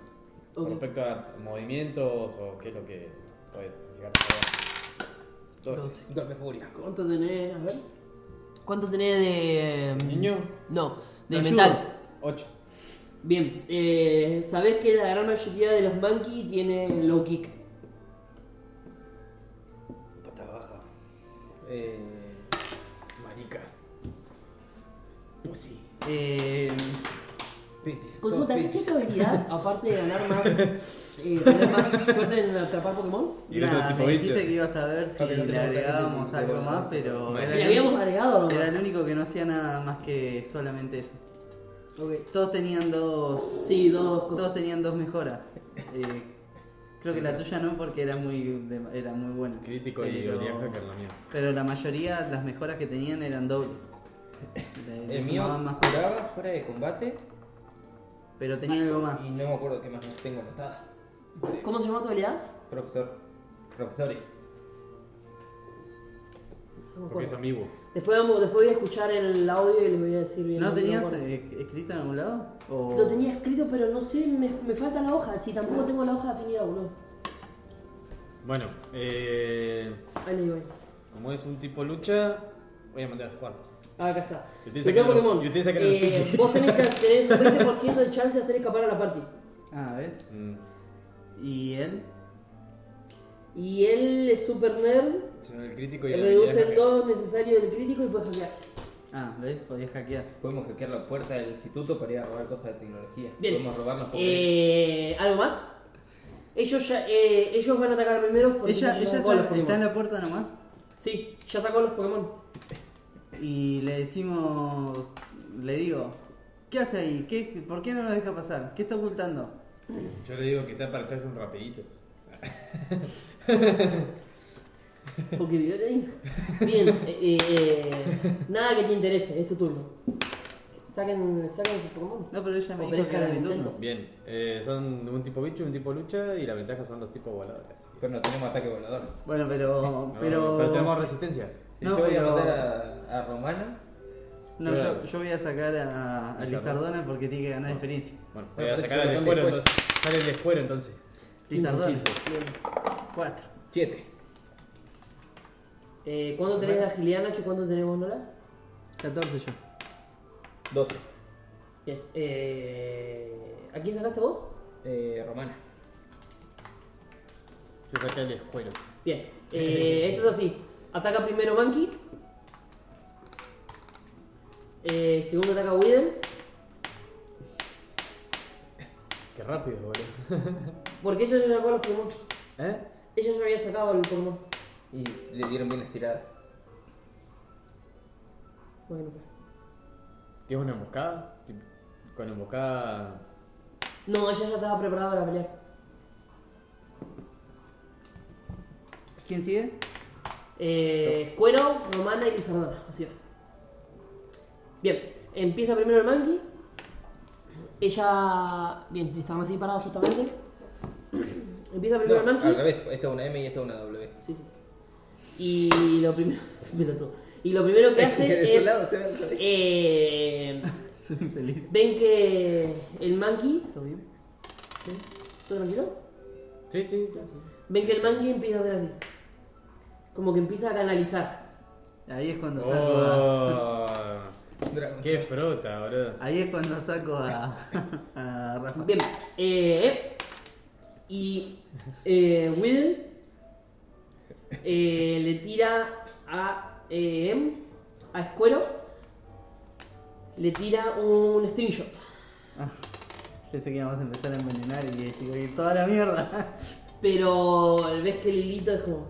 S2: Con
S1: Ok.
S2: respecto a movimientos o qué es lo que puedes llegar a saber. Dos.
S5: Golpe de furia.
S1: ¿Cuánto tenés? A ver. ¿Cuánto tenés de.
S2: Niño.
S1: No, de
S2: te
S1: mental.
S2: ayudo. Ocho.
S1: Bien, eh, sabés que la gran mayoría de los monkey tiene low kick.
S5: Pata baja. Eh. Marica. Pues Pussy.
S4: Eh,
S5: Petris.
S1: Consulta,
S5: Todos
S1: Pues ¿qué es
S5: petris.
S1: tu habilidad? Aparte de ganar más. eh, tener más suerte en atrapar Pokémon.
S2: Y el otro
S4: nada,
S2: tipo
S4: me
S2: bicho.
S4: dijiste que ibas a ver si
S5: Papi, no te
S4: le
S5: preocupes,
S4: agregábamos
S5: no te
S4: algo
S5: preocupes.
S4: más, pero
S5: Le
S4: era
S1: Le
S4: el,
S1: habíamos
S4: único-
S1: agregado nomás.
S4: era el único que no hacía nada más que solamente eso.
S1: Ok.
S4: Todos tenían dos.
S1: Sí, dos cosas.
S4: Todos tenían dos mejoras. Eh, creo que la tuya no, porque era muy, de- era muy buena.
S2: Crítico y
S4: Pero-
S2: oleaje que es la mía.
S4: Pero la mayoría, las mejoras que tenían eran dobles. Le- le
S5: El mío
S4: sumaban más cosas.
S5: curaba fuera de combate.
S4: Pero tenía algo más.
S5: Y no me acuerdo qué más tengo anotada.
S1: ¿Cómo se llama tu habilidad?
S5: Profesor. Profesores.
S1: No me
S2: Porque es
S1: acuerdo.
S2: amigo.
S1: Después, vamos, después voy a escuchar el audio y les voy a decir bien.
S4: ¿No tenías
S1: me acuerdo.
S4: eh, escrito en algún lado? O...
S1: Lo tenía escrito, pero no sé, me, me falta la hoja. Si tampoco
S4: Ah.
S1: tengo la hoja definida, boludo.
S2: Bueno, eh,
S1: Ahí les voy.
S2: como es un tipo lucha, voy a mandar a jugar.
S1: Ah, acá está.
S2: Y ustedes
S1: Luchar
S2: sacan los-
S1: Pokémon.
S2: y ustedes sacan los
S1: eh,
S2: pichis.
S1: vos tenés que tener un 20% de chance de hacer escapar a la party.
S4: Ah, ¿ves?
S2: Mm,
S4: ¿Y él?
S1: Y él es super nerd,
S2: son el crítico y el
S1: reduce
S2: oleaje.
S1: el 2 necesario del crítico y puede hackear.
S4: Ah, ¿ves? Podías hackear.
S5: Podemos hackear la puerta del instituto para ir a robar cosas de tecnología.
S1: Bien.
S5: Podemos robar los poderes.
S1: Eh, ¿Algo más? Ellos ya, eh, ellos van a atacar primero porque
S4: Ella,
S1: ya
S4: ella
S1: sacó a los
S4: está, está en
S1: Pokémon.
S4: la puerta nomás
S1: Sí, ya sacó a los Pokémon.
S4: y le decimos, le digo, ¿qué hace ahí? ¿Qué, ¿Por qué no nos deja pasar? ¿Qué está ocultando?
S2: Yo le digo que está para echarse un rapidito.
S1: Porque vivió de ahí. Bien, eh, eh, nada que te interese, es tu turno. Saquen, saquen sus Pokémon.
S4: No, pero ella me
S1: O
S4: dijo que
S1: perezca
S4: era
S1: la
S4: mi
S1: Nintendo.
S4: turno.
S2: Bien, eh, son un tipo bicho, un tipo lucha y la ventaja son los tipos voladores.
S5: Pero no tenemos ataque volador.
S4: Bueno, pero...
S2: No,
S4: pero...
S2: pero tenemos resistencia.
S5: Si
S4: No,
S5: yo voy
S4: pero-
S5: a matar a, a Romana.
S4: No, yo, yo voy a sacar a, a
S2: Lizardona.
S4: Lizardona porque tiene que ganar experiencia.
S2: Bueno, voy
S5: pero
S2: a
S5: eso
S2: sacar
S5: lo
S2: el
S5: tengo
S2: escuero
S5: después.
S2: entonces. Sale el escuero entonces.
S4: Lizardona,
S1: 15.
S4: 4.
S5: 7.
S1: Eh, ¿Cuánto tenés de agilidad, Nacho? ¿Cuánto tenés vos, Nola?
S4: 14 yo.
S5: 12.
S1: Bien. Eh, ¿A quién sacaste vos?
S5: Eh, Romana.
S2: Yo saqué el escuero.
S1: Bien. Eh, esto es así. Ataca primero Monkey. Eh, segundo ataca Wither.
S2: Qué rápido, boludo.
S1: Porque ella ya sacó a los Pokémon.
S5: ¿Eh?
S1: Ella ya había sacado el Pokémon.
S5: Y le dieron bien las tiradas.
S1: Bueno, pues.
S2: ¿Tienes una emboscada? Tipo, Con emboscada.
S1: No, ella ya estaba preparada para pelear.
S4: ¿Quién sigue?
S1: Eh, cuero, romana y lizardona. Así va. Bien, empieza primero el monkey. Ella. Bien, estaban así parados justamente. empieza primero
S5: No,
S1: el monkey.
S5: al revés, esta es una M y esta es una W.
S1: Sí, sí, sí. Y lo primero. es un pelotudo. Y lo primero que hace es.
S5: se ve al revés.
S1: eh,
S4: Soy feliz.
S1: ven que el monkey.
S4: ¿Todo bien?
S1: ¿Todo tranquilo?
S2: Sí, sí, sí. sí.
S1: Ven que el monkey empieza a hacer así. Como que empieza a canalizar.
S4: Ahí es cuando saco a...
S2: Oh,
S5: Dragon.
S2: ¡Qué frota, boludo!
S4: Ahí es cuando saco a, a Rafa.
S1: Bien. Eh, y eh, Will eh, le tira a eh, a Escuero. Le tira un stringshot.
S4: Ah, pensé que íbamos a empezar a envenenar y decir, "Oye, toda la mierda.
S1: Pero ves que Lilito es como.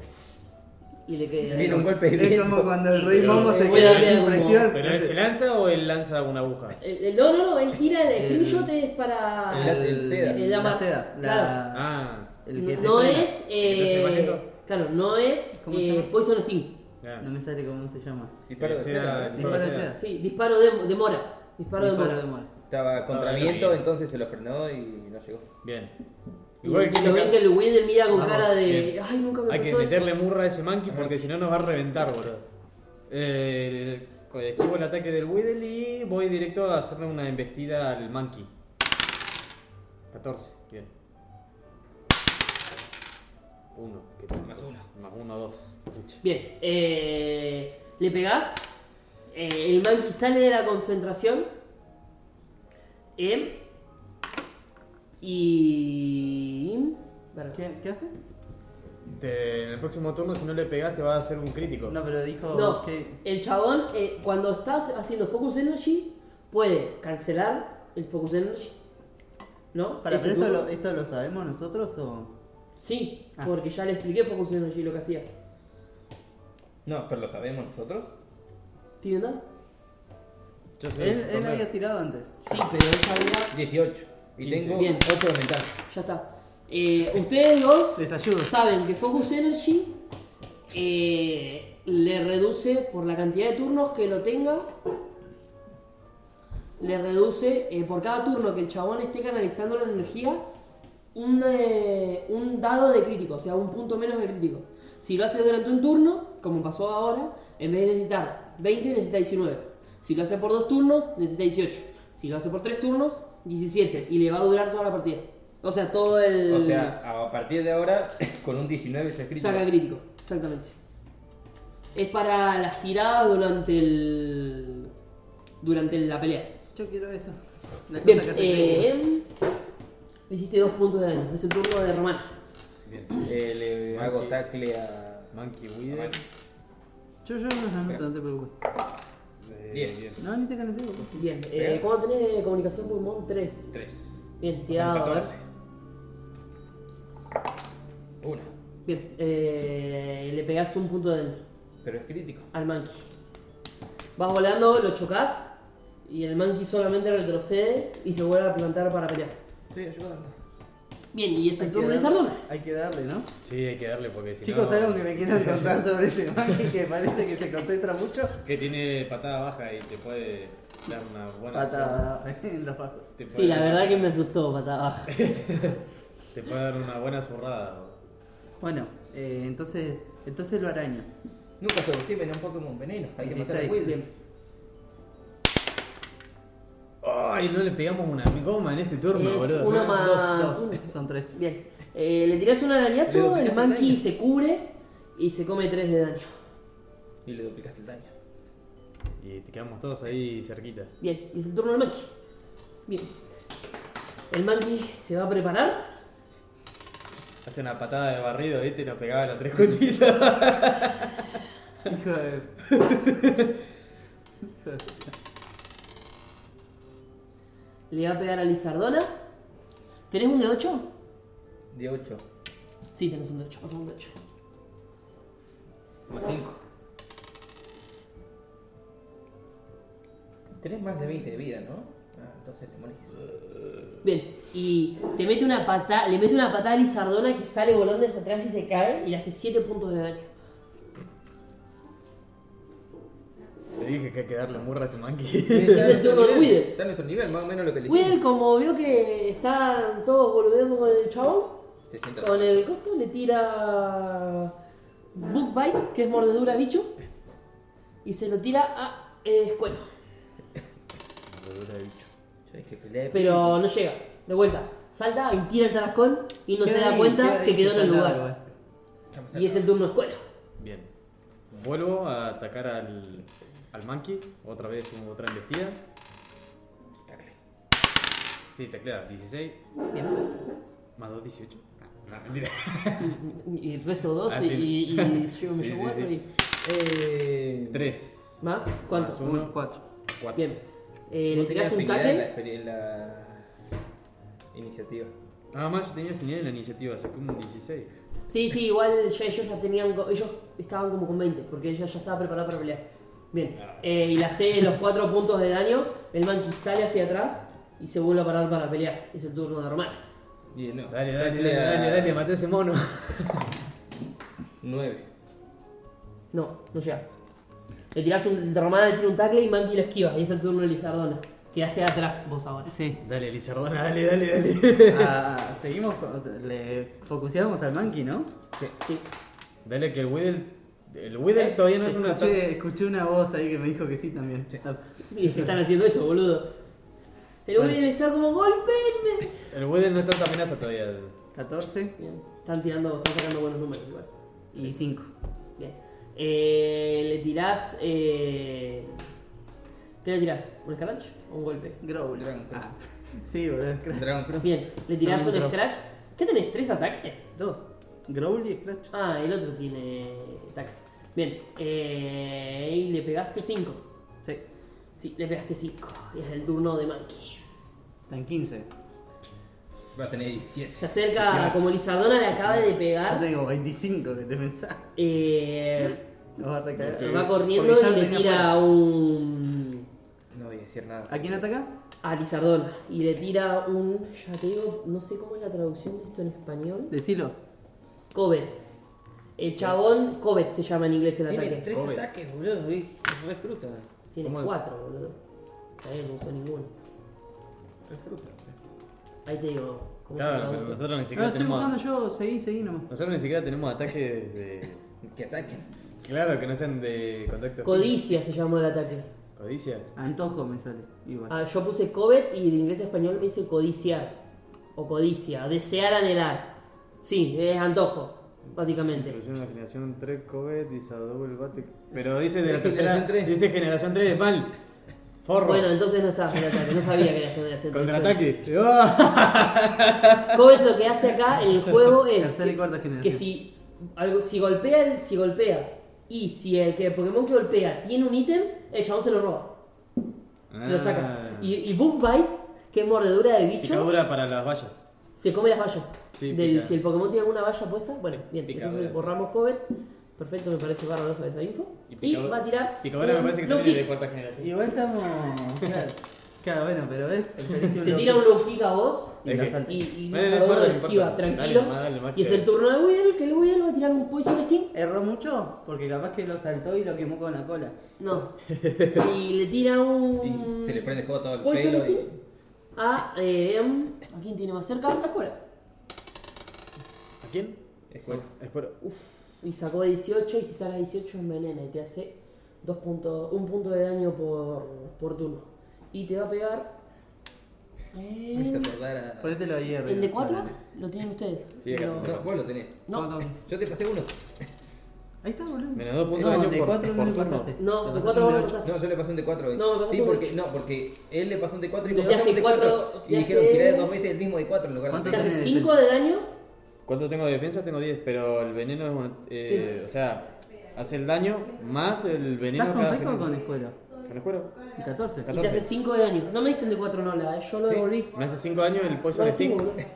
S1: Y le queda.
S5: Viene un golpe de
S4: Es
S5: viento.
S4: como cuando el rey Momo se
S1: Voy a
S4: queda
S1: hacer
S4: sin
S1: como-
S4: presión.
S2: ¿Pero él se lanza o él lanza una aguja?
S1: El- el- no, no, no, él tira el,
S4: El-
S1: screenshot es para.
S5: el- el seda.
S1: el ama-
S4: La seda. la-
S1: claro.
S2: Ah,
S4: el que te
S1: no
S4: frena.
S1: es. eh,
S2: ¿El más lento?
S1: claro, no es
S4: ¿Cómo se
S1: eh,
S4: llama?
S1: Poison Sting.
S2: ya.
S4: No me sale cómo se llama.
S5: Disparo de
S2: Sí,
S5: seda.
S2: era-
S4: Disparo de seda.
S1: Sí, disparo de, de mora. Disparo,
S4: Disparo
S1: de
S4: de
S1: mora.
S4: mora.
S5: Estaba contra
S2: No, no,
S5: viento,
S2: no.
S5: entonces se lo frenó y no llegó.
S2: Bien.
S1: Y y lo ven que el Widel mira con cara de. Ay, nunca me
S2: Hay que
S1: pasó esto".
S2: meterle murra a ese monkey porque si no nos va a reventar, boludo. Eh, esquivo el ataque del Whittle y voy directo a hacerle una embestida al monkey. 14, bien. 1,
S5: Más uno.
S2: Más 1, 2.
S1: Bien, eh, le pegás. eh, el monkey sale de la concentración. em, y. Bueno,
S4: ¿Qué, ¿Qué hace?
S2: en el próximo turno, si no le pegas, te va a hacer un crítico.
S4: No, pero dijo
S1: No,
S4: que.
S1: el chabón eh, cuando está haciendo Focus Energy puede cancelar el Focus Energy. ¿No?
S4: Para,
S1: Ese
S4: pero esto
S1: turno.
S4: lo, esto lo sabemos nosotros o.
S1: Sí,
S4: Ah.
S1: porque ya le expliqué Focus Energy lo que hacía.
S5: No, pero lo sabemos nosotros.
S1: ¿Tiene nada?
S2: Yo soy
S4: Él, él
S2: torneo.
S4: había tirado antes.
S1: Sí, pero él sabía.
S5: 18. Y
S2: 15.
S5: tengo
S1: Bien.
S5: 8 de ventaja.
S1: Ya está. Eh, ustedes dos
S4: Les ayudo.
S1: saben que Focus Energy eh, le reduce por la cantidad de turnos que lo tenga. Le reduce eh, por cada turno que el chabón esté canalizando la energía un, eh, un dado de crítico, o sea, un punto menos de crítico. Si lo hace durante un turno, como pasó ahora, en vez de necesitar 20, necesita 19. Si lo hace por dos turnos, necesita 18. Si lo hace por tres turnos, 17. Y le va a durar toda la partida. O sea, todo el...
S5: O sea, a partir de ahora, con un 19 se escrito.
S1: Saca crítico, exactamente. Es para las tiradas durante el. durante la pelea.
S4: Yo quiero eso. La cosa
S1: Bien,
S4: que hace
S1: eh, le hiciste dos puntos de daño. Es el turno de Román.
S5: Eh, le
S2: Monkey.
S5: hago tackle a.
S2: Monkey
S4: Ah,
S2: Wither.
S4: Felipe. Yo, yo los anoto, no te preocupes.
S2: Eh,
S5: Diez.
S2: bien.
S4: No, ni te calenté. vos.
S1: Bien, eh, ¿cómo tenés de comunicación pulmón? 3.
S5: 3.
S1: Bien, tirado, a ver.
S5: 1.
S1: Bien, eh, le pegás un punto de daño
S5: Pero es crítico.
S1: al monkey. Vas volando, lo chocas y el monkey solamente retrocede y se vuelve a plantar para pelear.
S5: Estoy ayudando.
S1: Bien, y es el
S4: Hay
S1: turno
S4: que
S1: de
S4: darle-
S1: Sardona.
S4: Hay que darle, ¿no?
S2: Sí, hay que darle porque si
S4: Chicos,
S2: no...
S4: algo que me quieran contar sobre ese monkey que parece que se concentra mucho.
S2: Que tiene patada baja y te puede dar una buena.
S4: Patada en los bajos.
S2: Te puede
S1: Sí, la
S2: dar-
S1: verdad que me asustó, patada baja.
S2: Te puede dar una buena zurrada.
S4: Bueno, eh, entonces, entonces lo araño.
S5: Nunca subestimen a un Pokémon veneno. Hay que matar a
S4: 16.
S5: Wilde.
S2: ¡Ay! No le pegamos una goma en este turno,
S1: Es
S2: boludo.
S1: una
S4: Dos,
S1: más.
S4: dos,
S1: una.
S4: son tres.
S1: Bien. Eh, le tirás un arañazo, el monkey se cubre y se come 3 de daño.
S5: Y le duplicaste el daño.
S2: Y te quedamos todos ahí cerquita.
S1: Bien, y es el turno del monkey. Bien. El monkey se va a preparar.
S2: Hace una patada de barrido, ¿viste? Y nos pegaba a las tres juntitas.
S4: Hijo de.
S1: Le va a pegar a Lizardona. ¿Tenés un de 8?
S5: De 8.
S1: Sí, tenés un de 8. Pasamos un de 8.
S5: Más 5. Tenés más de 20 de vida, ¿no? Ah, entonces se morís.
S1: Bien. Y te mete una pata, le mete una patada a Lizardona que sale volando hacia atrás y se cae y le hace 7 puntos de daño.
S2: Te dije que hay que darle murra a ese monkey.
S5: Está a
S1: el
S5: nuestro
S1: turno de
S5: nivel,
S1: Wither.
S5: Está a nuestro nivel, más o menos lo que le
S1: Will,
S5: hicimos.
S1: como vio que están todos boludeando con el chabón,
S5: Se sienta.
S1: Con el coso le tira Book Bite, que es mordedura a bicho, y se lo tira a eh, Escuelo.
S5: Yo dije pelea de
S1: Pero no llega, de vuelta. Salta y tira el tarascón y no se
S4: Queda
S1: da
S4: ahí,
S1: cuenta
S4: ahí,
S1: que quedó en
S4: está
S1: el
S4: largo,
S1: lugar.
S4: eh.
S5: Estamos
S1: Y es el turno de Escuelo.
S2: Bien. Vuelvo a atacar al, al monkey. Otra vez, otra embestida.
S5: cerca.
S2: Sí, teclea. 16
S1: Bien.
S2: más 2, 18. No, no, mentira.
S1: Y el resto dos
S2: Ah,
S1: y,
S2: sí.
S1: y, y yo me
S2: Sí,
S1: llevo
S2: sí,
S1: cuatro
S2: sí.
S1: y.
S5: Eh,
S2: 3.
S1: ¿Más?
S2: Más
S1: ¿Cuánto?
S2: uno.
S4: Uy, cuatro.
S2: Ah, Cuatro.
S1: Bien. Eh,
S5: no
S1: le
S5: tenía
S1: tiras un
S5: habilidad en la,
S1: tackle.
S5: exper- en la iniciativa.
S2: Ah, más yo tenía señal en la iniciativa, sacó un 16.
S1: Sí, sí, igual ya ellos ya tenían. co- Ellos estaban como con 20, porque ella ya estaba preparada para pelear. Bien, eh, y la C, los cuatro puntos de daño, el Monkey sale hacia atrás y se vuelve a parar para pelear. Es el turno normal.
S5: Bien, no.
S2: Dale, dale, dale, dale, dale, maté a ese mono.
S5: 9.
S1: No, no llegas. Le tirás un. Romana le tira un tackle y Monkey lo esquiva. Y es el turno de Lizardona. Quedaste atrás vos ahora.
S4: Sí.
S2: dale, Lizardona, dale, dale, dale.
S4: Ah, seguimos, con- le focuseamos al monkey, ¿no?
S1: Sí.
S2: Dale, que el Widdle. El Widdle todavía no es una.
S4: Escuché, escuché una voz ahí que me dijo que sí también. Ah,
S1: Y están haciendo eso, boludo. El
S2: Bueno.
S1: William está como golpeenme.
S2: El Widdle no es tanta amenaza todavía.
S4: 14
S1: Bien, están tirando, están sacando buenos números igual.
S4: y 5.
S1: Bien. Eh, le tirás. Eh... ¿Qué le tirás? ¿Un scratch o un golpe?
S4: Growl.
S5: Dragon Crow.
S4: Ah, sí, boludo, Scratch.
S5: Dragon Crow.
S1: Bien, le tirás
S4: No, no,
S1: un
S4: no.
S1: scratch. ¿Qué tenés? ¿Tres ataques?
S4: Dos. Growl y Scratch.
S1: Ah, el otro tiene ataque. Bien, eh... y le pegaste 5.
S4: Sí.
S1: Sí, le pegaste 5. Y es el turno de Monkey.
S4: Están 15.
S5: Va a tener 17.
S1: Se acerca, como Lizardona le acaba de
S4: Yo
S1: pegar.
S4: tengo 25, que te pensás.
S1: Eh...
S4: Nos va a atacar.
S1: Se va corriendo
S4: Porque ya
S1: y
S4: lo
S1: le
S4: tenía
S1: tira
S4: afuera.
S1: un.
S5: No voy a decir nada.
S4: ¿A quién ataca?
S1: a Lizardona. Y le tira un. Ya te digo, no sé cómo es la traducción de esto en español.
S4: Decilo.
S1: Covet. El chabón, Covet se llama en inglés el
S5: Tiene
S1: ataque.
S5: 3
S2: Joven.
S5: ataques, boludo. y Re fruta.
S1: Tiene
S2: ¿Cómo?
S1: cuatro, boludo. Ahí no usó ninguno.
S5: Re fruta.
S1: Ahí te digo, ¿cómo se
S2: Claro, pero
S1: traduce?
S2: nosotros ni
S4: No,
S2: siquiera
S4: Ah, estoy jugando
S2: tenemos.
S4: yo, seguí, seguí nomás.
S2: Nosotros ni siquiera tenemos ataques de.
S5: Que ataquen.
S2: Claro, que no sean de contacto.
S1: Codicia se llamó el ataque.
S2: Codicia.
S4: Antojo me sale. Igual.
S1: Ah, yo puse Covet y de inglés a español me dice codiciar. O codicia, desear anhelar. Sí, es antojo, básicamente.
S2: Inclusión de la generación 3 Covet y Double Batek. Pero dice de la
S5: Es que
S2: tercera.
S5: generación tres.
S2: Dice generación 3 es mal. Forro.
S1: Bueno, entonces no estaba el ataque, no sabía que era generación
S2: Contraataque. ¡Ah!
S1: Covet lo que hace acá en el juego es
S4: Tercera y cuarta
S1: que
S4: generación.
S1: si algo si golpea el- si golpea y si el que el Pokémon que golpea tiene un ítem, el chabón se lo roba, se lo saca.
S2: Ah.
S1: Y, y Boom Bite, que es mordedura de bicho,
S2: Picadura para las vallas.
S1: se come las vallas.
S2: Sí,
S1: Del-
S2: pica.
S1: si el Pokémon tiene alguna valla puesta, bueno, bien,
S2: Picadura,
S1: entonces
S2: sí.
S1: borramos Covet. Perfecto, me parece bárbaro esa info. Y,
S2: picadura-
S1: va a tirar.
S2: Picadura me
S1: un
S2: parece que
S1: low
S2: también es de
S1: kick.
S2: cuarta generación.
S4: Igual estamos. Claro, Claro, bueno, pero ves. El perito
S1: Te
S4: lo-
S1: tira un low kick a vos y,
S2: Es
S1: la
S2: que-
S1: sal- y, y
S2: Bueno, no
S1: Lizardona
S2: importa,
S1: lo
S2: no
S1: esquiva,
S2: importa. Dale
S1: tranquilo.
S2: nomás, dale nomás
S1: y es
S2: que-
S1: el turno de Weedle, que el Weedle va a tirar un Poison Sting.
S4: ¿Erró mucho? Porque capaz que lo saltó y lo quemó con la cola.
S1: No. Y le tira un.
S5: Y se le prende fuego todo el
S1: Poison
S5: pelo.
S1: Sting
S5: Y...
S1: A. eh, ¿A quién tiene más cerca? A Cora.
S2: ¿A quién?
S5: Es cual.
S1: Eh.
S2: Espero. uh.
S1: Uf. Y sacó 18 y si sacas 18 envenena y te hace dos puntos, un punto de daño por, por turno. Y te va a pegar.
S5: Me hizo
S1: En,
S5: acordar a.
S4: Ponételo ahí arriba.
S1: ¿El de 4?
S4: Dale.
S1: Lo tienen ustedes.
S2: Sí, acá
S1: Pero-
S5: No, vos lo tenés.
S1: No.
S4: No, no.
S5: Yo te pasé uno.
S4: Ahí está, boludo.
S2: Menos dos puntos
S4: no,
S2: de daño
S4: de
S2: por-
S4: 4 no
S2: por
S4: le
S2: turno.
S4: pasaste.
S1: No,
S4: Le
S1: de
S4: pasaste
S1: cuatro
S4: un
S1: vos no
S4: de ocho.
S1: pasaste.
S5: No, yo le pasé un de 4.
S1: No, me pasaste
S5: sí,
S1: un de
S5: porque,
S1: ocho.
S5: no, porque él le pasó un de 4 y
S1: Te
S5: le pasó
S1: hace
S5: un de
S1: cuatro,
S5: 4.
S1: te
S5: Y dijeron,
S1: hace-
S5: tiré dos veces el mismo de 4 en lugar de
S4: ¿Cuánto
S1: Te
S5: tres.
S1: hace
S4: tenés
S1: 5 de daño.
S2: ¿Cuánto tengo de defensa? Tengo 10, pero el veneno es. un- eh, O sea, hace el daño más el veneno.
S4: ¿Estás con
S2: cada
S4: Peco o
S2: generación.
S4: con Escuelo?
S2: ¿Con el cuero?
S4: El 14.
S1: Y te hace
S2: 14.
S1: 5 de daño. No me diste un de 4 Nola, eh, yo lo
S5: Sí.
S1: devolví.
S2: Me hace 5 daños el
S1: No
S2: Poison
S1: lo tengo,
S2: Sting.
S1: boludo.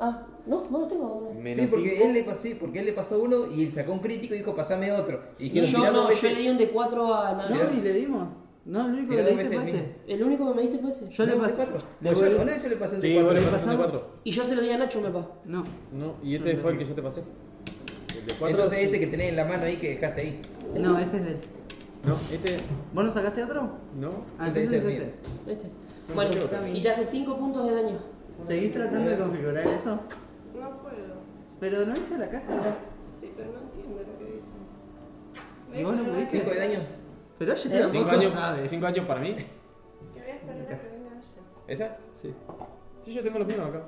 S1: Ah, no, no lo tengo. boludo.
S5: Sí,
S2: Menos
S5: porque
S2: cinco.
S5: él, le pasó, sí, porque él le pasó uno y él sacó un crítico y dijo, pasame otro. Y
S1: Y
S5: dijeron,
S1: yo
S5: tirá
S1: no,
S5: dos
S1: yo le
S5: veces.
S1: di un de 4 a
S4: No,
S1: Nala.
S4: y le dimos. No, el único que
S5: Tirá
S4: le
S5: dos
S4: diste
S5: veces
S4: fue
S5: el
S4: este.
S1: El único que me diste fue ese.
S4: Yo le
S5: No, de
S4: pasé.
S5: cuatro.
S4: le
S5: O yo-
S4: volví-
S5: o no, yo le pasé un de
S2: Sí,
S5: cuatro,
S2: vos le
S5: le
S2: pasaste un
S5: pasó
S2: de
S4: pasamos.
S2: 4.
S1: Y yo se lo di a Nacho, me pa.
S4: No.
S2: No, y este fue el que yo te pasé. El de 4.
S5: Entonces este ese que tenés en la mano ahí que dejaste ahí.
S4: No, ese es él.
S2: No, este.
S4: ¿Vos no sacaste otro?
S2: No.
S4: Ah,
S5: Este
S4: entonces es
S5: es el
S4: ese.
S1: ¿Viste? Bueno,
S2: yo
S4: también.
S1: y te hace 5 puntos de daño.
S4: ¿Seguís tratando de configurar eso?
S6: No puedo.
S4: Pero no hice la caja.
S6: Sí, pero no entiendo lo que dice.
S4: ¿Y vos no
S6: Me
S4: pudiste?
S5: Cinco de
S6: dijo
S1: este.
S5: daño.
S4: Pero oye, te
S2: Eh, Cinco
S4: Este tampoco
S2: años,
S4: sabes.
S2: cinco años para mí. ¿Este?
S6: Que voy a esperar a que venga ella.
S5: ¿Esa?
S4: Sí.
S2: Sí, yo tengo los mismos acá.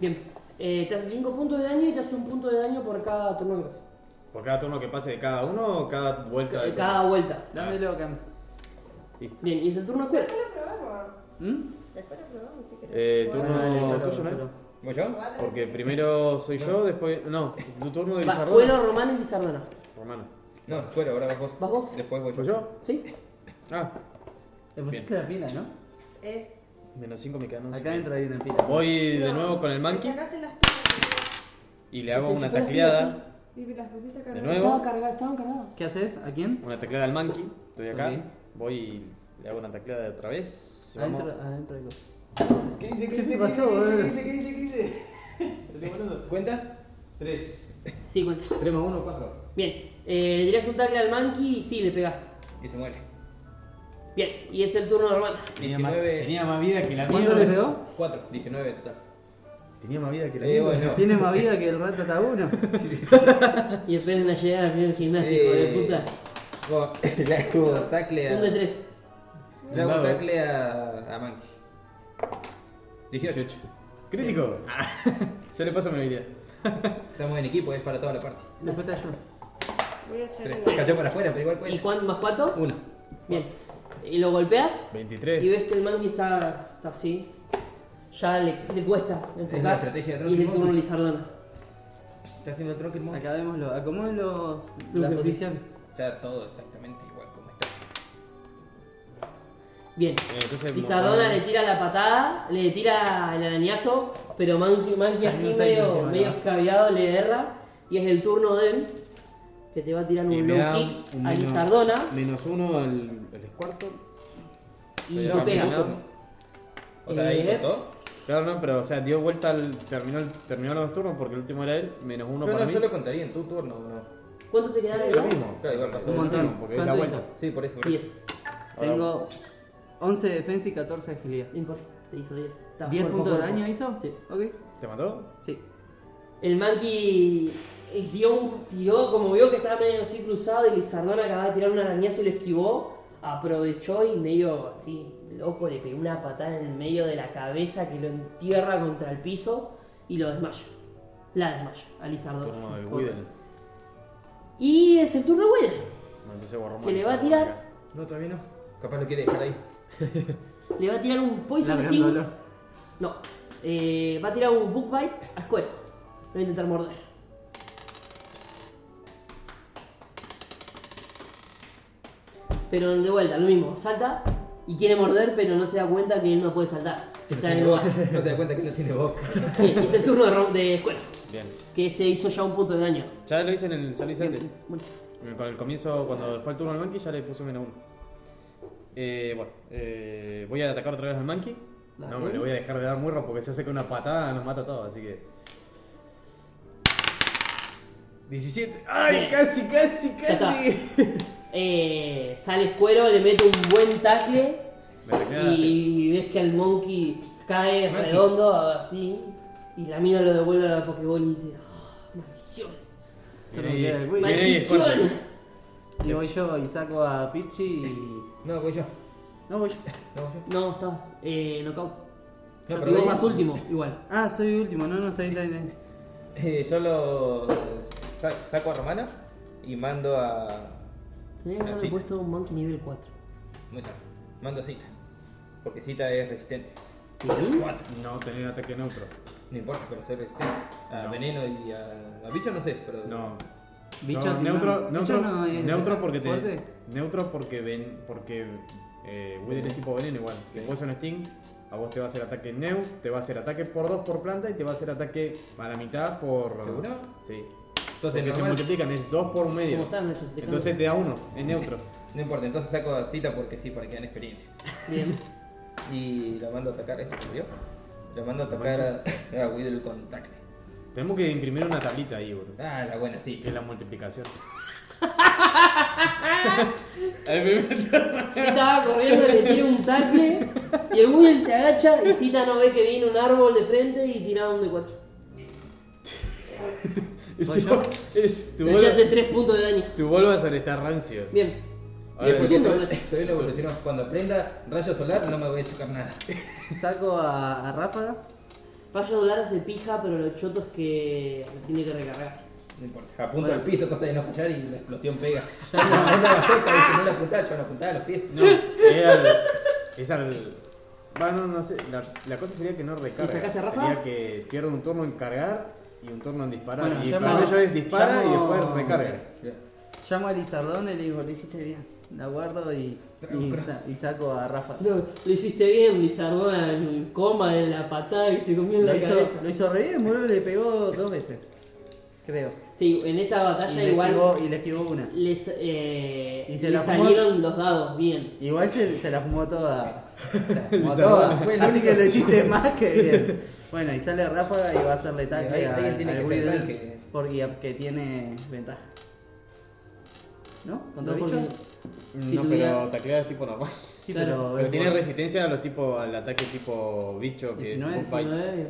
S1: Bien. Eh, te hace 5 puntos de daño y te hace un punto de daño por cada turno que hace.
S2: ¿Por cada turno que pase de cada uno o cada vuelta de
S1: Ca- Cada vuelta.
S4: Dámelo, Cam.
S2: Listo.
S1: Bien, y es el turno escuela.
S6: Después lo probamos.
S4: ¿Mm?
S6: Después lo probamos si querés.
S2: Eh, turno
S4: Dale, dale,
S2: tuyo,
S4: dale.
S2: ¿no?
S5: ¿Voy yo?
S2: Porque primero soy yo, después. No, tu turno de
S1: Vas
S2: Lizardo.
S1: Cuelo, Román y Lizardona.
S2: Romano.
S5: No, espera, ahora vas vos.
S1: ¿Vas vos?
S5: Después voy yo.
S2: ¿Soy yo?
S1: ¿Sí?
S2: Ah,
S4: Le pusiste la pila, ¿no?
S6: Es
S2: Menos 5 me quedan once.
S4: Acá dentro hay una pila.
S2: Voy de
S6: No,
S2: nuevo con el
S6: te
S2: monkey
S6: sacaste las pilas,
S2: y le hago una
S1: Desenchufé las
S2: tacleada.
S6: ¿no? Y las pusiste a cargar.
S2: De nuevo.
S1: Estaba cargada, estaban cargadas.
S4: ¿Qué haces? ¿A quién?
S2: Una tacleada al monkey. Estoy acá.
S4: Ok.
S2: Voy y le hago una tacleada otra vez. Vamos.
S4: Adentro, adentro hay cosas.
S7: ¿Qué dice?
S4: ¿Qué te pasó, boludo?
S7: ¿Qué dice? ¿Qué dice? ¿Qué dice?
S5: ¿Cuenta? 3.
S1: Sí, cuenta.
S5: 3 más 1, 4.
S1: Bien, eh, le tiras un tackle al monkey y sí, le pegas.
S5: Y se muere.
S1: Bien, y es el turno normal.
S2: Tenía, más,
S5: 19.
S2: tenía más vida que la
S4: ¿Cuánto
S2: mierda.
S4: le pegó?
S5: 4. 19 total.
S2: Tenía más vida que la
S5: Eh,
S2: mierda.
S5: bueno.
S4: Tiene más vida que el rato está uno.
S1: Y después una llegada al primer gimnasio, hijo de puta.
S5: Bueno, Eh, le hago tacle
S1: Un de
S5: a.
S1: tres.
S5: Le hago
S2: Dados.
S5: tacle a. a Monkey. 18.
S2: Crítico. Yo le paso mi habilidad.
S5: Estamos en equipo, es para toda la parte.
S4: Después te ayudo.
S6: Voy a echar
S5: 3.
S6: una.
S5: Cayó para afuera, pero igual
S1: ¿Y
S5: cuenta.
S1: cuán, más cuatro?
S5: 1.
S1: Bien. Y lo golpeas
S2: 23.
S1: y ves que el monkey está, está así. Ya le, le cuesta enfocar.
S5: Es la estrategia de
S1: y es el
S5: Tronky
S1: turno
S5: Monkey.
S1: Lizardona.
S5: Está haciendo el tronco el monkey.
S4: Acá vémoslo. Acomoden los,
S1: Los
S4: la
S1: que-
S4: posición.
S5: Está todo exactamente igual como está.
S1: Bien.
S2: Entonces,
S1: Lizardona le tira la patada, le tira el arañazo, pero Monkey, Monkey
S4: Salió
S1: así
S4: un seis
S1: medio,
S4: encima,
S1: medio
S4: ¿no?
S1: escabiado le erra. Y es el turno de él, que te va a tirar
S2: Y
S1: un
S2: me
S1: low
S2: da
S1: kick
S2: un
S1: a
S2: menos-
S1: Lizardona
S2: Menos uno al, al cuarto.
S1: y
S2: Pero
S1: te
S2: no,
S1: pega.
S2: menos-
S5: O sea, ahí
S1: Eh.
S5: contó.
S2: Claro, no, pero o sea, dio vuelta al. Terminó, el- terminó los dos turnos porque el último era él, menos uno
S5: Pero
S2: para
S5: no,
S2: mí.
S5: yo lo contaría en tu turno, ¿no?
S1: ¿Cuánto te queda de vida?
S5: Claro, igual pasó.
S4: Un montón.
S2: Porque es la
S4: ¿Cuánto
S2: vuelta.
S4: hizo?
S5: Sí, por eso. por eso.
S1: 10.
S2: Ahora-
S4: Tengo 11 de defensa y 14 de agilidad.
S1: No importa, te hizo 10. Está
S4: 10
S1: cuerpo a
S4: puntos de
S1: cuerpo.
S4: daño hizo?
S1: Sí.
S4: Ok.
S2: ¿Te mató?
S4: Sí.
S1: El monkey eh, dio un tiró, como vio que estaba medio así cruzado y Lizardona acababa de tirar un arañazo y lo esquivó, aprovechó y medio así, loco, le pegó una patada en el medio de la cabeza que lo entierra contra el piso y lo desmaya. La desmaya a
S2: Turno
S1: Lizardona.
S2: de Widen.
S1: Y es el turno de Wither,
S2: No, entonces borramos
S1: que le va a
S2: Lizardona
S1: tirar,
S2: acá.
S5: No, todavía no. Capaz lo quiere dejar ahí.
S1: le va a tirar un Poison Sting.
S4: Largándolo.
S1: No, eh, va a tirar un Book Bite a Square. Lo voy a intentar morder. Pero de vuelta, lo mismo, salta y quiere morder, pero no se da cuenta que él no puede saltar. que Está en el lugar.
S5: No se da cuenta que no tiene boca.
S1: Bien, es el turno de, Ro- de Square,
S2: Bien.
S1: que se hizo ya un punto de daño.
S2: Ya lo hice en el. Ya lo hice antes.
S1: Buenísimo.
S2: Eh, Con el comienzo, cuando fue el turno al monkey, ya le puse menos uno. Eh, bueno, eh, voy a atacar otra vez al monkey. No, me le voy a dejar de dar murro porque yo sé que una patada nos mata a todos, así que. 17. ¡Ay,
S1: Bien.
S2: casi, casi,
S1: Ya está.
S2: casi!
S1: Eh, sale Squero, le mete un buen tackle
S2: Me taclea,
S1: y ves que el monkey cae
S5: Monkey.
S1: redondo así y la mina lo devuelve a la Pokéball y dice "Ah, maldición
S4: Esto no
S2: Eh, Viene
S4: queda de
S2: ahí-
S4: Wii.
S2: viene ahí el corte.
S1: maldición
S4: Y voy yo y saco a Pichi y.
S5: No, voy yo.
S4: No voy yo.
S5: No, voy yo.
S1: no estás eh, knockout
S5: No,
S1: no,
S5: pero
S1: vos
S5: ahí-
S1: más último igual
S4: Ah, soy último. No, no, está bien, está bien, está bien.
S5: Eh, yo lo sa- saco a Romana y mando a.
S1: tenías que haberle
S5: Así.
S1: puesto un monkey nivel 4
S5: Muchas. Mando a Cita. Porque Cita es resistente.
S1: ¿Sí?
S5: Cuatro.
S2: No, tener ataque neutro.
S5: No importa, pero soy resistente. A
S2: No.
S5: veneno y a. A bicho no sé, pero.
S2: No.
S4: Bicho
S2: No,
S4: que
S2: neutro,
S4: no-
S2: neutro,
S4: bicho no es
S2: neutro porque te.
S4: fuerte.
S2: Neutro porque ven. Porque. Eh, Wither es tipo veneno igual. Que vos un Sting. A vos te va a hacer ataque neu, te va a hacer ataque por 2 por planta y te va a hacer ataque a la mitad por.
S5: ¿Seguro?
S2: Sí.
S5: Entonces,
S2: Porque se
S5: normal.
S2: multiplican, es 2 por un medio.
S1: ¿Cómo estás, Nacho? ¿Se te
S2: Entonces te da 1, es neutro.
S5: No importa, entonces saco a Cita porque sí, para que gane experiencia.
S1: bien
S5: Y la mando a atacar. ¿Este murió? La mando a atacar a, a Whittle con tackle.
S2: Tenemos que imprimir una tablita ahí, boludo.
S5: Ah, la buena, sí.
S2: Que es la multiplicación.
S1: Cita va corriendo le tira un tackle y el Google se agacha y Cita no ve que viene un árbol de frente y tira un de 4
S2: Es,
S4: Oye, Pues yo-
S2: es- tu,
S1: le hace
S2: bol,
S1: 3 puntos de daño
S2: tu Bulbasaur está rancio.
S1: bien
S2: A
S5: Y
S2: ver,
S5: es porque
S1: ¿quién
S5: todavía,
S1: habla?
S5: todavía lo evolucionó. Cuando aprenda rayo solar no me voy a chocar nada.
S4: Saco a, a Ráfaga.
S1: Rayo Solar se pija, pero lo choto es que lo tiene que recargar.
S5: No importa. Apunto
S4: Bueno.
S5: al piso, cosa de no fallar y la explosión pega. No, no la bazooka, viste, no la apuntaba, yo la apuntaba a los pies.
S2: No, es Eh, al. Es al. Bueno, no sé. La, la cosa sería que no recarga.
S1: ¿Le sacaste Rafa?
S2: Sería que pierde un turno en cargar y un turno en disparar.
S4: Bueno,
S2: y
S4: llamo-
S2: para ello es dispara y
S4: llamo-
S2: después recarga.
S4: Llamo a Lizardón y le digo, lo hiciste bien. la guardo y, y, sa- y saco a Rafa.
S1: Lo, lo hiciste bien, Lizardo, el coma de la patada que se comió en
S4: Lo
S1: la
S4: hizo,
S1: cabeza.
S4: lo hizo re bien, boludo, le pegó dos veces. Creo.
S1: Sí, en esta
S4: Y
S1: batalla
S4: le,
S1: igual
S4: esquivó, y le esquivó una.
S1: les, eh,
S4: Y se
S1: les
S4: la fumó.
S1: salieron los dados bien.
S4: Igual se, se la fumó toda. Se la fumó
S2: Se
S4: toda.
S2: armó.
S4: Fue el único que lo hiciste más que bien. Bueno, y sale Ráfaga y va a hacerle tackle
S5: Alguien-
S4: a-
S5: alguien tiene
S4: al
S5: que
S4: Wither,
S5: sacar el que-
S4: porque a- que tiene ventaja. ¿No? ¿Contra
S1: No,
S4: el bicho?
S1: porque- Sí,
S2: No,
S1: tú
S2: pero
S1: ya-
S2: tacleada es tipo normal.
S4: Sí,
S1: claro.
S4: pero.
S2: Pero
S4: es
S2: tiene
S4: por-
S2: resistencia a los tipo, al ataque tipo bicho que es
S4: 19,
S2: un fight.
S1: 19.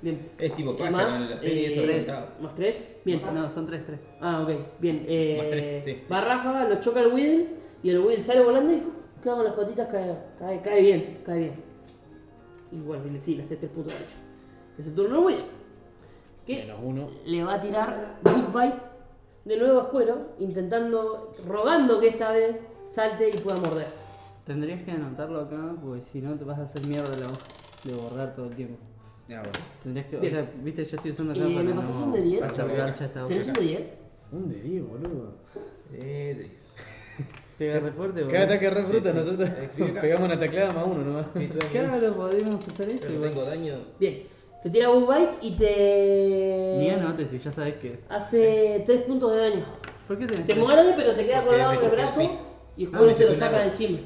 S1: Bien.
S5: Es tipo pájaro en
S1: Más,
S5: la serie, eso lo
S1: eh,
S5: contaba.
S1: más 3, bien.
S4: No, son 3-3.
S1: Ah, ok, bien. Eh,
S5: Más tres, sí.
S1: Va Ráfaga, lo choca el Widel y el Widel sale volando y queda con las patitas cae, cae, cae bien, cae bien. Y bueno, y le- sí, le hace este tres puntos de daño. Es el turno del Widel. Que
S8: Menos uno.
S1: le va a tirar Big Bite de nuevo a Escuero, intentando, rogando que esta vez salte y pueda morder.
S4: Tendrías que anotarlo acá, porque si no te vas a hacer mierda la hoja de borrar todo el tiempo.
S5: Ya, bueno.
S4: Tendrías que,
S1: Bien.
S4: o sea, viste, yo estoy usando acá
S1: Eh,
S4: para
S1: ¿me
S4: no
S1: pasas un de 10?
S4: hacer garcha esta hoja.
S1: ¿Tenés un de 10?
S2: Un de 10, boludo.
S5: Eh, tres.
S4: Pega re fuerte,
S2: Cada ataque re fruta,
S5: Sí, sí.
S2: nosotros
S5: Escribí acá.
S2: pegamos una tacleada más uno nomás.
S5: Sí, tú también.
S4: Claro, podemos usar este,
S5: Pero
S4: boludo.
S5: tengo daño.
S1: Bien, te tira Big Bite y te.
S4: Ni anotes si ya sabes qué es.
S1: Hace 3 puntos de daño.
S4: ¿Por qué tenés
S1: Te
S4: tres?
S1: muerde, pero te queda
S5: Porque
S1: colgado
S5: me
S1: en el
S5: choqué el
S1: brazo
S5: piso.
S1: y
S4: Ah,
S1: Escuero
S4: me
S1: se lo
S4: choqué el
S1: saca de
S4: árbol.
S1: encima.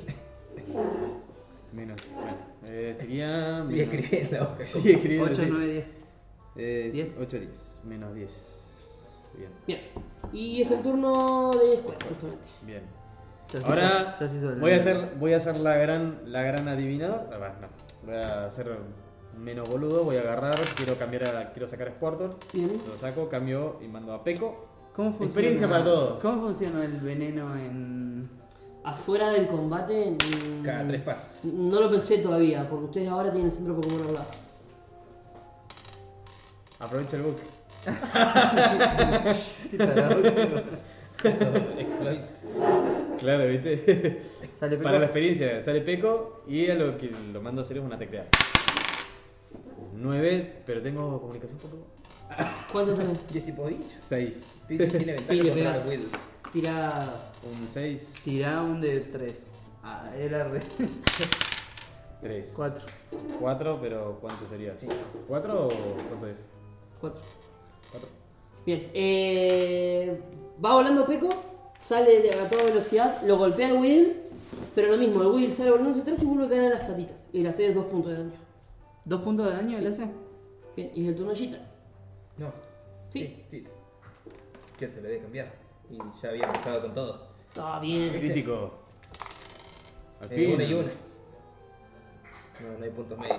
S2: Menos, bueno. Eh, sería.
S5: Voy a
S2: menos-
S5: escribir en la hoja.
S2: Sigue escribiendo.
S4: 8,
S2: sí.
S4: 9, 10.
S2: Eh,
S4: Diez.
S2: 8, 10. Menos 10. Bien,
S1: Bien, y es el turno de Escuero, justamente.
S2: bien.
S4: Ya se
S2: Ahora
S4: hizo- ya se hizo el-
S2: voy a hacer, voy a hacer la gran, la gran adivinadora. Ah, va, no. Voy a hacer menos boludo, voy a agarrar, quiero cambiar a, quiero sacar a Squirtle,
S1: Bien.
S2: lo saco, cambio y mando a Peco.
S4: ¿Cómo funciona,
S2: Experiencia para todos.
S4: ¿Cómo funciona el veneno en.
S1: Afuera del combate. mm,
S5: Cada tres pasos.
S1: No lo pensé todavía, porque ustedes ahora tienen el centro Pokémon al lado.
S2: Aprovecha el book.
S5: Esos exploits.
S2: Claro, ¿viste?
S4: Sale
S2: Para la
S4: peor.
S2: experiencia, sale Peco y a lo que lo mando a hacer es una tecleada. 9, pero tengo comunicación por
S1: ¿Cuánto tenés?
S5: Y es tipo bicho.
S2: 6.
S5: Tiene tiene
S1: Sí,
S5: ventaja
S1: le
S5: contra
S1: pegas.
S5: la Will.
S1: Tira.
S2: Un 6,
S4: Tirá un de 3. Ah, era re.
S2: 3.
S4: 4.
S2: 4, pero ¿cuánto sería?
S5: Sí.
S2: 4 o cuánto es?
S1: 4.
S2: 4.
S1: Bien, eh, va volando Peco, sale de- a toda velocidad, lo golpea el Will, pero lo mismo, el Will sale volando hacia atrás y vuelve a caer en las patitas. Y le hace dos puntos de daño.
S4: ¿Dos puntos de daño le hace?
S1: Bien, y es el turno de Gita.
S5: No.
S1: Sí.
S5: Tito. Yo te lo había cambiado. Y ya había empezado con todo.
S1: Está bien.
S2: Crítico. Al
S5: Eh,
S2: fin.
S5: una y una. No, no hay puntos medios.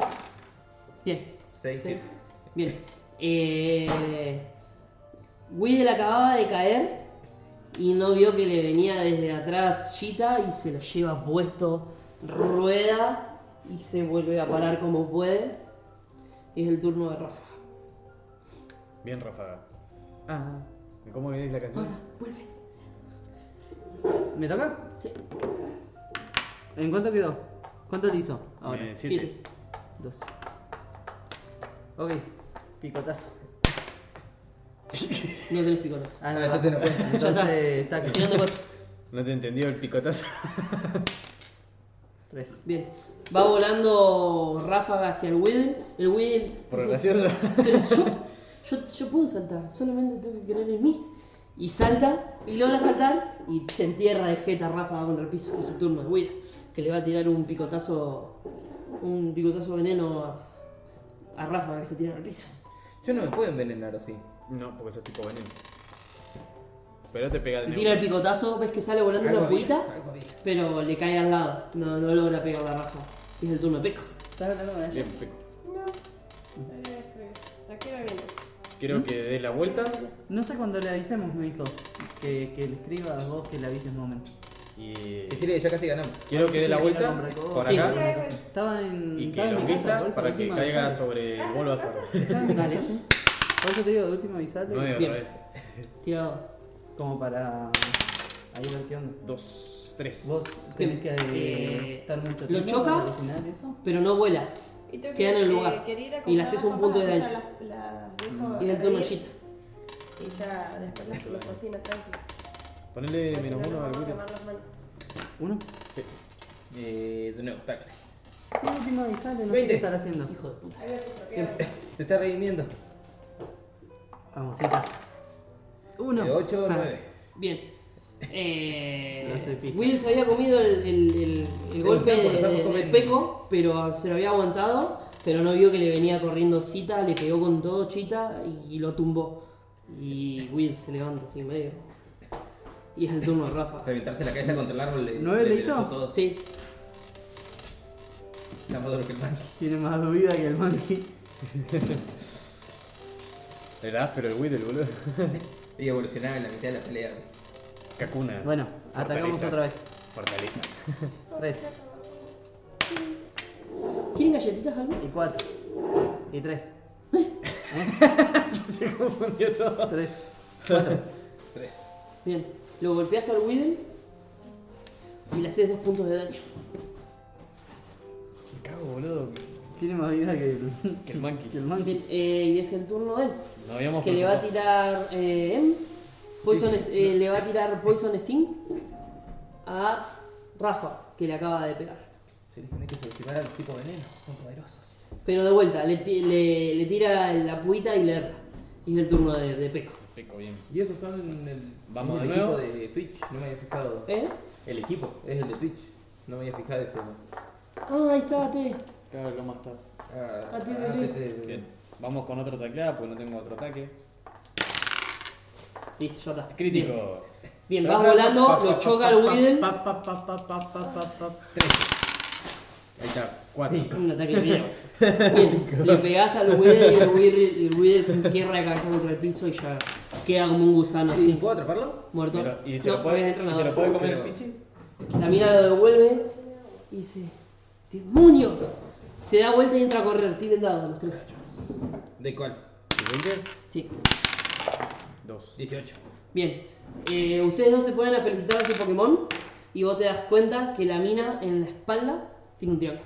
S1: Bien.
S5: Seis,
S1: Sí.
S5: siete.
S1: Bien. Eh, Will acababa de caer y no vio que le venía desde atrás Gita y se lo lleva puesto, rueda y se vuelve a parar como puede. Y es el turno de Rafa.
S2: Bien, ráfaga.
S4: Ah.
S2: ¿Cómo viene la canción?
S1: Vuelve.
S4: ¿Me toca?
S1: Sí.
S4: ¿En cuánto quedó? ¿Cuánto le hizo? Ahora.
S2: 7.
S4: Dos. Ok. Picotazo.
S1: No tenés picotas.
S4: Ah,
S5: Ah, entonces no cuenta.
S1: Ya está.
S4: Entonces, tackle.
S1: Tirando cuatro.
S2: No te entendió el picotazo.
S4: 3.
S1: Bien. Va volando Ráfaga hacia el Will. El Will.
S2: Por gracioso.
S1: Pero yo, yo, yo puedo saltar, solamente tengo que creer en mí. Y salta, y logra saltar, y se entierra de jeta Ráfaga contra el piso. Es su turno de Will, que le va a tirar un picotazo. Un picotazo veneno a, a Ráfaga que se tira al piso.
S5: Yo no me puedo envenenar o sí.
S2: No, porque sos tipo veneno. Pero te pega de
S1: Te tira el
S2: nuevo.
S1: picotazo, ves que sale volando una
S5: había,
S1: pulita,
S5: algo había.
S1: pero le cae al lado. No, no logra pegar la Ráfaga. Y es el turno de Peco.
S4: ¿Estás hablando con ella?
S2: Bien, pico.
S6: No. La voy a escribir. La quiero bien.
S2: Quiero que dé la vuelta
S4: No sé cuándo le avisemos, me dijo. Que, que le escribas vos que le avises momento.
S2: y.
S5: Decirle que ya casi ganamos.
S2: Quiero que dé la vuelta por
S1: Sí.
S2: acá
S4: Estaba en.
S2: y que
S4: estaba en
S2: lo
S4: mi casa, por
S2: vista
S4: eso de
S2: para que
S4: última
S2: caiga
S4: avisale.
S2: sobre el bolo azar.
S4: Estaba en mi
S1: Dale.
S4: casa. Por eso te digo, de última avisarle.
S2: 9
S1: Bien.
S2: otra vez.
S1: Tirado.
S4: Como para. Ahí ver qué onda.
S2: 2, 3.
S4: Vos tenés que
S1: Eh,
S4: estar mucho
S1: ¿lo
S4: tiempo
S1: choca?
S4: para cocinar eso.
S1: Pero no vuela.
S6: Y tengo
S1: Queda en el
S6: eh,
S1: lugar.
S6: quería ir a
S1: Y
S6: comprar
S1: le haces un
S6: las
S1: punto de
S6: papas,
S1: daño.
S6: esas las- las dejo
S1: Y es el
S6: hervir
S1: turno de Gita.
S6: Y ya después las las cocino tranquilo.
S2: Ponele menos uno al
S6: vamos a
S2: William.
S6: quemar las manos.
S4: ¿Uno?
S2: Sí.
S5: Eh, de nuevo, tacle.
S4: Sí, último y sale, no sé
S5: Veinte.
S4: qué estar haciendo.
S1: Hijo de puta.
S6: Ahí me estropearon.
S5: Se está redimiendo.
S4: Vamos, cita. Uno.
S2: Eh,
S5: De 8 o
S4: Ah,
S5: 9.
S1: Bien. Eh,
S4: No se fija.
S1: Will se había comido el, el- el- el
S5: Los
S1: golpe
S5: sapos,
S1: de,
S5: los sapos
S1: de- de
S5: comen.
S1: Peco, pero se lo había aguantado, pero no vio que le venía corriendo Cita, le pegó con todo Chita y lo tumbó. Y Will se levanta así en medio. Y es el turno de Rafa.
S5: Reventarse la cabeza contra el árbol. Le,
S4: ¿Nueve le hizo?
S5: lanzó todo.
S1: Sí,
S5: Está más duro que el man.
S4: Tiene más vida que el monkey.
S2: Era áspero el Whittle, boludo.
S5: Y evolucionaba en la mitad de la pelea.
S2: Kakuna.
S4: Bueno, atacamos
S2: Fortaleza.
S4: otra vez.
S2: Fortaleza.
S4: Tres.
S1: ¿Quieren galletitas algo?
S4: Y cuatro. Y tres.
S2: Se confundió todo.
S4: Tres. Cuatro.
S5: 3.
S1: Bien, lo golpeas al Widen y le haces dos puntos de daño.
S2: Me cago, boludo.
S4: Tiene más vida que el,
S2: Que el monkey.
S4: que el monkey.
S1: Bien, eh, y es el turno de él.
S2: No habíamos
S1: Que le va a
S2: preocupado.
S1: tirar. eh, em, Poison, eh, le va a tirar Poison Sting a Rafa, que le acaba de pegar.
S5: Se dijo que subestimar a los tipos venenos. Son poderosos.
S1: Pero de vuelta, le, ti- le- le tira la puita y le erra. Y es el turno de, de Peco.
S2: Peco, bien.
S5: Y esos son el.
S2: Vamos
S5: el
S2: de
S5: equipo
S2: nuevo.
S5: de Twitch. No me había fijado.
S1: ¿Eh?
S5: El equipo es el de Twitch. No me había fijado ese.
S1: Ah, ahí está, te.
S2: Claro, lo más tarde.
S5: Ah,
S1: Ah, tiene ley.
S2: Bien. Vamos con otra tacleada, pues no tengo otro ataque.
S1: Listo, ya está. Bien,
S2: Crítico.
S1: Bien, vas volando, lo choca al Widen.
S2: Pa, pa, pa, pa, pa, pa, pa, pa. Ahí está, cuatro.
S1: Un ataque de miedo. Bien, le pegás al Widen y el Widen- el Widen se entierra de cabeza contra el piso y ya queda como un gusano
S5: ¿Y
S1: así.
S5: puedo atraparlo?
S1: Muerto.
S2: Pero, ¿Y se
S1: No,
S2: lo
S1: porque
S2: puede,
S1: es
S2: y se
S1: entrenador.
S2: lo puede comer el
S5: Pero-
S2: pichi?
S1: La mina lo devuelve y dice: ¡Demonios! Se da vuelta y entra a correr. Tienen dados los tres.
S5: ¿De cuál?
S1: Sí.
S2: Dos.
S5: 18.
S1: Bien. Eh, ustedes dos se ponen a felicitar a su Pokémon y vos te das cuenta que la mina en la espalda tiene un triángulo.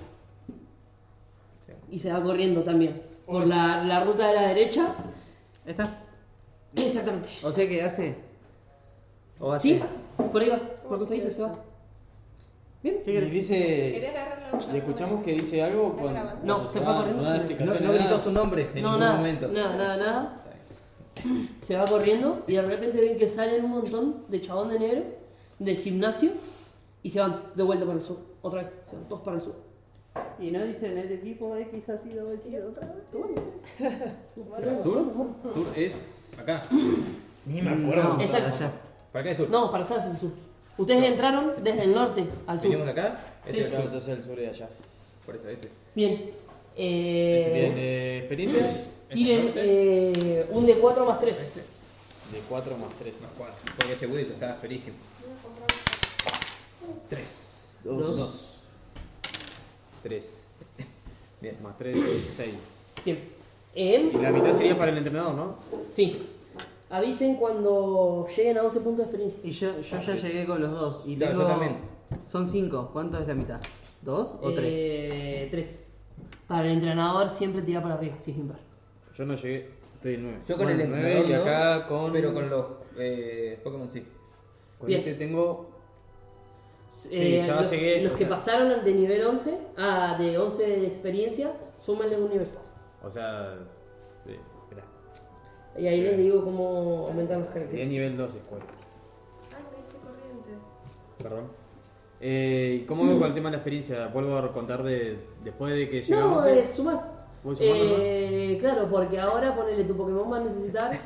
S1: Y se va corriendo también. Por la, la ruta de la derecha.
S4: ¿Esta?
S1: Exactamente.
S4: O sea que hace. O hace.
S1: ¿Sí? Por ahí va. Por costadito se va. ¿Bien?
S4: ¿Qué querés?
S6: ¿Querés
S2: dice.
S6: agarrar la otra?
S2: ¿Le escuchamos que dice algo?
S6: ¿Está
S2: cuando-
S6: grabando?
S1: No,
S2: cuando
S1: se
S2: va?
S1: fue corriendo,
S2: Ah, No da
S1: sí.
S5: Ah, No,
S2: explicación.
S5: no
S2: nada.
S5: gritó su nombre en
S1: No,
S5: ningún
S1: nada,
S5: momento.
S1: nada, nada, nada. Se va corriendo y de repente ven que salen un montón de chabón de negro del gimnasio y se van de vuelta para el sur. Otra vez, se van todos para el sur.
S4: Y no dicen el equipo X ha sido vencido otra vez.
S5: ¿Era sur? Sur es acá.
S2: Ni me acuerdo.
S4: No,
S1: Exacto.
S4: allá.
S5: ¿Para acá es sur?
S1: No, para allá hacia el sur. Ustedes entraron desde el norte al
S5: Venimos de
S1: sur.
S5: acá. Este
S1: Sí.
S2: Claro,
S5: es el sur.
S2: entonces el sur de allá.
S5: Por eso, este. este
S1: Bien. Eh,
S2: Bien, eh, experiencia
S1: tiren eh, un de 4 más 3.
S2: de 4 más 3.
S5: Más cuatro. Porque ese Woody estaba ferísimo. Tres.
S2: 2. 3.
S5: Bien.
S2: Más 3, 6.
S1: Bien. Em,
S2: Y la mitad sería para el entrenador, ¿no?
S1: sí. Avisen cuando lleguen a 11 puntos de experiencia.
S4: Y yo, yo ya llegué con los dos. Y
S5: Claro,
S4: tengo.
S5: yo también.
S4: Son cinco. ¿Cuánto es la mitad? ¿Dos o tres?
S1: Eh, tres. Para el entrenador siempre tira para arriba, si es impar.
S2: Yo no llegué, estoy en 9.
S5: Yo con el
S2: nueve
S5: entrenador
S2: y
S5: no,
S2: acá con.
S5: Pero con los eh, Pokémon sí.
S2: Con
S1: Bien.
S2: este tengo. Sí,
S1: Eh,
S2: ya
S1: los,
S2: llegué,
S1: los
S2: o
S1: que
S2: sea-
S1: pasaron de nivel 11 a de 11 de experiencia, súmenle un nivel.
S2: O sea. eh, espera.
S1: Y ahí les digo cómo aumentan las
S2: Sería
S1: características.
S2: nivel 12, cuál.
S6: Ah, me diste corriente.
S2: Perdón. Eh, ¿y ¿Cómo veo con el tema de la experiencia? Vuelvo a contar de después de que
S1: No,
S2: llegamos.
S1: eh, sumás.
S2: Voy sumando,
S1: Eh, claro, porque ahora ponele tu Pokémon va a necesitar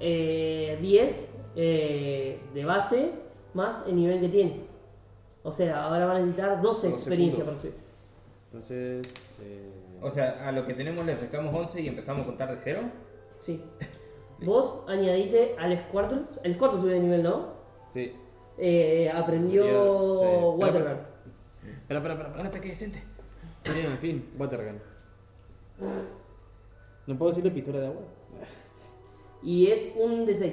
S1: eh, 10 eh, de base más el nivel que tiene. O sea, ahora va a necesitar 12,
S5: 12
S1: experiencia para
S5: puntos.
S1: subir.
S2: Entonces. eh,
S5: O sea, a lo que tenemos le sacamos 11 y empezamos a contar de cero.
S1: Sí. Vos añadiste al Squirtle. El Squirtle subió de nivel, ¿no?
S2: sí.
S1: Eh, aprendió
S2: Sería, sí.
S1: Watergun.
S2: Espera, espera, espera.
S5: Un ataque decente.
S2: espera. Bien, en fin, Watergun. ¿No puedo decirle pistola de agua?
S1: Y es un D6.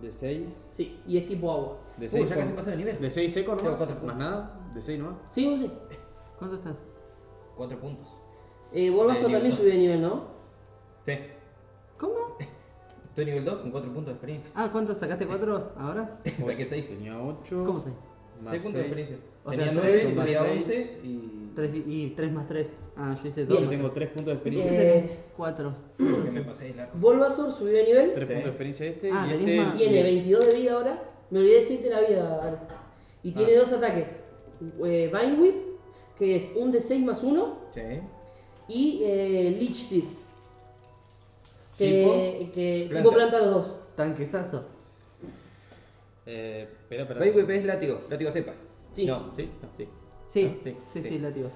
S2: De 6.
S1: Sí, y es tipo agua.
S2: De
S5: Uh,
S2: 6.
S5: ya casi pasó de nivel.
S2: De 6 seco, ¿no?
S5: Tengo cuatro
S2: Más
S5: puntos.
S2: nada. De 6 nomás.
S1: Sí, vos sí.
S4: ¿Cuánto estás?
S5: 4 puntos.
S1: Eh, vos
S5: De
S1: Vaso
S5: nivel
S1: también
S5: dos.
S1: subió de nivel, ¿no?
S5: Sí.
S4: ¿Cómo?
S5: Estoy nivel 2 con 4 puntos de experiencia.
S4: Ah, ¿cuánto sacaste? ¿Cuatro ahora?
S5: Saqué 6. 6
S2: Tenía 8.
S4: ¿Cómo seis?
S5: puntos de experiencia.
S4: O
S5: Tenía
S4: sea,
S5: 9,
S4: tres más
S5: salía
S2: seis.
S5: 11 y.
S4: Tres y, y tres más tres. Ah, yo hice dos.
S2: Yo tengo 3 puntos de
S4: Yo
S2: experiencia.
S1: Eh,
S4: tenés cuatro.
S5: Porque me pasé de largo.
S1: Bulbasaur subió de nivel.
S2: 3 puntos de experiencia este.
S4: Ah,
S2: y
S4: tenés
S2: este.
S4: más.
S1: Tiene
S4: Bien.
S1: 22 de vida ahora. Me olvidé de decirte la vida, Aro. Y tiene dos ataques. Eh, Vine Whip, que es un de 6 más 1.
S5: Sí.
S1: Y eh, Leech Seed. Que,
S5: Tipo
S1: que
S5: planta.
S1: tipo planta los dos.
S4: Tanquesazo.
S2: Eh, espera, espera.
S5: Byweb es látigo, látigo cepa.
S1: Sí.
S5: No, sí, no, sí.
S4: Sí,
S5: Ah,
S4: sí, sí,
S5: sí.
S4: látigo.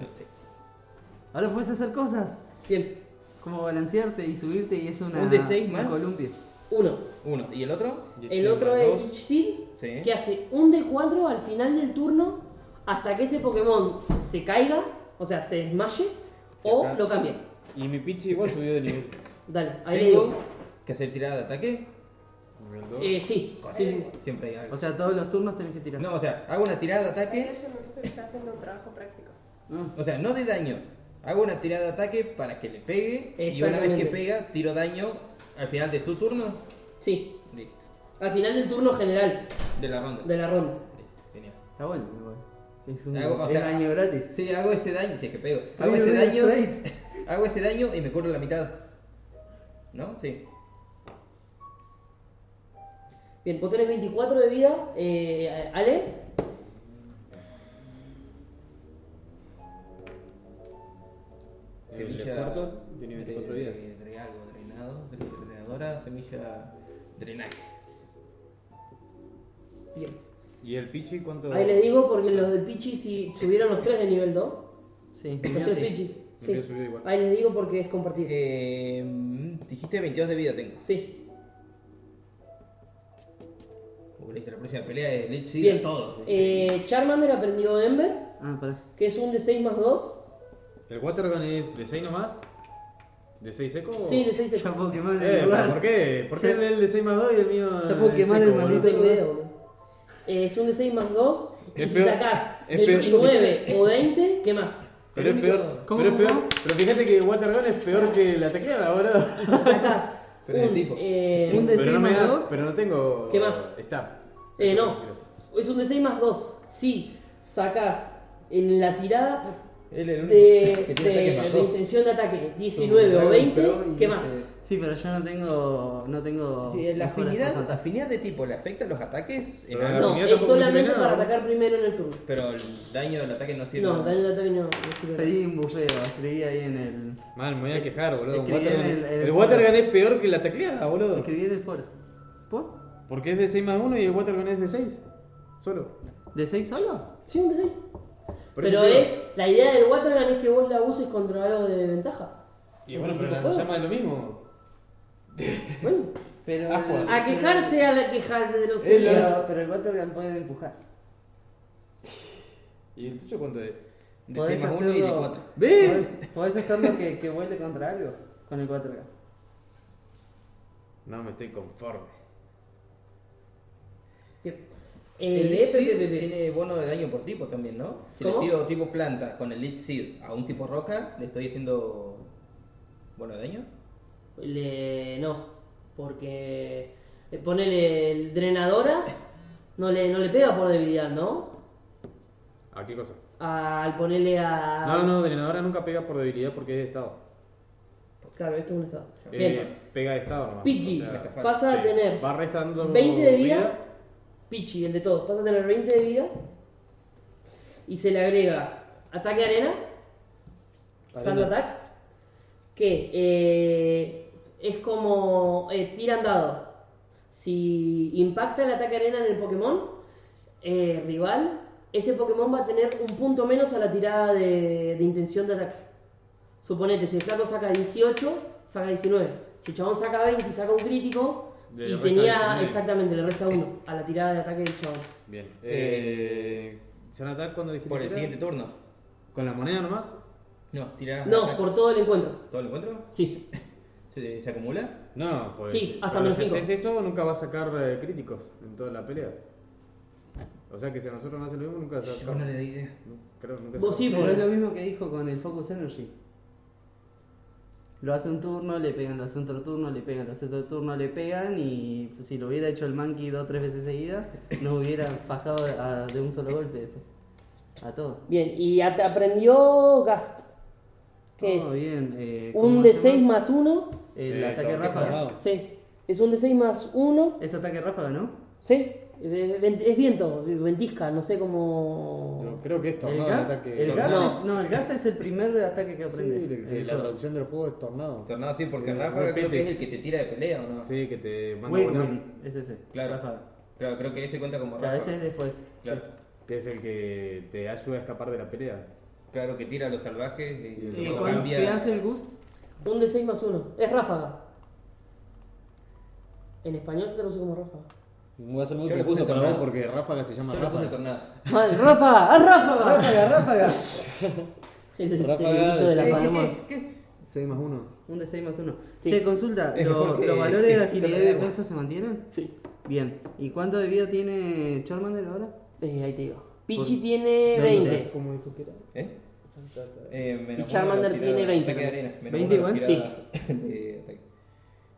S4: Ahora puedes hacer cosas.
S1: Bien.
S4: Como balancearte y subirte y es una,
S5: Un de seis
S4: una
S5: más.
S4: columpio.
S1: Uno.
S5: Uno. ¿Y el otro?
S2: Y
S1: El
S2: este
S1: otro
S2: más
S1: es
S2: dos.
S1: Leech Seed,
S5: Sí.
S1: que hace un de 4 al final del turno hasta que ese Pokémon se caiga, o sea, se desmaye, o
S5: Acá.
S1: lo cambie.
S2: Y mi Pichi igual subió de nivel.
S1: Dale, ahí le digo.
S5: Tengo que hacer tirada de ataque.
S2: Nivel 2.
S1: Eh, sí,
S5: Con-
S1: sí, sí.
S5: Siempre hay algo.
S4: O sea, todos los turnos tenés que tirar.
S5: no, o sea, hago una tirada de
S6: Ayer
S5: ataque.
S6: se me puso que está haciendo un trabajo práctico.
S4: No.
S5: O sea, no de daño. Hago una tirada de ataque para que le pegue. Y una vez que
S1: Exactamente.
S5: pega, tiro daño al final de su turno.
S1: Sí,
S5: Listo.
S1: al final del turno general
S5: De la ronda.
S1: de la ronda.
S5: Listo, Genial.
S4: Está bueno, igual. Es un
S5: Hago- o
S4: es
S5: sea, ah.
S4: daño gratis.
S5: Sí, hago ese daño. Sí, que pego. Hago
S4: Free
S5: ese
S4: Red
S5: daño.
S4: Straight.
S5: Hago ese daño y me cubro la mitad. ¿No? Sí.
S1: Bien, vos tenés 24 de vida, eh, Ale.
S5: Semilla
S2: El cuarto tiene 24
S5: de-
S2: días.
S5: de- de algo, drenado, de- drenadora, semilla drenaje.
S1: Bien.
S2: ¿Y el Pichi cuánto?
S1: Ahí les digo porque los de Pichi si subieron los tres de nivel 2.
S4: Sí,
S1: Los
S4: yo
S1: tres
S4: sí.
S1: Pichi.
S2: El
S1: sí.
S2: mío subió igual.
S1: Ahí les digo porque es compartido.
S5: Eh, dijiste 22 de vida tengo.
S1: Sí.
S5: Uh, listo, la próxima pelea es Lich Seed
S1: Bien.
S5: a todos.
S1: Eh, Charmander aprendió Ember,
S4: Ah, pará.
S1: que es un de 6 más 2.
S2: ¿El Watergun es de 6 nomás? ¿De 6 seco?
S1: Sí, de 6
S4: Ya puedo quemar el
S2: Eh,
S4: lugar.
S2: ¿Por qué? ¿Por qué
S4: Ya-
S2: el del de 6 más 2 y el mío.
S4: Ya puedo
S2: es
S4: quemar
S2: seco,
S4: el
S2: boludo?
S4: maldito-
S1: Este es un de 6 más 2. Y
S2: Es
S1: si
S2: peor-
S1: sacás
S2: es
S1: el
S2: peor-
S1: 19 o 20, ¿qué más?
S2: Pero es peor.
S4: ¿Cómo,
S2: pero es peor.
S4: cómo?
S2: Pero fíjate que Watergun es peor que la tecleada, boludo.
S1: Y si sacás
S5: Pero es
S1: un,
S5: tipo.
S1: eh,
S4: Un de
S2: pero no
S4: 6
S2: me
S4: más
S2: da-
S4: 2.
S2: Pero no tengo.
S1: ¿Qué más?
S2: Está.
S1: Eh, no. Es un de 6 más 2. Si sacás en la tirada
S5: Él es el único
S1: de,
S5: que tiene
S1: de-
S5: ataques más
S1: de
S5: dos.
S1: intención de ataque 19 o 20, ¿qué más?
S2: eh,
S4: Sí, pero yo no tengo. No tengo.
S5: Sí, la
S4: mejoras
S5: afinidad,
S4: constantes.
S5: afinidad de tipo, ¿le afecta los ataques? En
S2: No.
S5: algo?
S1: No,
S2: mía
S1: es
S2: tampoco me
S1: solamente
S2: sirve
S1: para
S2: nada, ¿no?
S1: atacar primero en el turno.
S5: Pero el daño del ataque no sirve.
S1: No, dale el ataque no. no sirve.
S4: Pedí un bufeo, escribí ahí en el.
S2: Mal, me voy a quejar, boludo.
S4: Escribí
S2: Watergun-
S4: en el- en el-
S2: el Watergun es peor que la tecleada, boludo.
S4: Escribí en el foro. ¿Por?
S2: Porque es de 6 más 1 y el Watergun es de 6. Solo.
S4: ¿De 6 solo?
S1: Sí, un de 6.
S2: Por
S1: Pero
S2: eso te digo.
S1: es, la idea del Watergun es que vos la uses contra algo de ventaja.
S2: Y bueno, pero
S1: ¿Contra
S2: la
S1: el juego?
S2: llama es lo mismo.
S1: Bueno,
S4: Pero.
S2: Ascuas.
S4: el-
S1: a quejarse a la queja de los
S4: Pero, Ah, pues. pero, pero el Watergun puede empujar.
S2: ¿Y el tuyo cuánto es?
S5: De
S4: Podés
S5: 6 más 1 y de 4.
S2: ¿Ves?
S4: podés- Podés hacerlo que, que vuele contra algo con el 4K.
S2: No me estoy conforme.
S1: Bien. Eh, El, FPPP.
S5: tiene bono de daño por tipo también, ¿no? Si
S1: ¿Cómo?
S5: le tiro tipo planta con el Lich Seed a un tipo roca, le estoy haciendo bono de daño.
S1: Le- no, porque eh, ponele el drenadoras, no le, no le pega por debilidad, ¿no?
S2: ¿A qué cosa?
S1: Al ponerle a...
S2: No, no, drenadora nunca pega por debilidad porque es de estado.
S1: Claro, esto es un estado.
S2: Eh,
S1: Bien,
S2: pega de estado nomás.
S1: Pichi,
S2: O sea,
S1: pasa a
S2: te
S1: tener
S2: Va restando
S1: 20 de vida, Pichi, el de todos, pasa a tener 20 de vida y se le agrega ataque arena, sand attack, que eh, es como eh, tiran dado. Si impacta el ataque arena en el Pokémon eh, rival, ese Pokémon va a tener un punto menos a la tirada de, de intención de ataque. Suponete, si el flaco saca 18, saca 19. Si el chabón saca 20 y saca un crítico,
S2: Le
S1: si
S2: resta
S1: tenía
S2: 19.
S1: exactamente, le resta uno a la tirada de ataque del chabón.
S2: Bien. Eh, ¿Se van a atacar cuando dijiste?
S5: Por el
S2: que era?
S5: siguiente turno.
S2: ¿Con la moneda nomás?
S5: No, tirás.
S1: No,
S5: ataque.
S1: por todo el encuentro.
S5: ¿Todo el encuentro?
S1: Sí,
S5: ¿Se, se acumula?
S2: No, pues.
S1: Sí, hasta
S2: cuando
S1: menos
S2: si
S1: cinco.
S2: haces eso, nunca vas a sacar eh, críticos en toda la pelea. O sea que si a nosotros no hace lo mismo, nunca se va a sacar.
S5: di idea.
S2: No, Creo, nunca se
S1: Vos
S2: va a
S1: sí,
S2: sacar.
S4: Pero
S1: porque-
S4: es lo mismo que dijo con el Focus Energy. Lo hace un turno, le pegan, lo hace otro turno, le pegan, lo hace otro turno, le pegan. Y si lo hubiera hecho el monkey dos o tres veces seguida, no hubiera bajado a- de un solo golpe. después. A todo.
S1: Bien, y at- aprendió Gast. Que
S4: Todo
S1: es
S4: bien. eh,
S1: un
S4: ¿cómo se
S1: D6
S4: llama?
S1: más 1.
S4: El
S9: Eh,
S4: ataque
S9: toque
S4: ráfaga.
S9: parado.
S1: Sí. Es un D6 más 1.
S4: Es ataque ráfaga, ¿no?
S1: Sí. Eh, ven- Es viento, ventisca, no sé cómo.
S9: Yo creo que es
S4: El
S9: tornado de
S4: gas,
S9: ataque.
S4: el gas
S1: tornado.
S4: es, no, el gas es el primer ataque que
S9: Sí,
S4: aprende.
S9: de- de
S4: El
S9: la
S4: todo.
S9: traducción del juego es tornado.
S5: Tornado sí, porque
S2: Eh,
S5: Ráfaga creo
S2: repite.
S5: que es el que te tira de pelea, ¿o no?
S2: Sí, que te manda a
S4: Win,
S2: volar.
S4: win, es ese.
S5: Claro.
S4: Ráfaga.
S5: Claro, creo que ese cuenta como
S4: Claro,
S5: Ráfaga.
S4: ese es después.
S5: Claro.
S2: Que es el que te ayuda a escapar de la pelea.
S5: Claro, que tira a los salvajes y,
S2: Y el
S4: ¿Y
S5: luego
S4: cuál- ¿Qué hace el Gust?
S1: Un D6 más 1. Es ráfaga. En español se traduce como ráfaga.
S2: Voy a hacer muy
S5: Yo le
S2: confuso
S5: puse
S2: para vos
S5: tornado.
S2: porque Ráfaga se llama
S5: Yo lo puse
S2: Ráfaga.
S5: tornado.
S1: ¡Ah, es ráfaga! ¡Ah, ráfaga!
S4: Ráfaga, ráfaga.
S1: El
S2: Ráfaga
S1: cerebrito de
S2: de
S1: la
S4: ¿Qué,
S1: Paloma.
S4: qué, qué, qué?
S2: 6 más 1.
S4: Un de 6 más 1.
S1: Sí.
S4: Che, consulta,
S5: Es
S4: ¿lo-
S5: mejor que-
S4: ¿los valores de
S5: que-
S4: agilidad y
S5: que-
S4: defensa se mantienen?
S1: Sí.
S4: Bien. ¿Y cuánto de vida tiene Charmander ahora?
S1: Eh, ahí te digo. Pichi
S4: Por-
S1: tiene
S4: Sí,
S1: 20.
S9: Como dijo que era.
S5: ¿Eh? Eh, menos
S1: Y
S5: uno
S1: Charmander
S5: la
S1: tiene
S5: tirada-
S1: 20,
S5: Ataque de
S1: ¿no?
S5: arena. menos
S4: 20
S5: uno la
S1: igual,
S5: tirada de ataque.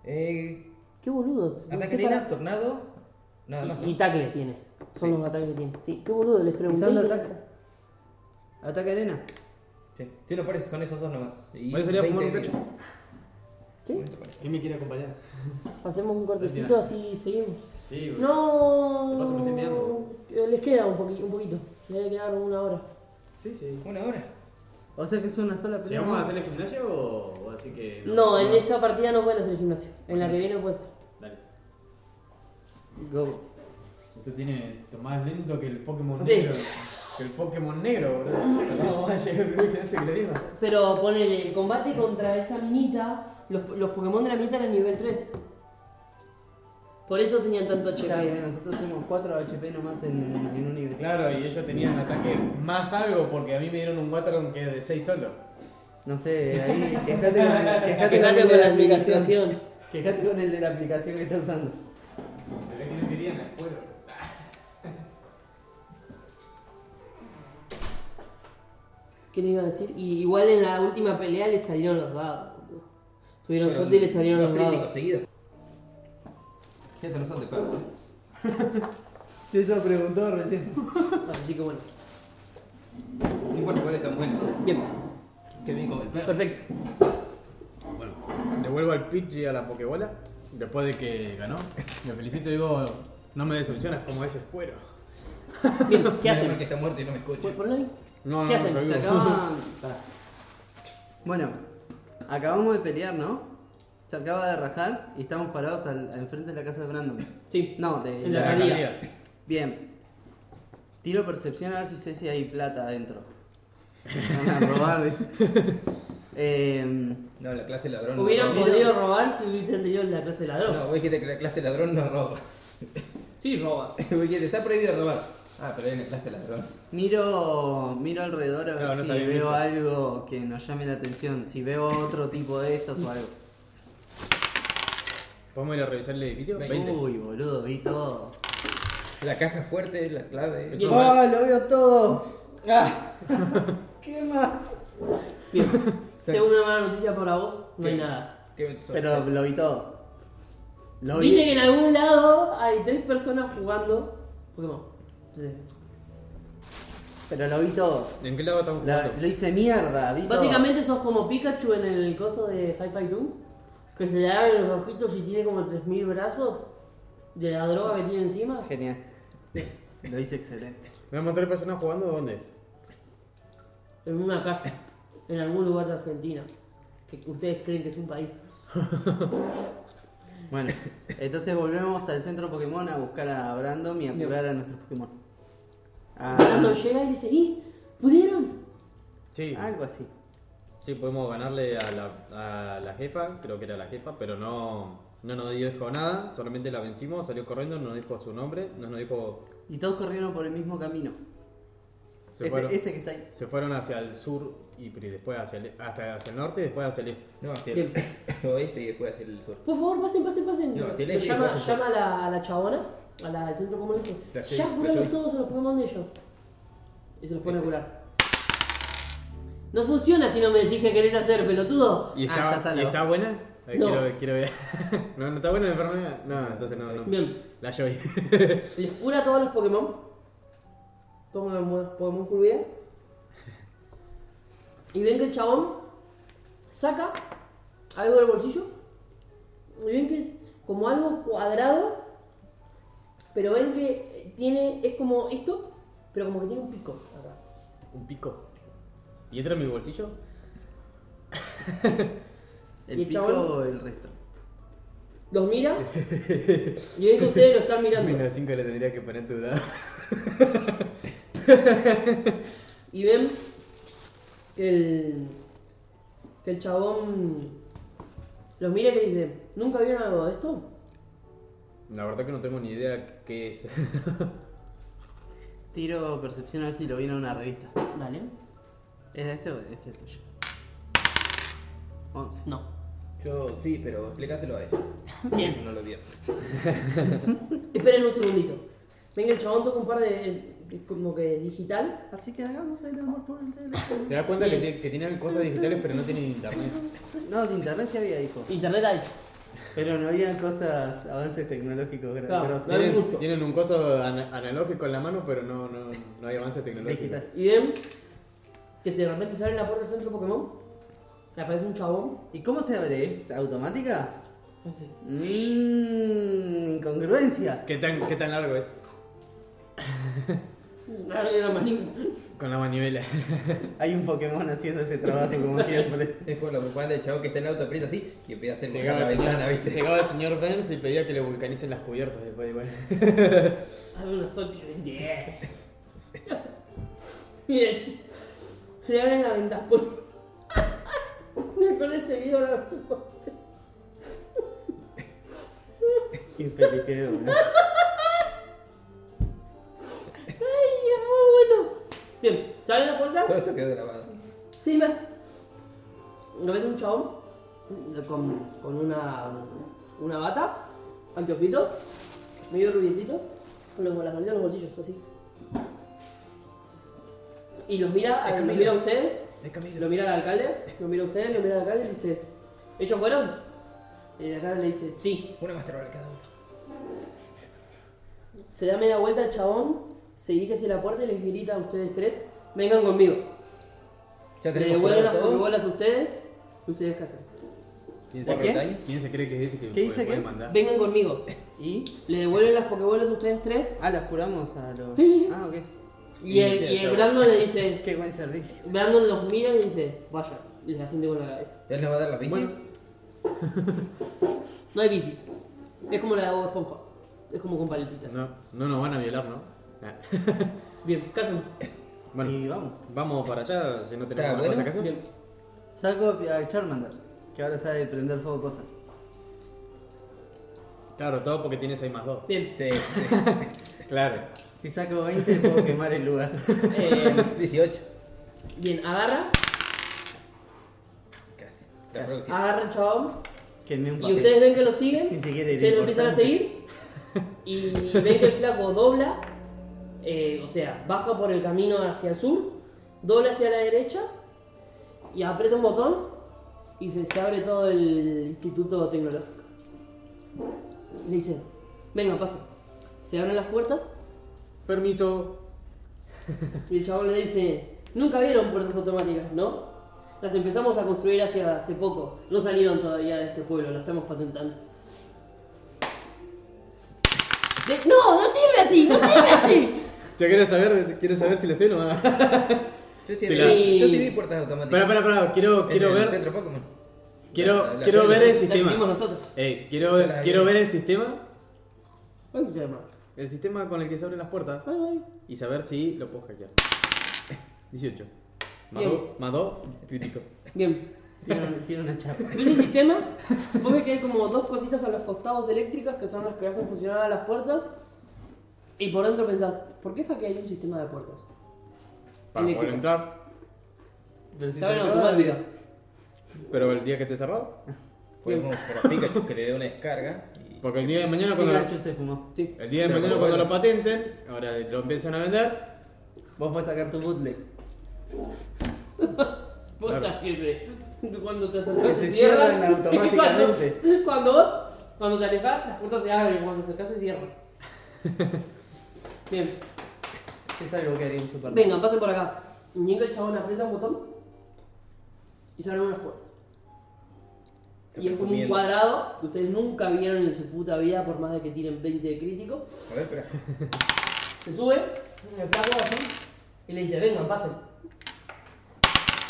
S5: Eh,
S1: Qué boludos. No
S5: ataque
S1: sé
S5: de arena,
S1: para-
S5: tornado. Nada más.
S1: Y, y
S5: ¿no?
S1: tackle tiene. Son
S5: Sí.
S1: los ataques que tiene. Sí, qué boludo, les pregunté.
S4: Quizás lo
S1: y-
S4: ataca. ¿Ataca arena?
S5: Sí, sí, no parece, son esos dos nomás. Y
S2: Voy a salir a fumar
S5: 20
S2: un
S5: de
S2: cacho.
S5: vida.
S1: Sí,
S2: ¿Quién me quiere acompañar?
S1: hacemos un cortecito así seguimos.
S2: Sí,
S1: No.
S2: De paso me estoy mirando.
S1: Eh, Les queda un, poqui- un poquito. Les debe quedar una hora.
S2: Sí, sí.
S5: Una hora.
S4: O sea que es una sola pelea.
S2: ¿Llegamos a hacer el gimnasio o, o así que.? Ah,
S1: No, en este- esta partida no pueden hacer gimnasio. En la que viene puede ser.
S2: Dale.
S4: Go.
S2: Usted tiene esto más lento que el Pokémon
S1: Sí.
S2: negro. Que el Pokémon negro, boludo. No, vamos a llegar al primer gimnasio que lo vimos.
S1: Pero ponele el combate contra esta minita. Los, los Pokémon de la minita eran nivel 3. Por eso tenían tanto
S4: Está bien,
S1: HP.
S4: eh, nosotros tenemos 4 HP nomás en, en un nivel.
S2: Claro, y ellos tenían ataque más algo porque a mí me dieron un Wateron que de 6 solo.
S4: No sé, ahí quejate con, quejate
S1: Quejate con
S4: el de
S1: la administración.
S4: Quejate con el de la aplicación que está usando.
S2: Se ve que no querían la escuela.
S1: ¿Qué les iba a decir? Y igual en la última pelea les salieron los dados. boludo. Tuvieron suerte y les salieron
S5: Dos
S1: los
S5: críticos
S1: dados.
S5: seguidos. Gente, no son de perro. ¿eh?
S4: Eso preguntó recién.
S1: Así que bueno.
S5: No importa cuál es tan bueno.
S1: Bien,
S5: Que bien como el perro.
S1: perfecto.
S2: Bueno, devuelvo al pitch y a la Pokébola. Después de que ganó, me felicito y digo, no me decepcionas como ese cuero.
S1: Bien, ¿qué
S5: Menos mal Que
S1: hacen? Pues,
S5: está muerto y no me escucha.
S1: Pon- ponlo ahí.
S2: No,
S1: ¿Qué
S2: no,
S1: hacen?
S2: no,
S4: Se acaban. Pará. Bueno, acabamos de pelear, ¿no? Se acaba de rajar y estamos parados al, al enfrente de la casa de Brandon.
S1: Sí.
S4: No, de
S1: En la
S5: Ah,
S4: de-
S1: alcaldía.
S4: Bien. Tiro percepción a ver si sé si hay plata adentro. Van a robar. eh,
S5: No, la clase ladrón. no
S1: Hubieran
S5: roba.
S1: podido robar si hubiesen tenido la clase de ladrón.
S5: No, vos dijiste que la clase ladrón no roba.
S1: Sí, roban.
S5: Vos dijiste, está prohibido robar. Ah, pero hay una clase ladrón.
S4: miro, miro alrededor a ver
S2: No, no
S4: si
S2: está bien
S4: veo
S2: visto.
S4: algo que nos llame la atención. Si veo otro tipo de estos o algo.
S2: ¿Podemos ir a revisar el edificio?
S5: Ven.
S2: 20.
S4: Uy, boludo, vi todo.
S5: La caja fuerte, la clave.
S1: Bien.
S4: ¡Oh, lo veo todo! ¡Ah! ¡Qué más!
S1: Bien. Según una mala noticia para vos, no hay nada.
S5: ¿Qué
S4: Pero lo vi todo. Lo vi.
S1: Viste que en algún lado hay tres personas jugando Pokémon. Entonces,
S4: Pero lo vi todo.
S2: ¿En qué lado estamos
S4: La-
S2: jugando?
S4: lo hice mierda, vi
S1: Básicamente sos como Pikachu en el coso de Hi-Fi Toons, que se le abren los ojitos y tiene como 3.000 brazos de la droga que tiene encima.
S4: todo. Genial. Lo hice excelente.
S2: ¿Vemos tres personas jugando dónde?
S1: En una calle, en algún lugar de Argentina, que ustedes creen que es un país.
S4: Bueno, entonces volvemos al centro Pokémon a buscar a Brandon y a
S1: Bien.
S4: curar a nuestros Pokémon. Ah,
S1: Cuando llega y dice, ¡y! ¿Pudieron?
S2: Sí.
S4: algo así.
S2: Sí, podemos ganarle a la, a la jefa, creo que era la jefa, pero no, no nos dijo nada, solamente la vencimos, salió corriendo, no nos dijo su nombre, no nos dijo...
S4: Y todos corrieron por el mismo camino.
S2: Se fueron,
S4: Ese, ese que está ahí.
S2: se fueron hacia el sur y pri- después hacia el, hasta hacia el norte y después hacia el este.
S5: No, hacia
S1: Bien.
S5: el oeste y después hacia el sur.
S1: Por favor, pasen, pasen, pasen.
S5: No, si
S1: Lo
S5: le-
S1: llama
S5: le-
S1: llama a, la, a la chabona, a la del centro común y dice,
S5: La
S1: ya
S5: Jade, la Este.
S1: curamos
S5: Jade".
S1: todos a los Pokémon de ellos. Y se los pone a curar. No funciona si no me decís que querés hacer, pelotudo.
S2: ¿Y
S4: Ah,
S2: está,
S4: ya está,
S2: y
S4: la-
S2: está buena? Eh,
S1: No.
S2: Quiero, quiero ver. no, no está buena la enfermedad. No, entonces no, no.
S1: Bien.
S2: La yo vi.
S1: Les cura a todos los Pokémon. Toman mo- Pokémon Full Vida. Y ven que el chabón saca algo del bolsillo. Y ven que es como algo cuadrado. Pero ven que tiene. es como esto, pero como que tiene un pico acá.
S2: Un pico. ¿Y entra en mi bolsillo?
S1: ¿Y
S4: El
S1: el
S4: pico
S1: chabón?
S4: o el resto.
S1: Los mira. Y ven que ustedes lo están mirando.
S2: Menos 5 le tendría que poner tu dado.
S1: Y ven que el, que el chabón los mira y le dice, ¿nunca vieron algo de esto?
S2: La verdad que no tengo ni idea qué es.
S4: Tiro percepción a ver si lo vieron en una revista.
S1: Dale.
S4: ¿Es este o este es tuyo? 11.
S1: No.
S5: Yo sí, pero explícaselo a ellos.
S1: Bien.
S5: No lo vieron.
S1: Esperen un segundito. Ven que el chabón toca un par de... es como que digital.
S4: Así que hagamos el amor por el teléfono.
S2: Te das cuenta que,
S1: Bien.
S2: tie- que tienen cosas digitales pero no tienen internet.
S4: No, de internet sí había, hijo.
S1: Internet ha hecho.
S4: Pero no había cosas, avances tecnológicos gra-
S1: Claro,
S4: grosos.
S1: dale.
S2: Tienen,
S1: gusto.
S2: tienen un coso ana- analógico en la mano pero no, no, no hay avance tecnológico.
S4: Digital.
S1: Y ven que si de repente se abre la puerta del centro Pokémon, le aparece un chabón.
S4: ¿Y cómo se abre? ¿Es automática?
S1: Así.
S4: Mmm, incongruencia.
S2: ¿Qué tan, ¿Qué tan largo es?
S1: Dale la manija.
S2: Con la manivela.
S4: Hay un Pokémon haciendo ese trabajo como siempre.
S5: Es con la bufanda del chavo que está en el auto aprieta así y empieza a hacer mojar
S2: Llegaba
S5: la
S2: el,
S5: ventana,
S2: señor,
S5: ¿viste?
S2: llegaba el señor Burns y pedía que le vulcanicen las cubiertas después igual.
S1: Abre una fucking yeah. Bien. Le abren la ventana. Me acuerdo de ese video ahora lo supo.
S4: Qué peliqueo, ¿no?
S1: Ay, es muy bueno. Bien, se abre la
S5: Todo
S1: puerta.
S5: esto quedó grabado.
S1: Sí, me. Lo ves un chabón con, con una, una bata, anteojitos, medio rubiecito, con los- con las manitas en los bolsillos, así. Y los mira, a- los mira a ustedes
S5: Es Camilo.
S1: Lo mira el alcalde, lo mira usted, lo mira el alcalde y le dice, ¿ellos fueron? Y el alcalde le dice, sí.
S5: Una mastercard cada uno.
S1: Se da media vuelta el chabón, se dirige hacia la puerta y les grita a ustedes tres, vengan conmigo.
S5: Ya
S1: Le
S5: tenemos
S1: devuelven
S5: cuidado
S1: las
S5: todo.
S1: bolas a ustedes y ustedes qué hacen.
S2: ¿Quién
S5: ¿Por
S2: se,
S5: qué?
S2: cree, ¿Quién se cree que dice que
S4: ¿Qué
S2: puede-
S4: dice
S2: puede
S4: qué?
S2: mandar?
S1: Vengan conmigo.
S4: ¿Y?
S1: Le devuelven las pokebolas a ustedes tres
S4: Ah, las curamos a los.
S1: Sí.
S4: Ah, ok.
S1: y el, y el Brandon le dice,
S4: Qué buen servicio.
S1: Brandon los mira y le dice, vaya, y les asiente con la cabeza.
S5: ¿Él nos va a dar las bicis?
S2: Bueno.
S1: No hay bicis. Es como la de Bob Esponja. Es como con paletitas.
S2: No, no nos van a violar, ¿no? Nah.
S1: Bien, casen.
S2: bueno,
S4: Y vamos.
S2: vamos para allá si no
S5: Está
S2: tenemos otra cosa que hacer.
S1: Bien.
S4: Saco a Charmander, que ahora sabe prender fuego cosas.
S2: Claro, todo porque tiene 6 más 2.
S1: Bien.
S5: Sí, sí.
S2: Claro.
S4: Si saco 20, puedo quemar el lugar.
S1: Eh,
S5: 18.
S1: Bien, agarra,
S5: Casi. La próxima.
S1: agarra el chabón
S4: Quemé un
S1: y
S4: papel.
S1: ustedes ven que lo siguen,
S4: Ni siquiera era
S1: ustedes lo empiezan a
S4: importante.
S1: seguir y ven que el flaco dobla, eh, o sea, baja por el camino hacia el sur, dobla hacia la derecha y aprieta un botón y se, se abre todo el instituto tecnológico. Le dicen, venga, pasa. Se abren las puertas
S2: Permiso.
S1: Y el chabón le dice, nunca vieron puertas automáticas, ¿no? Las empezamos a construir hacia hace poco. No salieron todavía de este pueblo, las estamos patentando. De- No, no sirve así, no sirve así.
S2: Yo quiero saber, quiero saber si le sé nomás.
S5: Yo sí,
S2: Sí,
S5: vi-
S2: la-
S5: yo sí vi puertas automáticas.
S2: Espera, espera, espera, quiero,
S5: En
S2: quiero
S5: el
S2: ver.
S5: centro Pokémon. La-
S2: Quiero,
S5: la
S2: quiero
S5: llave
S2: ver
S5: la-
S2: el
S5: la
S1: Las hicimos
S2: sistema.
S1: nosotros.
S2: Eh, quiero,
S5: Yo la-
S2: quiero ver el sistema.
S1: Ay, qué hermano.
S2: El sistema con el que se abren las puertas.
S1: Ay, ay.
S2: Y saber si lo puedo hackear. 18. Más
S1: Bien.
S2: 2, más 2, crítico.
S1: Bien.
S4: Tiene, un- tiene una chapa.
S1: ¿Ves el sistema? Vos ves que hay como dos cositas a los costados eléctricas que son las que hacen funcionar a las puertas. Y por dentro pensás, ¿por qué hackearía un sistema de puertas?
S2: Para
S1: Eléctrico.
S2: poder entrar.
S4: Pero si
S1: Se abren
S4: te acabas de-
S1: automáticas.
S2: Pero el día que esté cerrado.
S5: Podemos por a Pikachu que le dé una descarga. Y...
S2: Porque el día de mañana cuando lo,
S4: Pikachu se fumó.
S1: Sí.
S2: el día de
S5: Pero
S2: mañana
S5: bueno.
S2: cuando lo patenten, ahora lo empiezan a vender.
S4: Vos podés sacar tu bootleg.
S1: puertas que se. Cuando te acercas
S4: Que se cierran automáticamente.
S1: Cuando, cuando vos- cuando te alejas, las puertas se abren, cuando te acercas se cierran. Bien,
S4: Es algo que haría un Superman.
S1: vengan, pasen por acá. Llega el chabón, aprieta un botón y se abren unas puertas.
S5: Está
S1: Y es como un
S5: presumiendo.
S1: cuadrado que ustedes nunca vieron en su puta vida, por más de que tiren 20 de crítico.
S5: A ver, espera.
S1: Se sube, en el plato así, y le dice, vengan, pasen.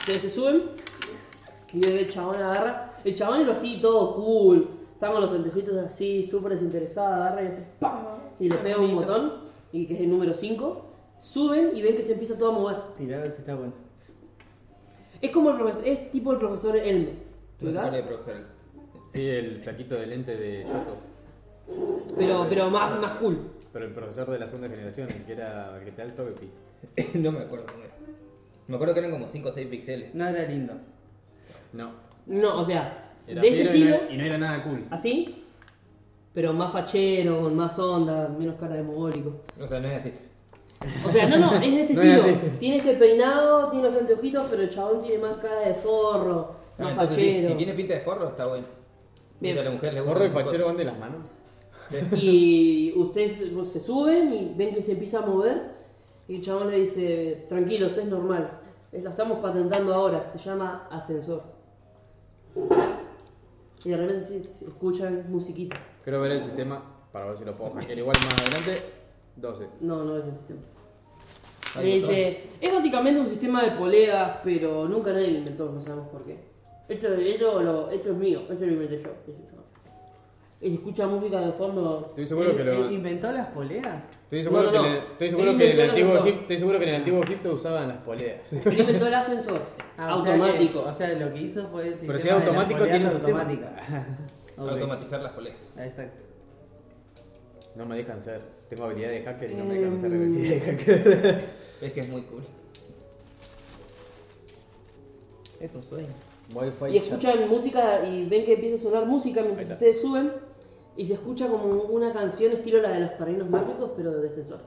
S1: Ustedes se suben, y viene el chabón agarra. El chabón es así, todo cool. Está con los anteojitos así, súper desinteresado, agarra y hace ¡pam! Y le pega un botón, y que es el número 5. Suben y ven que se empieza todo a mover.
S4: Tirá a ver si está bueno.
S1: Es como el profesor, es tipo el profesor Elmer.
S5: No sé cuál es
S1: ¿verdad?
S5: el profesor.
S3: Sí, el flaquito de lente de Yoto.
S1: Pero, pero más, más cool.
S3: Pero el profesor de la segunda generación, el que era el que te da el toque.
S5: no me acuerdo cómo era. Me acuerdo que eran como 5 o 6 píxeles.
S4: No era lindo.
S3: No.
S1: No, o sea,
S3: Era
S1: de este
S3: fiero y
S1: estilo.
S3: no- y no era nada cool.
S1: Así, pero más fachero, con más onda, menos cara de mogólico.
S5: O sea, no es así.
S1: O sea, no, no, es de este
S3: No es
S1: estilo.
S3: así.
S1: tiene este peinado, tiene los anteojitos, pero el chabón tiene más cara de forro,
S5: Ah,
S1: más
S5: entonces sí,
S1: fachero.
S5: si tiene pinta de forro, está bueno.
S1: Bien.
S5: Mientras a la mujer le gusta.
S3: ¿Gorro y fachero van de las manos?
S1: Y ustedes pues, se suben y ven que se empieza a mover. Y el chabón le dice: Tranquilos, es normal. Es- Lo estamos patentando ahora, se llama ascensor. Y de repente se- se escuchan musiquita.
S3: Quiero ver el sistema para ver si lo puedo hackear igual más adelante. 12.
S1: No, no es el sistema. Le
S5: Hay
S1: dice, es básicamente un sistema de poleas, pero nunca nadie lo inventó, no sabemos por qué. Esto, ello lo- esto es mío, esto lo inventé yo, qué sé yo. Y se escucha música de fondo.
S3: Estoy seguro que lo.
S4: ¿Eh, ¿Inventó las poleas?
S3: Estoy seguro,
S1: No, no,
S3: que,
S1: no.
S3: en el- estoy seguro
S1: Él
S3: Eh, que en el
S1: inventó
S3: antiguo
S1: los dos.
S3: Egipto, estoy seguro que en el antiguo Egipto usaban las poleas.
S1: Él inventó el ascensor,
S4: Ah, o sea que-
S1: automático.
S4: O sea, lo que hizo fue el sistema
S3: Pero si
S4: de
S3: es automático,
S4: las
S3: tiene
S4: poleas
S3: un sistema.
S4: automáticas. Ok.
S5: Automatizar las poleas.
S4: Ah, Exacto.
S3: No me dejan ser. Tengo habilidad de hacker y no me dejan ser
S1: Em.
S3: Eh, habilidad de hacker.
S5: Es que es muy cool. Es un sueño.
S1: y escuchan música y ven que empieza a sonar música mientras
S3: Ahí está.
S1: ustedes suben. Y se escucha como una canción estilo la de los padrinos mágicos, pero de ascensor.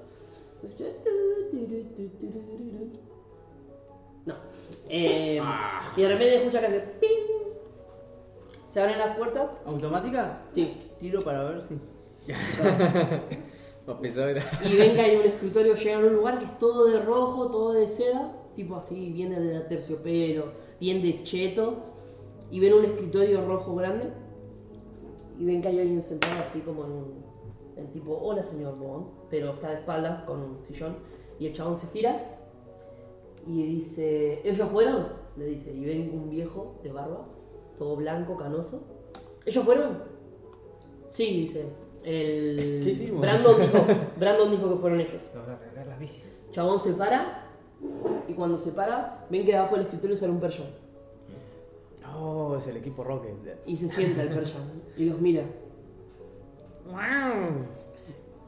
S1: Se escucha, tu, tu, tu, tu, tu, tu, tu, tu. No. Eh,
S3: Ah.
S1: Y de repente escucha que hace ping. Se abren las puertas.
S4: ¿Automática?
S1: Sí.
S4: Tiro para ver si.
S3: No, pensaba era.
S1: Y ven que hay un escritorio, llegan a un lugar que es todo de rojo, todo de seda, tipo así, bien de terciopelo, bien de cheto. Y ven un escritorio rojo grande. Y ven que hay alguien sentado así como en un. en tipo, hola señor Bond, pero está de espaldas con un sillón. Y el chabón se estira y dice, ¿ellos fueron? Le dice, y ven un viejo de barba, todo blanco, canoso. ¿Ellos fueron? Sí, dice. El
S3: ¿Qué hicimos?
S1: Brandon dijo, Brandon dijo que fueron ellos.
S5: Nos van a regalar las bicis.
S1: Chabón se para y cuando se para, ven que debajo del escritorio sale un perro
S3: No, Oh, es el equipo Rocket.
S1: Y se sienta el perro y los mira.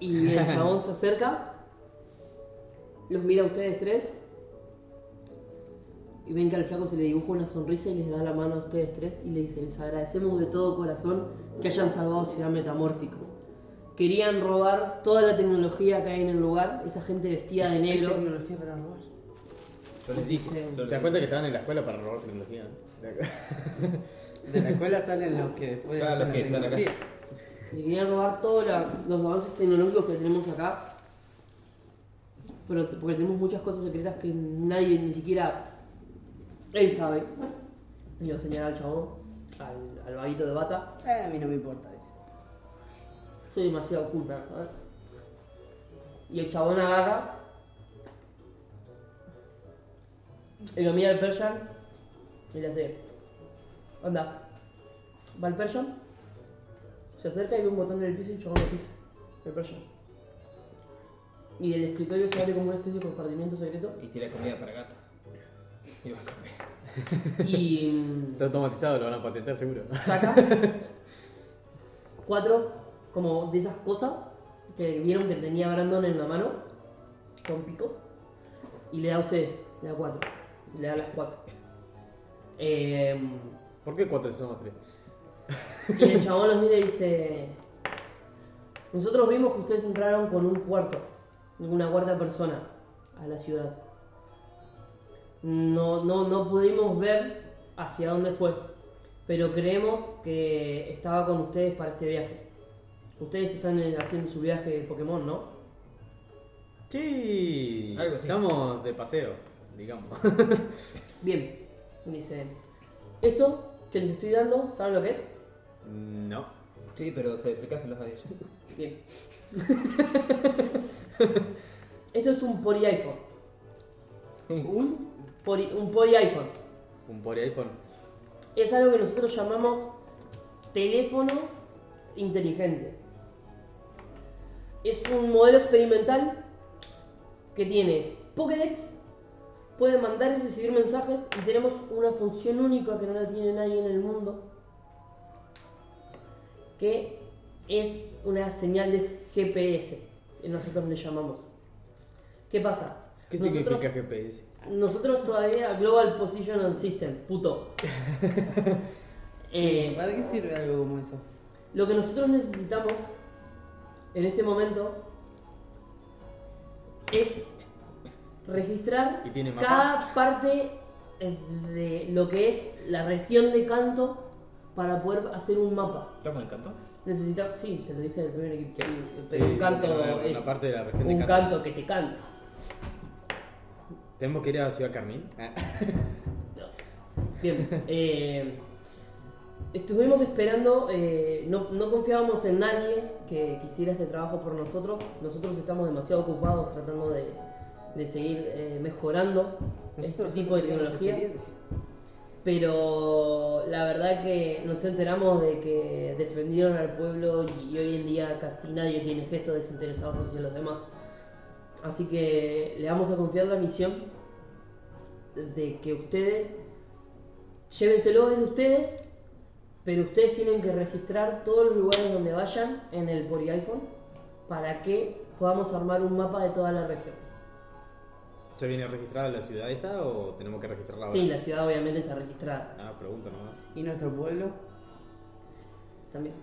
S1: Y el chabón se acerca, los mira a ustedes tres. Y ven que al flaco se le dibuja una sonrisa y les da la mano a ustedes tres y le dice, les agradecemos de todo corazón que hayan salvado Ciudad Metamórfico. Querían robar toda la tecnología que hay en el lugar, esa gente vestida de
S4: ¿Hay
S1: negro.
S4: tecnología para robar?
S5: Yo les dije.
S1: Sí.
S5: yo
S3: ¿Te
S5: les
S3: das
S5: dije.
S3: cuenta que estaban en la escuela para robar tecnología?
S4: De la escuela salen los que después
S5: Claro,
S4: hacen
S5: los que
S4: la
S5: están acá.
S4: tecnología.
S1: Le querían robar todos la- los avances tecnológicos que tenemos acá. Pero porque tenemos muchas cosas secretas que nadie, ni siquiera él sabe. Y lo señala al chabón, al, al vaguito de bata.
S4: Eh, a mí no me importa dice.
S1: Soy demasiado cool para saber. Y el chabón agarra. Y lo mira al Persian. Y le hace. Anda. Va el Persian. Se acerca y ve un botón en el piso y el chabón lo pisa. El Persian. Y del escritorio se abre como una especie de compartimiento secreto.
S5: Y tira comida para gato. Y va a comer.
S1: Y. mm,
S3: Está automatizado, lo van a patentar seguro.
S1: saca cuatro como de esas cosas que vieron que tenía Brandon en la mano con pico y le da a ustedes, le da cuatro, le da las cuatro. Em,
S3: ¿Por qué cuatro si somos tres?
S1: y el chabón los mira y dice, nosotros vimos que ustedes entraron con un cuarto, una cuarta persona a la ciudad. no, no, no pudimos ver hacia dónde fue, pero creemos que estaba con ustedes para este viaje. Ustedes están eh, haciendo su viaje de Pokémon, ¿no?
S3: Sí,
S5: Algo así.
S3: estamos de paseo, digamos.
S1: Bien, dice, esto que les estoy dando, ¿saben lo que es?
S3: no.
S5: Sí, pero se explicáselos a ellos.
S1: Bien. esto es un pori iPhone.
S5: ¿Un?
S1: Pori- un pori iPhone.
S3: Un por iPhone.
S1: Es algo que nosotros llamamos teléfono inteligente. Es un modelo experimental que tiene Pokédex, puede mandar y recibir mensajes y tenemos una función única que no la tiene nadie en el mundo, que es una señal de GPS, que nosotros le llamamos. ¿Qué pasa?
S3: ¿Qué
S1: Nosotros-
S3: significa GPS?
S1: nosotros todavía Global Position and System, puto. Eh,
S4: ¿Para qué sirve algo como eso?
S1: lo que nosotros necesitamos en este momento es registrar
S3: ¿Y tiene mapa?
S1: cada parte eh, de lo que es la región de canto para poder hacer un mapa.
S5: ¿Estamos en canto?
S1: Necesitamos, sí, se lo dije al primer equipo.
S3: Sí,
S1: un canto
S3: la- la
S1: es
S3: parte de la región de
S1: un
S3: Canto.
S1: canto que te canta.
S3: ¿Tenemos que ir a Ciudad Carmín?
S4: Ah.
S1: Bien, eh, estuvimos esperando, eh, no, no confiábamos en nadie que quisiera este trabajo por nosotros. Nosotros estamos demasiado ocupados tratando de, de seguir eh, mejorando
S4: Nosotros
S1: este tipo de
S4: tenemos
S1: tecnología.
S4: experiencia.
S1: Pero la verdad que nos enteramos de que defendieron al pueblo y, y hoy en día casi nadie tiene gestos desinteresados hacia los demás. Así que le vamos a confiar la misión de que ustedes llévenselo desde ustedes, pero ustedes tienen que registrar todos los lugares donde vayan en el por iPhone para que podamos armar un mapa de toda la región.
S3: ¿Ya viene registrada la ciudad esta o tenemos que registrarla ahora?
S1: Sí, la ciudad obviamente está registrada
S3: Ah, pregunta nomás.
S4: ¿Y nuestro pueblo?
S1: también.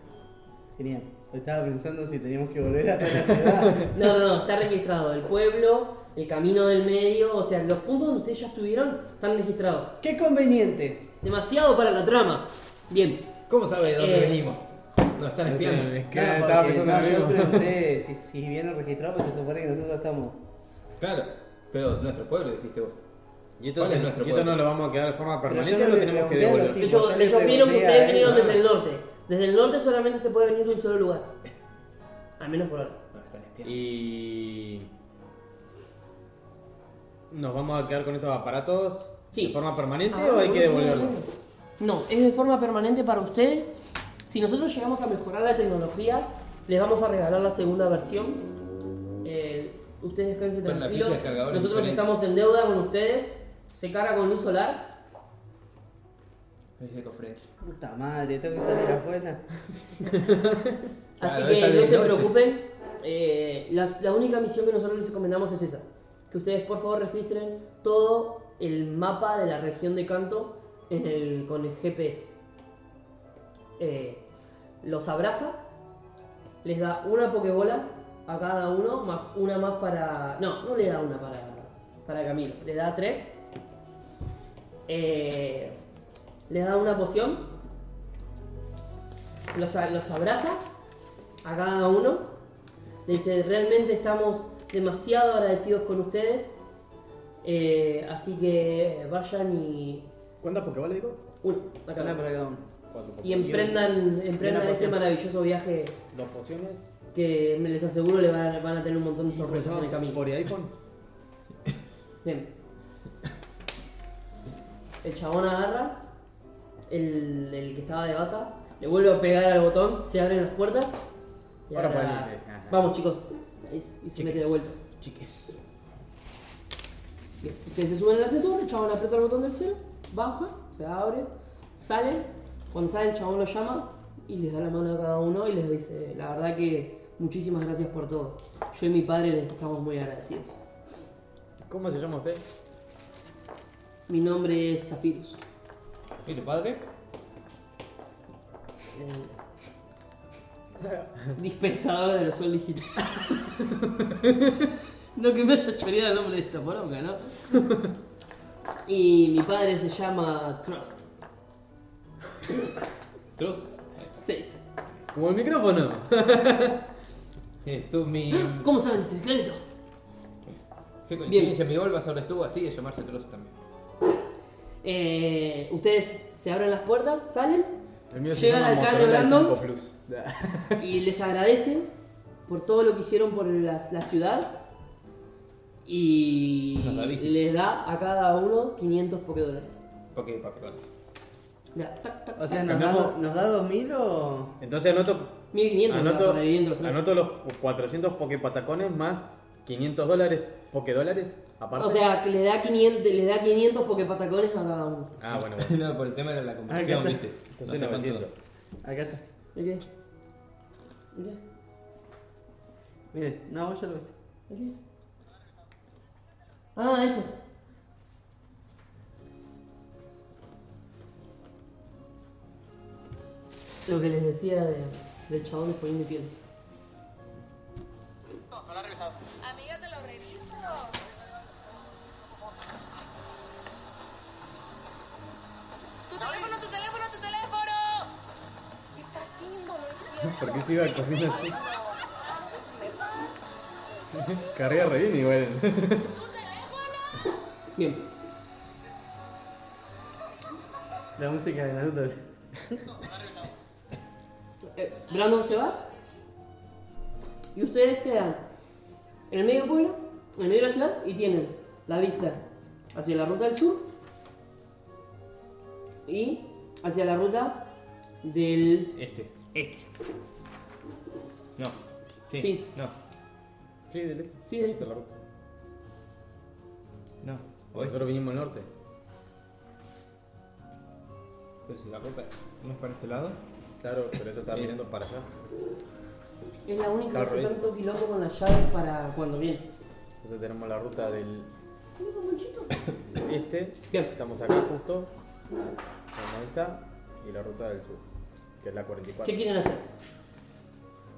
S4: Genial. Estaba pensando si teníamos que volver a toda la ciudad.
S1: No, no, no, está registrado. El pueblo, el camino del medio, o sea, los puntos donde ustedes ya estuvieron están registrados.
S4: ¡Qué conveniente!
S1: Demasiado para la trama. Bien,
S5: ¿Cómo sabe de dónde
S1: Eh.
S5: venimos? Nos están espiando.
S3: Es que
S4: No,
S3: estaba
S4: porque,
S3: pensando
S4: no,
S3: en lo
S4: yo
S3: mismo.
S4: pregunté si, si vienen registrados, porque se supone que nosotros estamos.
S5: Claro, pero nuestro pueblo, dijiste vos.
S3: ¿Y esto,
S5: ¿Cuál es
S3: se-
S5: nuestro
S3: y esto
S5: pueblo?
S3: no lo vamos a quedar de forma
S4: Pero
S3: permanente
S4: yo
S3: o
S4: no
S3: lo
S4: le
S3: tenemos que
S4: pregunté a los
S3: devolver?
S4: tipos.
S1: ellos,
S4: yo le
S1: ellos vieron que
S4: pregunté a
S1: ustedes
S4: él,
S1: vinieron
S4: ¿no?
S1: desde el norte. Desde el norte solamente se puede venir de un solo lugar. Al menos por ahora.
S5: Nos están espiando.
S3: Y. ¿Nos vamos a quedar con estos aparatos
S1: Sí.
S3: de forma permanente
S5: ¿Este
S4: Ah,
S3: o hay que devolverlos?
S1: No, es de forma permanente para ustedes. Si nosotros llegamos a mejorar la tecnología, les vamos a regalar la segunda versión. Eh, ustedes descansen
S5: Pero la
S1: tranquilos.
S5: ficha de cargador es
S1: Nosotros
S5: diferente.
S1: estamos en deuda con ustedes. Se carga con luz solar.
S5: Es de cofrete.
S4: Puta madre, tengo que salir afuera.
S1: Así
S5: Claro,
S1: que
S5: esa
S1: no
S5: de
S1: se
S5: noche.
S1: preocupen. Eh, la, la única misión que nosotros les encomendamos es esa. Que ustedes por favor registren todo el mapa de la región de Canto en el, con el GPS. Eh, los abraza, les da una pokebola a cada uno, más una más para... No, no le da una para, para Camilo, le da tres. Eh, les da una poción, los, a- los abraza a cada uno. Le dice, realmente estamos demasiado agradecidos con ustedes. Eh, así que vayan y...
S3: ¿Cuántas Pokéballs digo?
S1: Uno, acá.
S4: Una para cada uno.
S3: Cuatro
S1: y
S3: Pokéballs.
S1: emprendan, emprendan
S4: una
S1: este
S4: poción.
S1: maravilloso viaje
S3: Dos pociones.
S1: que me les aseguro le van a, van a tener un montón de sorpresas en el
S3: ¿Y
S1: camino.
S3: por iPhone?
S1: Bien. El chabón agarra, el, el que estaba de bata, le vuelve a pegar al botón, se abren las puertas. y
S3: Ahora
S1: ahora-
S3: pueden irse, ajá.
S1: Vamos chicos. Y, y se mete de vuelta.
S5: Chiques.
S1: Bien, Ustedes se suben al ascensor, el chabón aprieta el botón del cero, baja, se abre, sale. Cuando sale el chabón lo llama y les da la mano a cada uno y les dice, la verdad que muchísimas gracias por todo. Yo y mi padre les estamos muy agradecidos.
S3: ¿Cómo se llama usted?
S1: Mi nombre es Zafirus.
S5: ¿Y tu padre?
S1: Eh, dispensador de sol digital. no que me haya choreado el nombre de esta poronga, ¿no? y mi padre se llama Trust.
S5: Trust.
S1: Sí.
S2: Como el micrófono.
S5: Esto mi.
S1: ¿Cómo saben ese secreto?
S5: Qué coincidencia, mi Olva ahora estuvo así de llamarse Trust también.
S1: Eh, ustedes se abren las puertas, salen,
S2: El mío se
S1: llega el
S2: llama
S1: alcalde
S2: Motorola
S1: Brandon
S2: 5 Plus.
S1: y les agradecen por todo lo que hicieron por la, la ciudad y
S5: Las avisis.
S1: les da a cada uno 500 pokédólares.
S5: Ok, papi, vale.
S1: Ya, tac, tac,
S4: O sea,
S1: tac.
S4: ¿nos da, do- ¿nos da 2000 o.?
S2: Entonces anoto,
S1: 1500
S2: anoto,
S1: para dividir entre los tres.
S2: anoto los 400 pokepatacones más 500 dólares, pokedólares, aparte.
S1: O sea, que les da 500, les da 500 pokepatacones a cada uno.
S2: ah, bueno, bueno.
S5: no, por el tema era la
S4: Ah,
S5: conversión,
S4: ya
S5: viste.
S4: está.
S5: No sé
S2: Entonces
S5: cuánto-
S2: 900.
S4: Acá está.
S1: ¿De qué? ¿De qué?
S4: Mire, no, vos ya lo viste.
S1: ¿De qué? Ah, eso. Lo que les decía de, del chabón de Polín de Piel.
S10: Amiga, te lo reviso. Tu teléfono, tu teléfono, tu teléfono. ¿Qué está haciendo? No entiendo.
S2: ¿Por qué se iba corriendo así?
S10: Tu
S2: Carrera Redín igual.
S10: teléfono.
S1: Bien.
S4: La música de Naruto.
S1: Eh, Brandon se va. Y ustedes quedan en el medio del pueblo, en el medio de la ciudad, y tienen la vista hacia la ruta del sur y hacia la ruta del
S5: Este.
S1: este.
S5: No. Sí.
S1: Sí.
S5: No.
S2: Sí, del este.
S1: Sí, del este.
S2: La ruta.
S5: No. Oeste.
S2: Nosotros vinimos al norte.
S5: Pero si Pues la ruta no es para este lado.
S2: Claro, pero esto está mirando para allá.
S1: Es la única que
S2: Claro,
S1: hace
S2: ¿ves?
S1: tanto quilombo con las llaves para cuando viene.
S2: Entonces tenemos la ruta del este.
S1: Bien.
S2: Estamos acá justo. Como esta. Y la ruta del sur. Que es la 44.
S1: ¿Qué quieren hacer?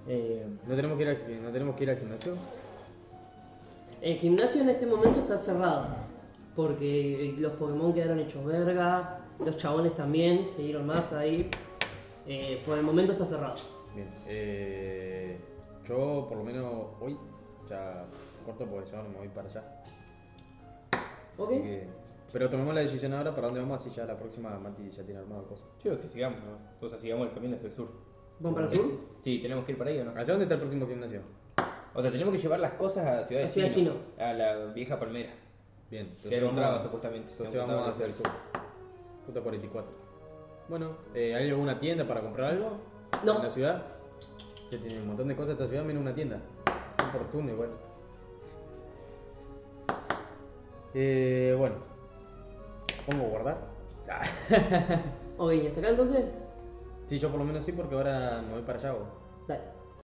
S2: Eh, no tenemos que ir al, no tenemos que ir al gimnasio.
S1: El gimnasio en este momento está cerrado. Porque los Pokémon quedaron hechos verga. Los chabones también siguieron más ahí. Eh, por el momento está cerrado.
S2: Bien. Eh, yo por lo menos hoy ya corto porque yo no me voy para allá.
S1: ¿Ok?
S2: Así que- pero tomemos la decisión ahora para dónde vamos así ya la próxima Mati ya tiene armado cosas.
S5: Sí, o que sigamos, ¿no? O sea, sigamos el camino hacia el sur.
S1: ¿Van para el sur?
S5: Sí, tenemos que ir para ahí o no.
S2: ¿Hacia dónde está el próximo gimnasio?
S5: O sea, tenemos que llevar las cosas a Ciudad
S1: A
S5: de
S1: Ciudad de
S5: Chino, A la vieja palmera.
S2: Bien,
S5: Que era un traba, supuestamente.
S2: Entonces
S5: Se
S2: vamos
S5: encontraba
S2: hacia
S5: en
S2: el
S5: el
S2: sur. Ruta 44. Bueno, eh, ¿hay alguna tienda para comprar algo?
S1: No.
S2: ¿En la ciudad? Ya tiene un montón de cosas esta ciudad, menos una tienda. Un fortuna igual. Eh, bueno. ¿Pongo guardar?
S1: Ok, ¿y hasta acá entonces?
S2: Sí, yo por lo menos sí, porque ahora me voy para allá. vos.
S1: Dale.